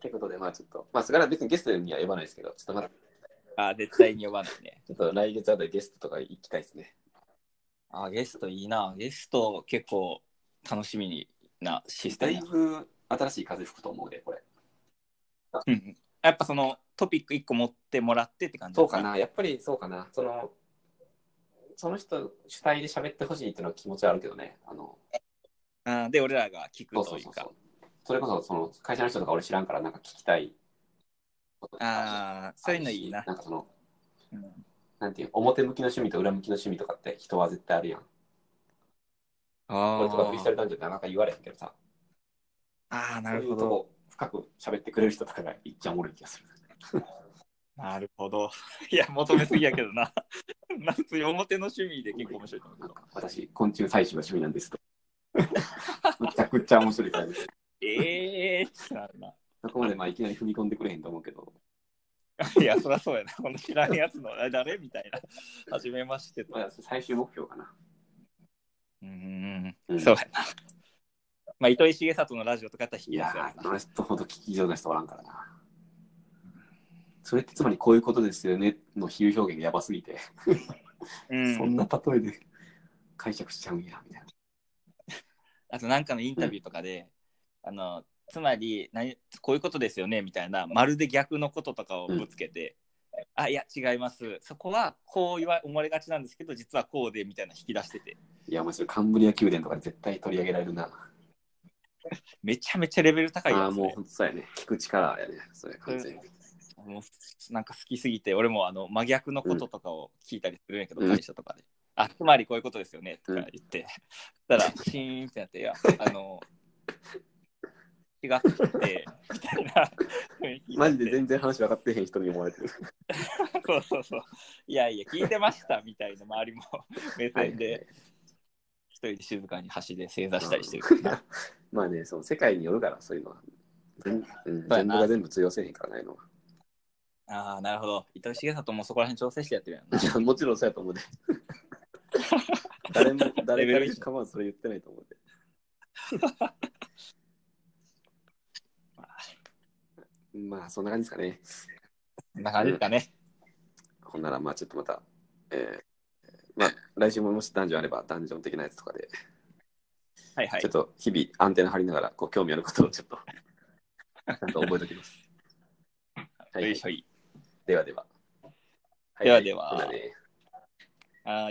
ということで、まあちょっと、まあ、それから別にゲストには呼ばないですけど、ちょっとまだ、ちああ、絶対に呼ばないね。ょっと来月あたりゲストとか行きたいですね。ああ、ゲストいいな。ゲスト結構楽しみなシスだテムいや。ぶ新しい風吹くと思うで、これ。うんうんやっぱそのトピック1個持ってもらってって感じそうか。な、やっぱりそうかな。その、その人主体で喋ってほしいっていうのは気持ちはあるけどね。あの、ああで、俺らが聞くそうそとういうそうかそ。う。それこそ、その、会社の人とか俺知らんから、なんか聞きたいこととか。あああ、るしそういうのいいな。なんかその、うんなんていう、表向きの趣味と裏向きの趣味とかって人は絶対あるやん。あ俺とかフリースタイルダンジョンってなかなか言われへんけどさ、あー、なそうるいうほとど。こ深く喋ってくれる人とかがいっちゃおもろい気がする。なるほど。 いや、求めすぎやけどな。 なんつう表の趣味で結構面白いと思うけなど。んか私、昆虫採集が趣味なんです と。めちゃくちゃ面白い感じです。ええー、ってなるな。 そこまでまあいきなり踏み込んでくれへんと思うけど、いや、そりゃそうやな。この知らんやつの、あ誰みたいな。はじめましてと。まあ、最終目標かな。うん、うんそうやな。まあ、糸井重里のラジオとかやったら引いき出やすやー、ろあな。の人ほど聞き上手な人おらんからな。それってつまりこういうことですよねの比喩表現がやばすぎて、うんそんな例えで解釈しちゃうんや、みたいな。あと、なんかのインタビューとかで、あの、つまり何、こういうことですよねみたいな、まるで逆のこととかをぶつけて、あ、いや、違います。そこは、こう言わ思われがちなんですけど、実はこうでみたいな引き出してて。いや、面白い。カンブリア宮殿とかで絶対取り上げられるな。めちゃめちゃレベル高いあやあ、つ、もうね、本当そうやね。聞く力やね。それ完全に。もうなんか好きすぎて俺もあの真逆のこととかを聞いたりするんやけど、うん会社とかで「あつまりこういうことですよね」とか言って、そしたらシーンってなって「いやあの違って」みたいな雰囲気になマってジで全然話分かってへん人に思われてる。そうそうそういやいや聞いてましたみたいな周りも目線で一人で静かに橋で正座したりしてるからな、まあね、その世界によるから、そういうのは。全うんそうや全な部が全部通用せえへんからないのは。ああなるほど伊藤重里もそこら辺調整してやってる やんないや、もちろんそうやと思う で。誰も、誰レベルかいにい構わずそれ言ってないと思うで。 まあ、そんな感じですかね。こんな感じですかね、ほんなら、まあ、ちょっとまた、えーまあ、来週ももしダンジョンあれば、ダンジョン的なやつとかで、はいはいちょっと日々アンテナ張りながら、こう、興味あることをちょっと、ちゃんと覚えておき ます。はよい、はいいしょいではでは。ではではほんならねはーい